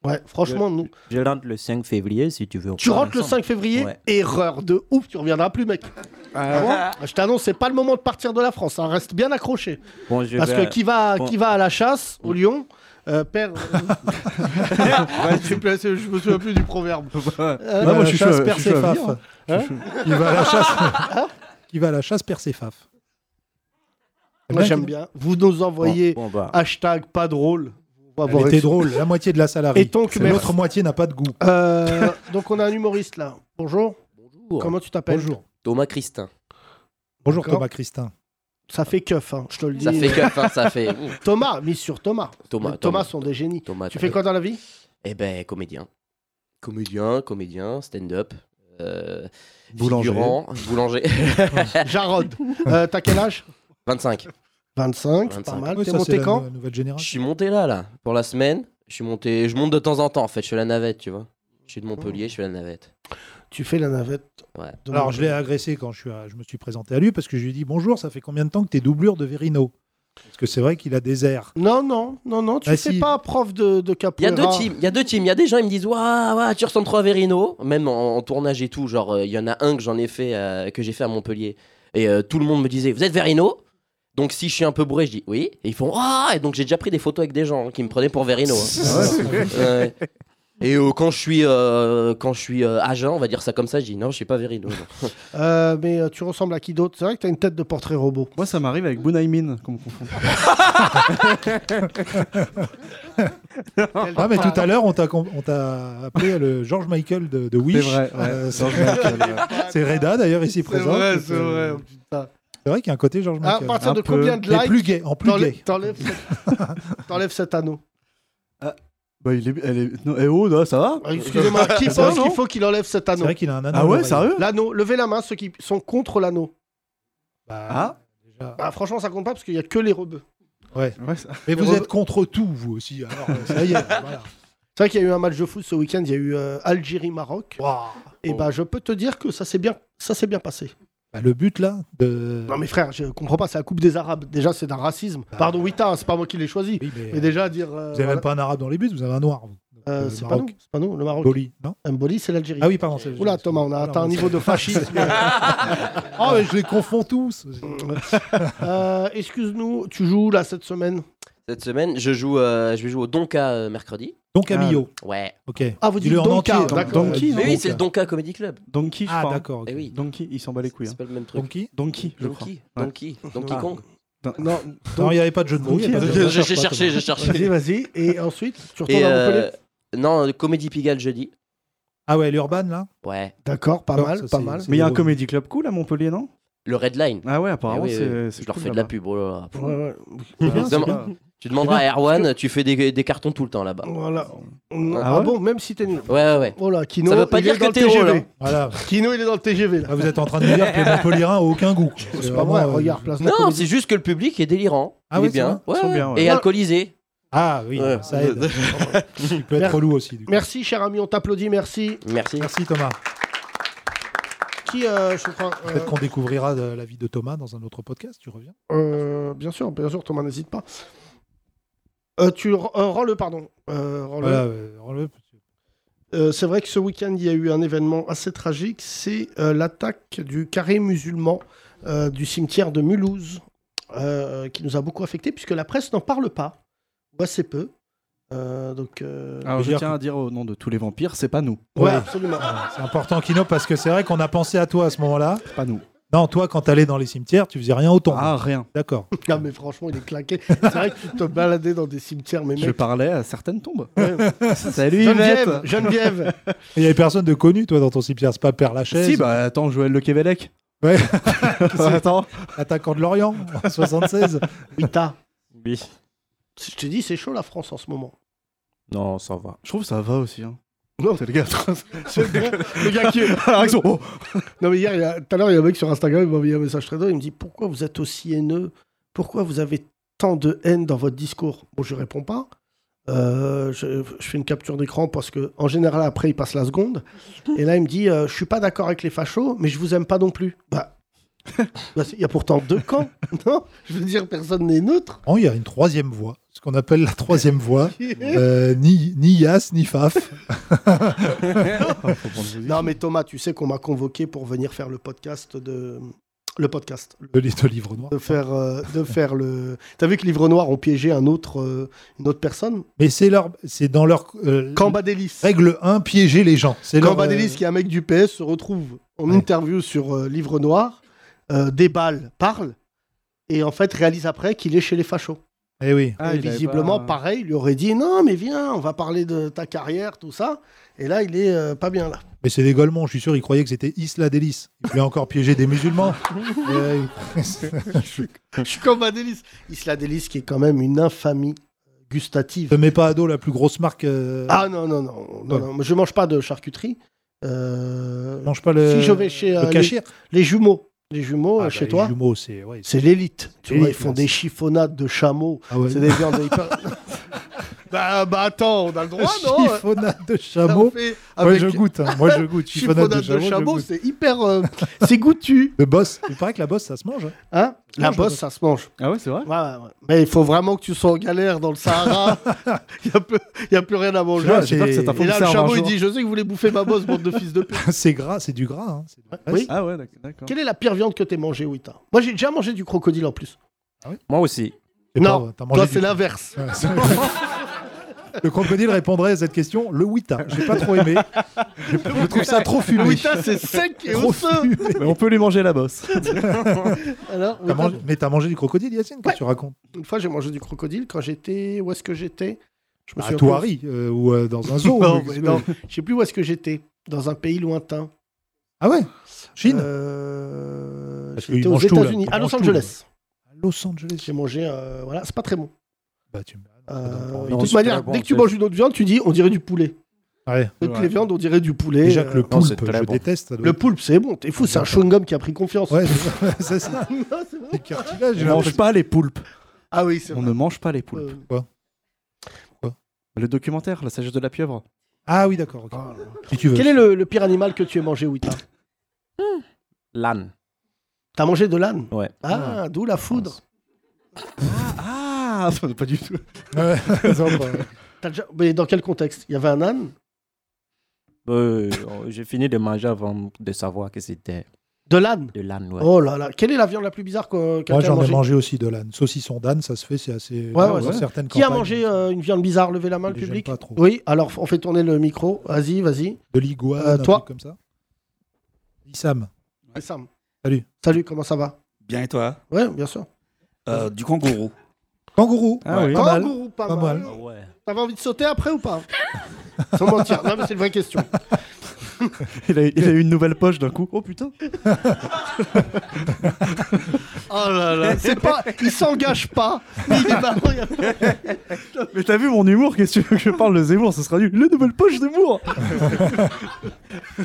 Speaker 3: Ouais, franchement, nous.
Speaker 5: Je rentre le 5 février, si tu veux. on
Speaker 3: Tu
Speaker 5: part
Speaker 3: rentres le
Speaker 5: ensemble.
Speaker 3: 5 février
Speaker 5: Ouais.
Speaker 3: Erreur de ouf, tu reviendras plus, mec. Ah bon Je t'annonce, c'est pas le moment de partir de la France. hein. Reste bien accroché.
Speaker 5: Bon, je
Speaker 3: Parce
Speaker 5: vais-
Speaker 3: que qui va,
Speaker 5: bon.
Speaker 3: qui va à la chasse, au lion, euh, perd. je, me souviens- je me souviens plus du proverbe. Euh,
Speaker 4: Il
Speaker 6: Non,
Speaker 4: va à
Speaker 6: moi,
Speaker 4: la
Speaker 6: je suis
Speaker 4: chasse,
Speaker 6: chaud,
Speaker 4: perd
Speaker 6: je suis
Speaker 4: ses
Speaker 6: chaud à
Speaker 4: faf.
Speaker 6: venir.
Speaker 3: Hein
Speaker 4: Il va à la chasse. Il va à la chasse, perd ses faf.
Speaker 3: moi, j'aime bien. Vous nous envoyez
Speaker 5: Bon, bon, bah,
Speaker 3: hashtag pas drôle. On va
Speaker 4: Elle
Speaker 3: voir
Speaker 4: était
Speaker 3: réussi.
Speaker 4: drôle, la moitié de la
Speaker 3: Et
Speaker 4: salariée.
Speaker 3: donc, merci.
Speaker 4: L'autre moitié n'a pas de goût.
Speaker 3: Euh, donc on a un humoriste là. Bonjour.
Speaker 9: Bonjour.
Speaker 3: Comment tu t'appelles
Speaker 4: Bonjour.
Speaker 9: Thomas Christin.
Speaker 4: Bonjour
Speaker 3: D'accord.
Speaker 4: Thomas Christin.
Speaker 3: Ça fait keuf, hein, je te le dis.
Speaker 9: Ça fait que, enfin, ça fait. Ouh,
Speaker 3: Thomas, mise sur Thomas.
Speaker 9: Thomas.
Speaker 3: Les sont des génies.
Speaker 9: Thomas,
Speaker 3: Tu
Speaker 9: t'as-
Speaker 3: fais quoi dans la vie
Speaker 9: Eh ben, comédien. Comédien, comédien, stand-up. euh,
Speaker 6: Boulanger.
Speaker 9: figurant, boulanger.
Speaker 3: Jarod. Euh, T'as quel âge
Speaker 9: 25.
Speaker 3: 25, c'est pas
Speaker 9: 25.
Speaker 3: mal.
Speaker 4: Oui, ça,
Speaker 3: T'es
Speaker 4: c'est
Speaker 3: monté
Speaker 4: la
Speaker 3: quand
Speaker 4: nou- nouvelle
Speaker 9: Je
Speaker 4: génération.
Speaker 9: suis monté là, là, pour la semaine. Je suis monté, je monte de temps en temps, en fait. Je fais la navette, tu vois. Je suis de Montpellier, je fais la navette.
Speaker 3: Tu fais la navette.
Speaker 9: Ouais.
Speaker 3: de
Speaker 4: Alors
Speaker 3: Montpellier.
Speaker 4: je l'ai agressé quand je, suis à- je me suis présenté à lui parce que je lui ai dit bonjour, ça fait combien de temps que t'es doublure de Verino Parce que c'est vrai qu'il a des airs.
Speaker 3: Non, non, non, non, tu
Speaker 4: Ah,
Speaker 3: sais
Speaker 4: si.
Speaker 3: pas prof de, de
Speaker 9: Il y a
Speaker 3: capoeira.
Speaker 9: deux teams, il y a deux teams. Il y a des gens, ils me disent Waouh, waouh, tu ressembles trop à Verino. Même en, en tournage et tout. Genre, euh, il y en a un que j'en ai fait, euh, que j'ai fait à Montpellier. Et euh, tout le monde me disait Vous êtes Verino Donc, si je suis un peu bourré, je dis Oui. Et ils font Ah Et donc, j'ai déjà pris des photos avec des gens hein, qui me prenaient pour Verino. hein.
Speaker 3: Ah
Speaker 9: Ouais. Et euh, quand je suis, euh, quand je suis euh, agent, on va dire ça comme ça, je dis Non, je suis pas Verino. non.
Speaker 3: Euh, mais euh, tu ressembles à qui d'autre C'est vrai que t'as une tête de portrait robot.
Speaker 6: Moi ça m'arrive avec Bunaimin qu'on me confond.
Speaker 4: Ah mais tout à l'heure on t'a com- on t'a appelé le George Michael de, de Wish.
Speaker 6: C'est vrai, ouais.
Speaker 4: Euh, c'est-
Speaker 6: George Michael, ouais.
Speaker 4: c'est Reda d'ailleurs ici présent. C'est vrai qu'il y a un côté George
Speaker 3: Ah,
Speaker 4: Michael.
Speaker 3: à partir
Speaker 6: un
Speaker 3: de
Speaker 6: peu.
Speaker 3: combien de
Speaker 4: Mais
Speaker 3: likes
Speaker 4: plus gay, en plus
Speaker 3: t'enlè-
Speaker 4: gay.
Speaker 3: T'enlèves cet- t'enlèves cet anneau.
Speaker 6: Bah il est, elle est... Non, eh oh là, ça va
Speaker 3: Ah, Excusez-moi, qui
Speaker 6: C'est vrai,
Speaker 3: pense
Speaker 6: non
Speaker 3: qu'il faut qu'il enlève cet
Speaker 4: C'est
Speaker 3: anneau
Speaker 4: vrai qu'il a un anneau.
Speaker 6: Ah ouais,
Speaker 4: à
Speaker 6: sérieux
Speaker 3: L'anneau, levez la main ceux qui sont contre l'anneau.
Speaker 4: l'oreille. Bah,
Speaker 6: Ah
Speaker 4: déjà.
Speaker 3: Bah, franchement, ça compte pas parce qu'il y a que les rebeux.
Speaker 6: ouais, ça...
Speaker 4: Mais vous
Speaker 3: Rob-
Speaker 4: êtes contre tout, vous aussi. Alors, euh, ça y est, voilà.
Speaker 3: C'est vrai qu'il y a eu un match de foot ce week-end, il y a eu euh, Algérie-Maroc. Et bah, je peux te dire que ça s'est bien, ça s'est bien passé.
Speaker 4: Bah, le but, là, de...
Speaker 3: Non, mais frère, je comprends pas, c'est la Coupe des Arabes. Déjà, c'est d'un racisme. Pardon, Wita, hein, c'est pas moi qui l'ai choisi.
Speaker 4: Bah. Oui, mais,
Speaker 3: Mais
Speaker 4: euh,
Speaker 3: déjà, dire. euh,
Speaker 4: vous avez même
Speaker 3: voilà.
Speaker 4: pas un arabe dans les buts, vous avez un noir. vous.
Speaker 3: Euh,
Speaker 4: le
Speaker 3: c'est pas
Speaker 4: Maroc.
Speaker 3: nous, c'est pas nous, le Maroc.
Speaker 4: Boli, non
Speaker 3: Mboli, c'est l'Algérie.
Speaker 4: Ah oui, pardon. c'est-
Speaker 3: Oula, Thomas, on a
Speaker 4: Voilà,
Speaker 3: atteint un
Speaker 4: mais-
Speaker 3: niveau de fascisme.
Speaker 4: Ah, mais je les confonds tous.
Speaker 3: Euh, Excuse-nous, tu joues là cette semaine
Speaker 9: Cette semaine, je joue, euh, je vais jouer au Donka euh, mercredi. Euh,
Speaker 4: Donc, Amillo.
Speaker 9: Ouais.
Speaker 4: Ok.
Speaker 3: Ah, vous dites
Speaker 4: Dis-le en
Speaker 3: Donka,
Speaker 4: entier,
Speaker 3: d'accord.
Speaker 4: Donkey,
Speaker 9: Mais oui,
Speaker 4: Donka.
Speaker 9: c'est le Donka Comedy Club.
Speaker 6: Donkey je
Speaker 4: Ah,
Speaker 6: crois. hein.
Speaker 4: d'accord. ok.
Speaker 9: Eh oui.
Speaker 6: Donkey, il s'en bat les couils.
Speaker 9: C'est
Speaker 6: hein.
Speaker 9: pas le même truc.
Speaker 4: Donkey
Speaker 6: Donkey, je crois.
Speaker 9: Donkey,
Speaker 6: Ouais.
Speaker 9: Donkey, Donkey
Speaker 6: Ah.
Speaker 9: Kong.
Speaker 3: Non,
Speaker 4: Non, il n'y avait pas de jeu de mots. il y avait pas de-
Speaker 6: Donkey,
Speaker 9: J'ai cherché, j'ai cherché.
Speaker 3: vas-y, vas-y. Et ensuite, tu retournes
Speaker 9: Et
Speaker 3: à Montpellier.
Speaker 9: euh, non, euh, Comédie Pigalle jeudi.
Speaker 4: Ah ouais, l'Urban, là
Speaker 9: Ouais.
Speaker 3: D'accord, pas
Speaker 4: Non,
Speaker 3: mal,
Speaker 4: ça,
Speaker 3: pas
Speaker 4: c'est-
Speaker 3: mal.
Speaker 4: c'est-
Speaker 6: Mais il y a un
Speaker 4: drôle.
Speaker 6: comédie club cool à Montpellier, non
Speaker 9: Le Redline.
Speaker 6: Ah ouais,
Speaker 9: Eh
Speaker 6: apparemment
Speaker 9: oui,
Speaker 6: c'est.
Speaker 9: oui.
Speaker 6: c'est
Speaker 9: Je leur
Speaker 6: cool
Speaker 9: fais de la
Speaker 6: là-bas.
Speaker 9: pub. oh là là.
Speaker 3: Ouais, ouais.
Speaker 4: C'est bien, c'est
Speaker 9: Demain-
Speaker 4: bien.
Speaker 9: Tu demanderas à Erwan, tu fais des, des cartons tout le temps là-bas.
Speaker 3: Voilà. Ah,
Speaker 6: Ah ouais
Speaker 3: bon, même si t'es nul.
Speaker 9: Ouais, ouais, ouais.
Speaker 3: Oh là, Kino,
Speaker 9: Ça veut pas
Speaker 3: il
Speaker 9: dire
Speaker 3: est
Speaker 9: que
Speaker 3: dans le
Speaker 9: t'es drôle,
Speaker 3: TGV.
Speaker 9: hein.
Speaker 4: Voilà.
Speaker 3: Kino, il est dans le TGV là.
Speaker 4: Là, Ah, vous êtes en train de me dire que les Montpellierins n'ont aucun goût. quoi.
Speaker 3: C'est pas
Speaker 4: vraiment,
Speaker 3: vrai,
Speaker 4: euh,
Speaker 3: regarde, place de la
Speaker 9: Non,
Speaker 3: Comédie.
Speaker 9: c'est juste que le public est délirant.
Speaker 4: Ah
Speaker 9: Il
Speaker 4: oui,
Speaker 9: est
Speaker 4: c'est
Speaker 9: bien.
Speaker 6: Ils
Speaker 9: Ouais,
Speaker 6: sont
Speaker 9: ouais.
Speaker 6: bien, ouais.
Speaker 9: Et
Speaker 3: Non.
Speaker 9: alcoolisé.
Speaker 4: Ah oui,
Speaker 9: Ouais.
Speaker 4: ça aide. tu peux être
Speaker 3: Merci.
Speaker 4: relou aussi. du coup.
Speaker 3: Merci, cher ami, on t'applaudit, merci.
Speaker 9: Merci.
Speaker 4: Merci Thomas.
Speaker 3: Qui, euh, je crois. euh,
Speaker 4: Peut-être qu'on découvrira de- la vie de Thomas dans un autre podcast. Tu reviens.
Speaker 3: euh, bien sûr, bien sûr, Thomas, n'hésite pas. Euh, tu r- euh, rends-le, pardon. Euh, rends-le.
Speaker 4: Voilà, euh, rends-le.
Speaker 3: Euh, c'est vrai que ce week-end, il y a eu un événement assez tragique. C'est euh, l'attaque du carré musulman euh, du cimetière de Mulhouse, euh, qui nous a beaucoup affecté, puisque la presse n'en parle pas, ou assez peu. Euh, donc, euh,
Speaker 6: Alors, je
Speaker 4: dire
Speaker 6: tiens à dire au nom de tous les vampires, c'est pas nous.
Speaker 3: ouais,
Speaker 4: ouais.
Speaker 3: absolument.
Speaker 4: C'est important, Kino, parce que c'est vrai qu'on a pensé à toi à ce moment-là.
Speaker 6: C'est pas nous.
Speaker 4: Non, toi, quand t'allais dans les cimetières, tu faisais rien au tombe.
Speaker 6: Ah, rien.
Speaker 4: D'accord.
Speaker 3: Non, mais franchement, il est claqué. C'est vrai que tu te baladais dans des cimetières, mais
Speaker 6: Je
Speaker 3: mec.
Speaker 6: parlais à certaines tombes.
Speaker 3: Ouais.
Speaker 6: Salut,
Speaker 3: Geneviève,
Speaker 6: Yvette.
Speaker 3: Geneviève,
Speaker 4: Il y avait personne de connu, toi, dans ton cimetière. C'est pas Père Lachaise,
Speaker 6: Si, bah attends, Joël Le Québec.
Speaker 4: Ouais.
Speaker 6: attends.
Speaker 4: attaquant de l'Orient, en 76.
Speaker 3: Rita.
Speaker 5: Oui.
Speaker 3: Je te dis, c'est chaud la France en ce moment.
Speaker 5: Non, ça va.
Speaker 6: Je trouve que ça va aussi. Hein.
Speaker 3: Non.
Speaker 6: c'est le gars.
Speaker 3: C'est le gars- le gars qui est-
Speaker 6: La réaction, oh.
Speaker 3: Non, mais hier, il y a- tout à l'heure, il y a un mec sur Instagram, il m'a envoyé un message très drôle. Il me dit Pourquoi vous êtes aussi haineux Pourquoi vous avez tant de haine dans votre discours Bon, je réponds pas. Euh, je, je fais une capture d'écran parce que, en général, après, il passe la seconde. Et là, il me dit euh, Je suis pas d'accord avec les fachos, mais je vous aime pas non plus. Bah. bah, c'est- Il y a pourtant deux camps, non Je veux dire, personne n'est neutre.
Speaker 4: Oh, il y a une troisième voie, ce qu'on appelle la troisième voie. Euh, ni, ni Yas, ni Faf.
Speaker 3: non, mais Thomas, tu sais qu'on m'a convoqué pour venir faire le podcast de. Le podcast.
Speaker 4: De l'île de livre noir.
Speaker 3: de faire, euh, de faire le. T'as vu que Livre Noir ont piégé un autre, euh, une autre personne
Speaker 4: Mais c'est leur, c'est dans leur euh,
Speaker 3: Cambadélis.
Speaker 4: règle 1, piéger les gens. C'est leur,
Speaker 3: Cambadélis,
Speaker 4: euh,
Speaker 3: qui est un mec du PS, se retrouve en
Speaker 4: Ouais.
Speaker 3: interview sur euh, Livre Noir, euh, déballe, parle, et en fait réalise après qu'il est chez les fachos.
Speaker 4: Eh oui.
Speaker 6: Ah,
Speaker 3: et
Speaker 6: il avait
Speaker 3: visiblement,
Speaker 6: pas-
Speaker 3: pareil, il lui aurait dit Non, mais viens, on va parler de ta carrière, tout ça. Et là, il est euh, pas bien là.
Speaker 4: Mais c'est des Golemons, je suis sûr, ils croyaient que c'était Isla Délice. Ils voulaient encore piéger des musulmans. Euh, je
Speaker 3: Je suis Cambadélis. Isla Délis, qui est quand même une infamie gustative.
Speaker 4: te mets pas à dos la plus grosse marque. euh, Ah
Speaker 3: Ah non, non, non, non,
Speaker 4: Ouais.
Speaker 3: non, je mange pas de charcuterie. Euh,
Speaker 4: mange pas le.
Speaker 3: si je vais chez,
Speaker 4: le
Speaker 3: euh, les-
Speaker 4: cachir.
Speaker 3: Les jumeaux. Les jumeaux,
Speaker 4: Ah,
Speaker 3: euh,
Speaker 4: bah,
Speaker 3: chez
Speaker 4: les
Speaker 3: toi,
Speaker 4: jumeaux, c'est. ouais,
Speaker 3: c'est l'élite. Tu vois, ils
Speaker 4: L'élite,
Speaker 3: font
Speaker 4: là,
Speaker 3: des
Speaker 4: c'est-
Speaker 3: chiffonnades de chameaux.
Speaker 4: Ah ouais.
Speaker 3: C'est des viandes hyper. bah, bah attends, on a le droit, non euh,
Speaker 4: Chiffonnade de
Speaker 3: ça,
Speaker 4: chameau.
Speaker 3: on fait
Speaker 4: Moi
Speaker 3: avec
Speaker 4: je goûte, hein. moi je goûte.
Speaker 3: Chiffonnade de chameau,
Speaker 4: je goûte.
Speaker 3: c'est hyper. euh, c'est goûtu.
Speaker 4: Le boss, il paraît que la bosse ça se mange. hein.
Speaker 3: Hein la
Speaker 4: mange, la
Speaker 3: bosse,
Speaker 4: bosse.
Speaker 3: ça se mange.
Speaker 6: Ah ouais, c'est vrai
Speaker 3: Ouais, ouais, ouais. Mais il faut vraiment que tu sois en galère dans le Sahara. Il n'y a, plus rien à manger.
Speaker 4: Ouais,
Speaker 6: J'ai peur que cette info
Speaker 3: Et
Speaker 6: me
Speaker 3: là, le
Speaker 6: serve un
Speaker 3: chameau, il
Speaker 6: jour.
Speaker 3: dit Je sais que vous voulez bouffer ma bosse, bande de fils de pute.
Speaker 4: C'est gras, c'est du gras. hein. C'est de la graisse.
Speaker 3: Oui.
Speaker 6: Ah ouais, d'ac- d'accord.
Speaker 3: Quelle est la pire viande que t'aies mangée, Wita Moi, j'ai déjà mangé du crocodile en plus.
Speaker 5: Moi aussi.
Speaker 4: C'est
Speaker 3: Non,
Speaker 4: Ah pas- t'as mangé
Speaker 3: Toi,
Speaker 4: du-
Speaker 3: c'est l'inverse.
Speaker 4: Ouais, c'est- Le crocodile répondrait à cette question le Wita. J'ai pas trop aimé. Je, je trouve ça trop
Speaker 3: Le
Speaker 4: fumé.
Speaker 3: Wita, c'est sec et
Speaker 4: Trop
Speaker 3: osseux.
Speaker 4: fumé.
Speaker 6: Mais on peut lui manger la bosse.
Speaker 3: Alors,
Speaker 4: T'as
Speaker 3: oui,
Speaker 4: mangé- Mais t'as mangé du crocodile, Yacine Qu'est-ce que tu racontes
Speaker 3: une fois, j'ai mangé du crocodile quand j'étais. Où est-ce que j'étais Je
Speaker 4: À
Speaker 3: souviens plus.
Speaker 4: Touari euh, ou euh, dans un zoo
Speaker 3: Non,
Speaker 4: ou-
Speaker 3: mais non, je sais plus où est-ce que j'étais. Dans un pays lointain.
Speaker 4: Ah ouais Chine
Speaker 3: Euh,
Speaker 4: Parce
Speaker 3: J'étais
Speaker 4: qu'ils
Speaker 3: aux
Speaker 4: mangent tout, là.
Speaker 3: États-Unis,
Speaker 4: Ils
Speaker 3: à Los
Speaker 4: mangent tout,
Speaker 3: Angeles.
Speaker 4: Los Angeles.
Speaker 3: J'ai mangé. euh, voilà, c'est pas très bon.
Speaker 4: Bah, tu me-
Speaker 3: Euh,
Speaker 4: Non,
Speaker 3: de
Speaker 4: non,
Speaker 3: toute
Speaker 5: c'est
Speaker 3: manière,
Speaker 5: très bon,
Speaker 3: dès que tu
Speaker 5: c'est-
Speaker 3: manges une autre viande, tu dis on dirait du poulet.
Speaker 4: Ouais.
Speaker 3: Toutes les viandes, on dirait du poulet.
Speaker 4: Déjà que le
Speaker 3: euh,
Speaker 5: non, c'est
Speaker 4: poulpe,
Speaker 5: très
Speaker 4: je
Speaker 5: bon.
Speaker 4: déteste. ça doit
Speaker 3: le
Speaker 4: être-
Speaker 3: poulpe, c'est bon. T'es fou, c'est un chewing-gum qui a pris confiance.
Speaker 4: Ouais, c'est- c'est ça.
Speaker 3: Non, c'est vrai.
Speaker 4: C'est cartilage.
Speaker 6: On
Speaker 4: j'ai
Speaker 6: mange
Speaker 4: l'impression.
Speaker 6: pas les poulpes.
Speaker 3: ah oui, c'est
Speaker 6: On
Speaker 3: vrai.
Speaker 6: ne mange pas les poulpes.
Speaker 3: Euh,
Speaker 6: Le documentaire, La sagesse de la pieuvre.
Speaker 4: Ah oui, d'accord. ok. Si tu veux.
Speaker 3: Quel est le, le pire animal que tu aies mangé, Wita
Speaker 5: L'âne.
Speaker 3: T'as mangé de l'âne
Speaker 5: Ouais.
Speaker 3: Ah, d'où la foudre.
Speaker 6: Ah, ah pas du tout.
Speaker 4: Ouais, sympa.
Speaker 3: T'as déjà- Mais dans quel contexte Il y avait un âne
Speaker 5: Euh, J'ai fini de manger avant de savoir que c'était
Speaker 3: De l'âne
Speaker 5: de l'âne. Ouais.
Speaker 3: Oh là là, quelle est la viande la plus bizarre que
Speaker 4: Moi,
Speaker 3: quelqu'un a
Speaker 4: j'en ai
Speaker 3: mangée
Speaker 4: mangé aussi de l'âne. Saucisson d'âne, ça se fait, c'est assez.
Speaker 3: Ouais,
Speaker 4: dans
Speaker 3: ouais, ouais.
Speaker 4: certaines
Speaker 3: Qui a
Speaker 4: campagnes,
Speaker 3: mangé euh, une viande bizarre Levez la main, le
Speaker 4: les j'aime
Speaker 3: public
Speaker 4: pas trop.
Speaker 3: Oui, alors on fait tourner le micro. Vas-y, vas-y.
Speaker 4: De l'iguane,
Speaker 3: Euh,
Speaker 4: un
Speaker 3: toi
Speaker 4: truc comme ça. Issam.
Speaker 3: Et Sam.
Speaker 4: Salut.
Speaker 3: Salut, comment ça va
Speaker 10: Bien et toi
Speaker 3: Ouais, bien sûr.
Speaker 10: Euh, Du kangourou.
Speaker 4: Kangourou.
Speaker 6: Ah oui.
Speaker 4: Pas mal.
Speaker 3: Kangourou, pas,
Speaker 4: Pas
Speaker 3: mal.
Speaker 10: Ah
Speaker 4: mal.
Speaker 5: Ouais.
Speaker 3: T'avais envie de sauter après ou pas Sans mentir. Non, mais c'est une vraie question.
Speaker 6: il, a, il a eu une nouvelle poche d'un coup. Oh putain
Speaker 3: Oh là là, c'est pas, il s'engage pas, mais il est marrant.
Speaker 6: Mais t'as vu mon humour Qu'est-ce que tu veux que je parle de Zemmour Ce sera nul. La nouvelle poche Zemmour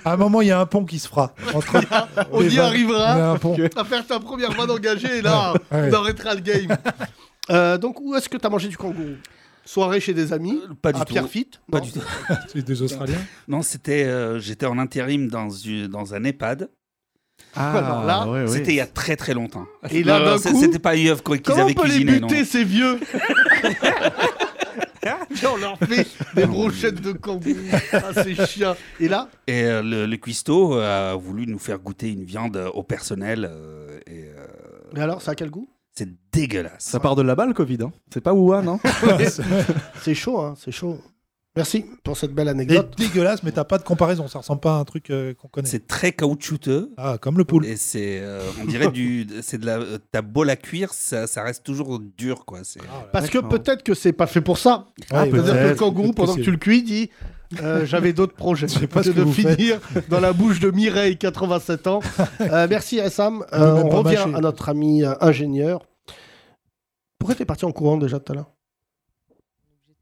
Speaker 5: Ah,
Speaker 4: À un moment, il y a un pont qui se fera. Entre...
Speaker 3: On
Speaker 4: les vannes. Il
Speaker 3: y
Speaker 4: y a
Speaker 3: arrivera
Speaker 4: un pont.
Speaker 3: à faire ta première vanne engagée et là,
Speaker 4: Ouais.
Speaker 3: on arrêtera le game. Euh, donc, où est-ce que t'as mangé du kangourou Soirée chez des amis
Speaker 10: Euh, Pas du
Speaker 3: À
Speaker 10: tout.
Speaker 3: Pierrefitte
Speaker 10: Pas
Speaker 3: Non.
Speaker 10: du tout.
Speaker 4: C'est des Australiens.
Speaker 10: Non, c'était, euh, j'étais en intérim dans, une- dans un EHPAD.
Speaker 3: Ah, Alors là,
Speaker 6: Ah, ouais, ouais.
Speaker 10: C'était il y a très très longtemps.
Speaker 3: Et là,
Speaker 10: Non, non,
Speaker 3: d'un
Speaker 10: c'est-
Speaker 3: coup,
Speaker 10: c'était pas une œuvre qu'ils
Speaker 3: Comment on
Speaker 10: avaient
Speaker 3: peut les
Speaker 10: cuisinée. non.
Speaker 3: buter, ces vieux On leur fait
Speaker 10: Ah,
Speaker 3: des brochettes de kangourou. Ah, c'est chiant. Et là,
Speaker 10: Et euh, le, le cuistot euh, a voulu nous faire goûter une viande euh, au personnel. euh, et euh,
Speaker 3: mais alors, ça a quel goût
Speaker 10: c'est dégueulasse.
Speaker 6: Ça part de là-bas le Covid. Hein. C'est pas ouah, non
Speaker 3: C'est chaud, hein, c'est chaud. Merci pour cette belle anecdote.
Speaker 4: C'est dégueulasse, mais t'as pas de comparaison. Ça ressemble pas à un truc euh, qu'on connaît.
Speaker 10: C'est très caoutchouteux.
Speaker 4: Ah, comme le poule.
Speaker 10: Et c'est, euh, on dirait du, c'est de la, euh, t'as beau la cuire, ça, ça reste toujours dur, quoi. C'est,
Speaker 4: Ah,
Speaker 3: Parce que
Speaker 10: D'accord.
Speaker 3: peut-être que c'est pas fait pour ça.
Speaker 4: Ouais,
Speaker 3: C'est-à-dire que le
Speaker 4: Ah, peut-être.
Speaker 3: kangourou,
Speaker 4: Peut-être que
Speaker 3: pendant que
Speaker 4: c'est-
Speaker 3: tu le cuis, dit euh, J'avais d'autres projets.
Speaker 4: sais pas ce
Speaker 3: de
Speaker 4: que vous
Speaker 3: finir dans la bouche de Mireille, 87 ans. Euh, merci, Sam. Euh,
Speaker 4: Oui, même
Speaker 3: on
Speaker 4: pas
Speaker 3: revient
Speaker 4: mâché.
Speaker 3: à notre ami euh, ingénieur. Pourquoi t'es parti en courant déjà tout à l'heure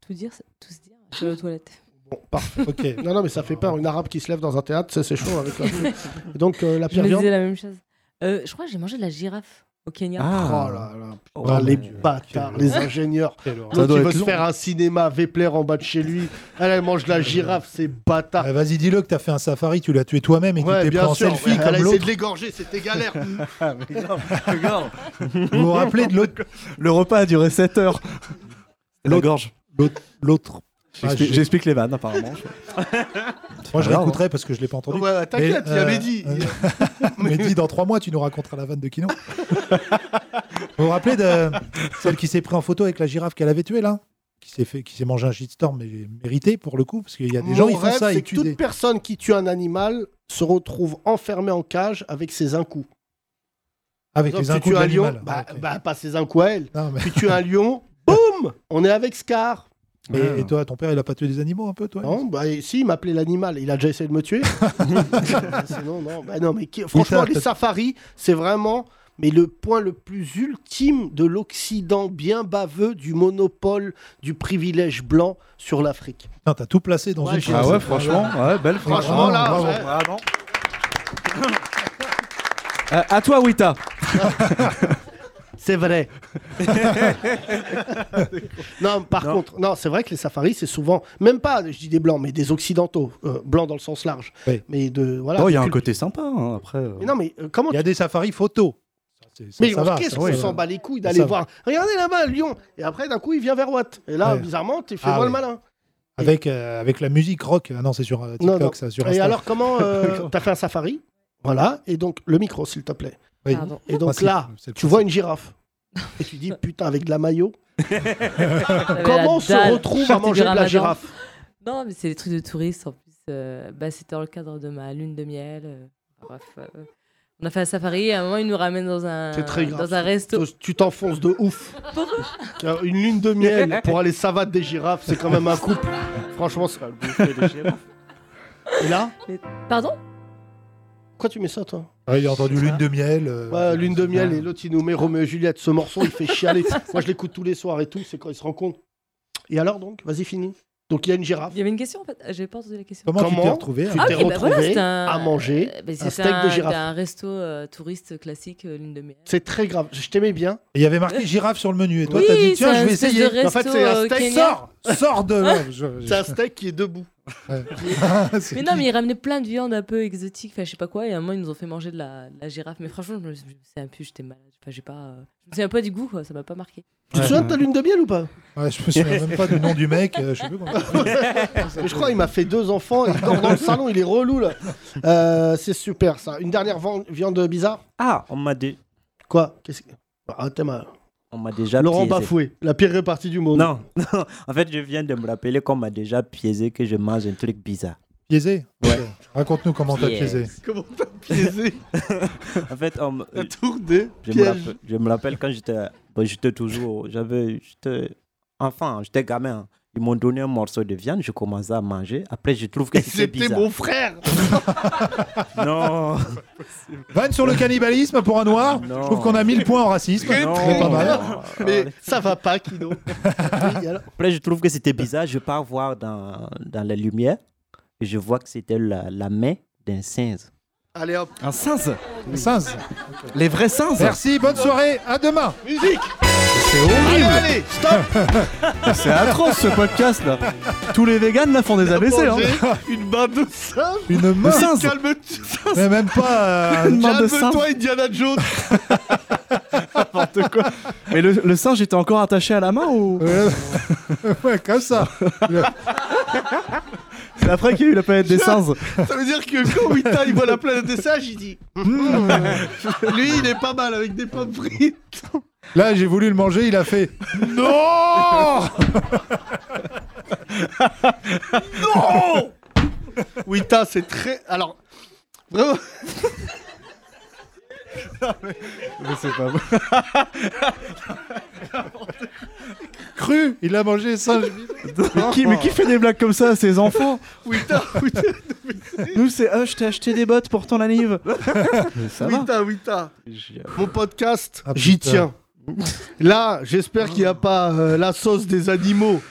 Speaker 2: Tout dire, c'est- tout se dire. Je suis allée aux toilettes.
Speaker 3: Bon, parfait.
Speaker 4: Ok.
Speaker 3: Non, non, mais ça fait peur. Une arabe qui se lève dans un théâtre, ça, c'est chaud avec la Et Donc, euh, la
Speaker 2: Je
Speaker 3: pire
Speaker 2: me
Speaker 3: viande.
Speaker 2: disais la même chose. Euh, je crois que j'ai mangé de la girafe au Kenya.
Speaker 3: Oh
Speaker 6: Ah.
Speaker 3: là là.
Speaker 4: Oh,
Speaker 3: putain, les
Speaker 4: mon Dieu.
Speaker 3: bâtards, les ingénieurs.
Speaker 4: Quelle horreur.
Speaker 6: Ça
Speaker 3: L'autre,
Speaker 6: doit
Speaker 3: il veut
Speaker 6: être
Speaker 3: se
Speaker 6: long.
Speaker 3: faire un cinéma, Vepler en bas de chez lui. Elle, elle mange de la girafe, c'est bâtard.
Speaker 4: Ah, Vas-y, dis-le que t'as fait un safari, tu l'as tué toi-même et que tu t'es pris en selfie
Speaker 3: Eh,
Speaker 4: comme
Speaker 3: ouais, elle a essayé
Speaker 4: l'autre. Ah,
Speaker 3: de l'égorger, c'était galère.
Speaker 4: Vous vous rappelez de l'autre
Speaker 6: Le repas a duré 7 heures. La gorge.
Speaker 4: l'autre- L'autre. Ah,
Speaker 6: J'explique
Speaker 4: j'ai-
Speaker 6: j'explique les vannes apparemment.
Speaker 4: Moi, je
Speaker 6: grave,
Speaker 4: réécouterai parce que je l'ai pas entendu.
Speaker 3: Ouais, ouais, T'inquiète,
Speaker 4: Mais,
Speaker 3: il avait
Speaker 4: euh,
Speaker 3: dit.
Speaker 4: euh, Mais dis, dans trois mois, tu nous raconteras la vanne de Kino. vous vous rappelez de celle qui s'est prise en photo avec la girafe qu'elle avait tuée, là Qui s'est fait, qui s'est mangé un shitstorm, mais mérité pour le coup, parce qu'il y a des
Speaker 3: Mon
Speaker 4: gens, ils font
Speaker 3: rêve,
Speaker 4: ça,
Speaker 3: c'est
Speaker 4: ils
Speaker 3: que
Speaker 4: tuent
Speaker 3: toute
Speaker 4: des.
Speaker 3: personne qui tue un animal se retrouve enfermée en cage avec ses un coups.
Speaker 4: Avec les
Speaker 3: si tu
Speaker 4: inconnus
Speaker 3: tues
Speaker 4: de
Speaker 3: un lion,
Speaker 4: l'animal.
Speaker 3: bah,
Speaker 4: Ah, ok.
Speaker 3: bah, pas ses un coups à elle.
Speaker 4: Non, mais-
Speaker 3: Tu tues un lion, boum, on est avec Scar.
Speaker 4: et, et toi, ton père, il a pas tué des animaux un peu, toi
Speaker 3: Non, bah, et si, il m'appelait l'animal, il a déjà essayé de me tuer. Sinon, non, bah, non, mais qui- franchement,
Speaker 4: t'as-
Speaker 3: les
Speaker 4: t'as-
Speaker 3: safaris, c'est vraiment mais le point le plus ultime de l'Occident bien baveux du monopole du privilège blanc sur l'Afrique.
Speaker 4: Putain, t'as tout placé dans
Speaker 3: Ouais,
Speaker 4: une
Speaker 3: j'ai-
Speaker 6: Ah
Speaker 4: phrase.
Speaker 6: ouais, franchement, ouais, belle phrase.
Speaker 3: Franchement, là,
Speaker 4: Ah, Bravo,
Speaker 3: ouais.
Speaker 6: Euh, à toi, Wita. Ah,
Speaker 3: C'est vrai. non, par contre, non, c'est vrai que les safaris, c'est souvent, même pas, je dis des blancs, mais des occidentaux, euh, blancs dans le sens large.
Speaker 4: Oui.
Speaker 3: Mais de voilà.
Speaker 6: Oh, il y a
Speaker 3: de
Speaker 6: un
Speaker 3: cul-
Speaker 6: côté sympa hein, après. euh.
Speaker 3: Mais non, mais euh, comment
Speaker 4: Il y a des safaris photos. Ça, c'est- ça-
Speaker 3: Mais
Speaker 4: ça va,
Speaker 3: qu'est-ce
Speaker 4: ça,
Speaker 3: qu'on
Speaker 4: ouais.
Speaker 3: s'en bat les couilles
Speaker 4: Ça
Speaker 3: d'aller
Speaker 4: va.
Speaker 3: voir Regardez là-bas, Lyon Et après, d'un coup, il vient vers Watt. Et là,
Speaker 4: Ouais.
Speaker 3: bizarrement, tu fais
Speaker 4: Ah
Speaker 3: moi
Speaker 4: ouais.
Speaker 3: le malin.
Speaker 4: Avec, euh, avec la musique rock. Ah non, c'est sur euh,
Speaker 3: Non,
Speaker 4: TikTok,
Speaker 3: non.
Speaker 4: ça, sur
Speaker 3: Et
Speaker 4: Insta.
Speaker 3: alors, comment euh, T'as fait un safari Voilà, et donc, le micro, s'il te plaît.
Speaker 4: Oui.
Speaker 2: Pardon.
Speaker 3: Et donc
Speaker 4: Principe,
Speaker 3: là,
Speaker 4: c'est le
Speaker 3: tu vois une girafe. Et tu dis, putain, avec de la maillot,
Speaker 2: J'avais la
Speaker 3: comment on se
Speaker 2: dalle.
Speaker 3: retrouve à
Speaker 2: Sortie du
Speaker 3: manger de la
Speaker 2: Ramadan.
Speaker 3: girafe
Speaker 2: Non, mais c'est des trucs de touristes en plus. euh, bah, c'était dans le cadre de ma lune de miel. euh, bref, euh, on a fait un safari et à un moment, ils nous ramènent dans un,
Speaker 3: C'est très grave,
Speaker 2: Euh, dans un resto.
Speaker 3: Tu t'enfonces de ouf. Euh, Une lune de miel pour aller savate des girafes, c'est quand même un couple. Franchement, c'est Et là
Speaker 2: Pardon
Speaker 3: Pourquoi tu mets ça, toi
Speaker 4: Ouais, Ah, il a entendu Lune de miel. euh,
Speaker 3: Ouais, Lune de miel et l'autre il nous met Roméo et Juliette. Ce morceau il fait chialer. Moi je l'écoute tous les soirs et tout, c'est quand il se rencontre. Et alors donc Vas-y, fini. Donc il y a une girafe.
Speaker 2: Il y avait une question en fait. Ah, J'ai pas entendu la question.
Speaker 4: Comment, tu
Speaker 3: Comment
Speaker 4: t'es retrouvé
Speaker 3: tu
Speaker 4: à-
Speaker 3: t'es
Speaker 2: ok, bah voilà,
Speaker 3: retrouvé
Speaker 2: c'était un-
Speaker 3: à manger
Speaker 2: euh, bah, c'était
Speaker 3: steak de
Speaker 2: un-
Speaker 3: girafe.
Speaker 2: c'était un resto euh, touriste classique, euh, lune de miel.
Speaker 3: C'est très grave. Je t'aimais bien.
Speaker 4: Et Il y avait marqué girafe sur le menu. Et toi,
Speaker 2: oui,
Speaker 4: t'as dit,
Speaker 2: c'est
Speaker 4: tiens,
Speaker 2: un
Speaker 4: je vais
Speaker 2: espèce
Speaker 4: essayer.
Speaker 2: de resto
Speaker 3: En fait, c'est un
Speaker 2: euh,
Speaker 3: steak
Speaker 2: kenyan.
Speaker 4: Sors Sors Ah, de là Je- je-
Speaker 3: C'est un steak qui est debout.
Speaker 4: C'est
Speaker 2: Mais non,
Speaker 4: qui
Speaker 2: mais ils ramenaient plein de viandes un peu exotiques, enfin je sais pas quoi, et à un moment ils nous ont fait manger de la, de la girafe. Mais franchement, je me suis un peu, j'étais malade. Enfin, j'ai pas, euh, je me souviens pas du goût, quoi, ça m'a pas marqué.
Speaker 3: Tu te souviens de ta lune de miel ou pas
Speaker 4: Ouais, je me souviens même pas du nom du mec. euh, je sais plus comment.
Speaker 3: Mais Je crois il m'a fait deux enfants. Il dort dans le salon, il est relou là. Euh, c'est super ça. Une dernière van- viande bizarre
Speaker 5: Ah, On m'a dé-
Speaker 3: Quoi Qu'est-ce que. Ah, t'es mal.
Speaker 5: on m'a déjà
Speaker 3: Laurent
Speaker 5: piégé.
Speaker 3: Bafoué, la pire répartie du monde.
Speaker 5: Non, non, en fait, je viens de me rappeler qu'on m'a déjà piégé que je mange un truc bizarre.
Speaker 4: Piaisé Ouais. Raconte-nous comment t'as
Speaker 9: Yes.
Speaker 4: piaisé.
Speaker 3: Comment t'as piégé
Speaker 5: En fait, on me-
Speaker 3: la tour des
Speaker 5: je, me
Speaker 3: pièges
Speaker 5: rappelle, je me rappelle quand j'étais. bon, j'étais toujours. bah, J'avais. J'étais enfant, j'étais gamin. Ils m'ont donné un morceau de viande, je commençais à manger. Après, je trouve que c'était
Speaker 3: C'était
Speaker 5: bizarre.
Speaker 3: mon frère
Speaker 5: Non.
Speaker 4: Vanne sur le cannibalisme pour un noir. Je trouve qu'on a 1000 points en racisme. C'est pas mal.
Speaker 3: Mais ça va pas, Kino. Oui, alors.
Speaker 5: Après, je trouve que c'était bizarre. Je pars voir dans, dans la lumière et je vois que c'était la, la main d'un singe.
Speaker 3: Allez hop,
Speaker 6: Un singe
Speaker 4: Un singe.
Speaker 6: Les vrais singes
Speaker 4: Merci, bonne soirée, à demain.
Speaker 3: musique
Speaker 6: C'est
Speaker 3: Allez,
Speaker 6: horrible
Speaker 3: allez, stop
Speaker 6: C'est atroce ce podcast là Tous les véganes là font des AVC hein
Speaker 3: Manger Une bande de singes
Speaker 4: Une
Speaker 6: Le
Speaker 4: main,
Speaker 6: singe
Speaker 3: Calme-toi,
Speaker 4: mais même pas. euh,
Speaker 6: Une bande de singes
Speaker 3: calme-toi, Indiana Jones
Speaker 6: N'importe quoi Mais le, le singe était encore attaché à la main ou
Speaker 4: euh, ouais, comme ça.
Speaker 6: C'est après qu'il y a eu la planète des singes
Speaker 3: Ça veut dire que quand Wita il voit la planète des singes, il dit
Speaker 4: Hmm.
Speaker 3: Lui, il est pas mal avec des pommes frites
Speaker 4: Là, j'ai voulu le manger, il a fait. Non
Speaker 3: Wita, c'est très. Alors. Vraiment,
Speaker 6: Mais c'est pas
Speaker 4: Cru, il a mangé singe.
Speaker 6: mais qui, mais qui fait des blagues comme ça à ses enfants
Speaker 3: Wita, Wita,
Speaker 6: Nous c'est ah je t'ai acheté des bottes pour ton anniv Mais ça va
Speaker 3: Wita, Wita. Mon podcast,
Speaker 4: Ah,
Speaker 3: j'y
Speaker 4: putain.
Speaker 3: tiens. Là, j'espère qu'il n'y a pas euh, la sauce des animaux.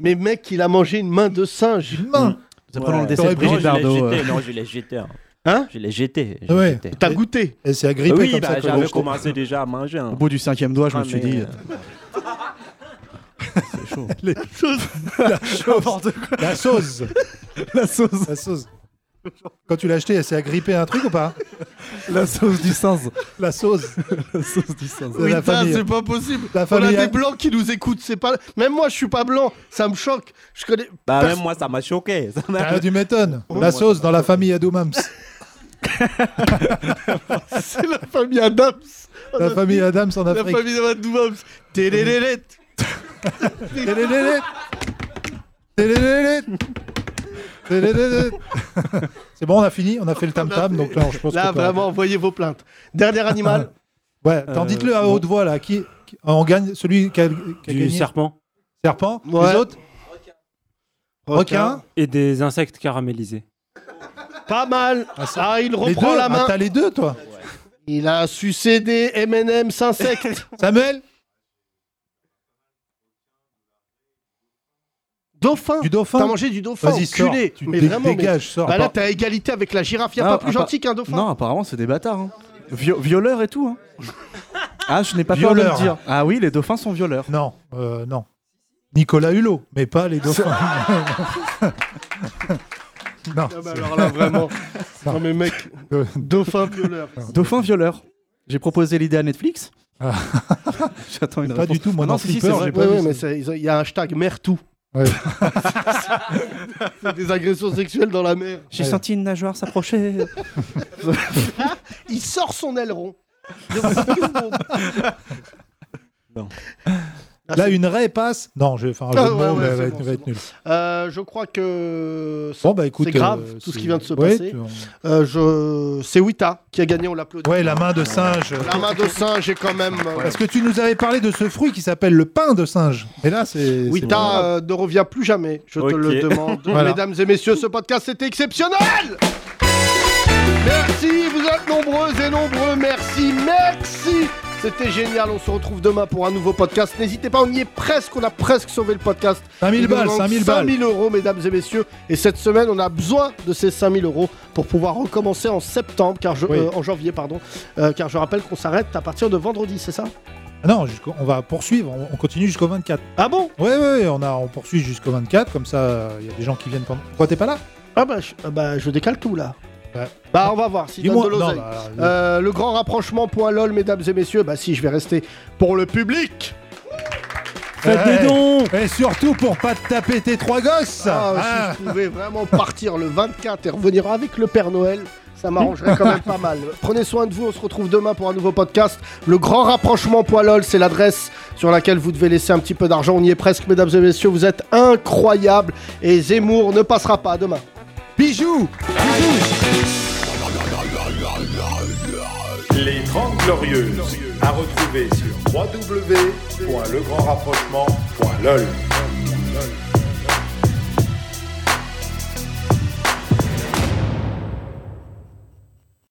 Speaker 3: Mais mec, il a mangé une main de singe.
Speaker 4: Une main.
Speaker 6: Ça prend dans le
Speaker 5: Ouais.
Speaker 6: décès
Speaker 4: T'aurais
Speaker 6: de Brigitte
Speaker 5: non, je l'ai
Speaker 6: Bardot euh.
Speaker 5: jeté, non, je l'ai jeté. hein.
Speaker 3: Hein
Speaker 5: Je l'ai jeté. je l'ai
Speaker 4: Ouais.
Speaker 5: jeté.
Speaker 3: T'as goûté
Speaker 4: Et c'est
Speaker 5: Ah
Speaker 4: agrippé
Speaker 5: Oui,
Speaker 4: comme
Speaker 5: bah,
Speaker 4: ça. quoi.
Speaker 5: j'avais commencé déjà à manger. hein.
Speaker 6: Au bout du cinquième doigt je
Speaker 5: Ah,
Speaker 6: me suis
Speaker 5: mais,
Speaker 6: dit
Speaker 5: euh,
Speaker 6: c'est chaud
Speaker 4: N'importe quoi. La sauce.
Speaker 6: La sauce
Speaker 4: La sauce. Quand tu l'as acheté, elle s'est agrippée à un truc ou pas
Speaker 6: La sauce du singe
Speaker 4: La sauce.
Speaker 6: La sauce du singe
Speaker 4: de la
Speaker 3: Wita,
Speaker 4: famille.
Speaker 3: c'est pas possible.
Speaker 4: La
Speaker 3: On a
Speaker 4: famille,
Speaker 3: des
Speaker 4: hein.
Speaker 3: blancs qui nous écoutent. C'est pas. Même moi, je suis pas blanc. Ça me choque. Je connais.
Speaker 5: Bah,
Speaker 3: Parce-
Speaker 5: même moi, ça m'a choqué. Ça m'a-
Speaker 4: Ah, tu m'étonnes.
Speaker 3: Oh,
Speaker 4: La sauce dans la famille Adoumams.
Speaker 3: C'est la famille Adams.
Speaker 4: La famille Adams en
Speaker 3: La
Speaker 4: Afrique.
Speaker 3: famille Adams. Télélélette.
Speaker 4: Télélélé. Télélélé. Télélélé. C'est bon, on a fini, on a fait le tam tam, donc là, je pense
Speaker 3: Là,
Speaker 4: que t'as-
Speaker 3: vraiment, envoyez vos plaintes. Dernier animal.
Speaker 4: Ouais, t'en
Speaker 6: Euh,
Speaker 4: dites-le à
Speaker 6: bon.
Speaker 4: haute voix là. Qui, qui- on gagne celui qui a, qui a
Speaker 11: Du
Speaker 4: gagné
Speaker 11: serpent
Speaker 4: serpent.
Speaker 3: Ouais.
Speaker 4: Les autres, requin.
Speaker 11: et des insectes caramélisés.
Speaker 3: Pas mal. Ah, il
Speaker 4: Les
Speaker 3: reprend
Speaker 4: deux.
Speaker 3: la
Speaker 4: Ah,
Speaker 3: main.
Speaker 4: t'as les deux, toi.
Speaker 3: il a sucé des M&M's insectes.
Speaker 4: Samuel,
Speaker 3: dauphin.
Speaker 4: du
Speaker 3: T'as
Speaker 4: dauphin.
Speaker 3: mangé du dauphin,
Speaker 4: Vas-y, sors.
Speaker 3: enculé.
Speaker 4: Tu
Speaker 3: mais
Speaker 4: dé-
Speaker 3: vraiment, mais-
Speaker 4: dégages, sors.
Speaker 3: Bah là, t'as égalité avec la girafe. Y a
Speaker 6: Ah,
Speaker 3: pas plus
Speaker 6: ah, pas-
Speaker 3: gentil qu'un dauphin.
Speaker 6: Non, apparemment, c'est des bâtards. hein. Vio- violeurs et tout. Hein. Ah, je n'ai pas
Speaker 4: Violeurs.
Speaker 6: peur de le dire. Ah oui, les dauphins sont violeurs.
Speaker 4: Non, euh, non. Nicolas Hulot, mais pas les dauphins. non,
Speaker 3: Ah bah alors là, vraiment. non mais mec,
Speaker 4: Euh,
Speaker 3: dauphin violeur.
Speaker 6: Dauphins violeurs. J'ai proposé l'idée à Netflix.
Speaker 4: Ah.
Speaker 6: J'attends une
Speaker 4: pas
Speaker 6: réponse.
Speaker 4: du tout. Moi,
Speaker 6: Ah non,
Speaker 4: non,
Speaker 6: si, si,
Speaker 4: peur,
Speaker 6: c'est
Speaker 4: j'ai
Speaker 6: vrai.
Speaker 4: pas
Speaker 3: Ouais,
Speaker 4: vu
Speaker 3: ouais,
Speaker 4: ça.
Speaker 3: mais c'est- ils ont- il y a un hashtag mer tout.
Speaker 4: Ouais.
Speaker 3: C'est des agressions sexuelles dans la mer.
Speaker 6: J'ai
Speaker 4: Ouais.
Speaker 6: senti une nageoire s'approcher.
Speaker 3: Il sort son aileron.
Speaker 5: Bon.
Speaker 4: Là, une raie passe. Non, je vais faire un
Speaker 3: Ah,
Speaker 4: jeu de
Speaker 3: ouais,
Speaker 4: mots,
Speaker 3: ouais,
Speaker 4: mais
Speaker 3: c'est
Speaker 4: elle va
Speaker 3: bon,
Speaker 4: être-
Speaker 3: c'est
Speaker 4: va être
Speaker 3: bon.
Speaker 4: nulle.
Speaker 3: Euh, je crois que
Speaker 4: Bon, bah écoute.
Speaker 3: C'est grave,
Speaker 4: euh,
Speaker 3: tout ce
Speaker 4: c'est-
Speaker 3: qui vient de se
Speaker 4: Ouais,
Speaker 3: passer.
Speaker 4: tu-
Speaker 3: euh, je... c'est Wita qui a gagné, on l'applaudit.
Speaker 4: Ouais, la main de singe.
Speaker 3: La main de singe est quand même.
Speaker 4: Parce que tu nous avais parlé de ce fruit qui s'appelle le pain de singe. Et là, c'est. c'est-
Speaker 3: Wita euh, ne revient plus jamais, je te
Speaker 5: Ok.
Speaker 3: le demande.
Speaker 4: Voilà.
Speaker 3: Mesdames et messieurs, ce podcast c'était exceptionnel Merci, vous êtes nombreuses et nombreux, merci, merci C'était génial, on se retrouve demain pour un nouveau podcast. N'hésitez pas, on y est presque, on a presque sauvé le podcast.
Speaker 4: 5000 balles, 5000 balles.
Speaker 3: 5000 euros, mesdames et messieurs. Et cette semaine, on a besoin de ces 5000 euros pour pouvoir recommencer en septembre, car je,
Speaker 4: Oui.
Speaker 3: euh, en janvier, pardon. Euh, car je rappelle qu'on s'arrête à partir de vendredi, c'est ça
Speaker 4: Ah Non, jusqu'au- on va poursuivre, on on continue jusqu'au 24.
Speaker 3: Ah bon
Speaker 4: Ouais, ouais, ouais, on, a, on poursuit jusqu'au 24, comme ça, il y a des gens qui viennent pendant. Pourquoi t'es pas là
Speaker 3: Ah bah je, ah bah, je décale tout là.
Speaker 4: Ouais.
Speaker 3: Bah on va voir si donne de
Speaker 4: Non,
Speaker 3: l'oseille.
Speaker 4: bah, alors,
Speaker 3: Euh, le grand rapprochement.lol, mesdames et messieurs, bah si je vais rester pour le public.
Speaker 11: Faites
Speaker 4: Ouais.
Speaker 11: des dons
Speaker 4: Et Eh, surtout pour pas te taper tes trois gosses
Speaker 3: Ah,
Speaker 4: Ah,
Speaker 3: Si je pouvais vraiment partir le 24 et revenir avec le Père Noël, ça m'arrangerait quand même pas mal. Prenez soin de vous, on se retrouve demain pour un nouveau podcast. Le grand rapprochement.lol, c'est l'adresse sur laquelle vous devez laisser un petit peu d'argent. On y est presque, mesdames et messieurs, vous êtes incroyables. Et Zemmour ne passera pas demain.
Speaker 4: Bijou Les 30 Glorieuses, à retrouver sur www.legrandrapprochement.lol.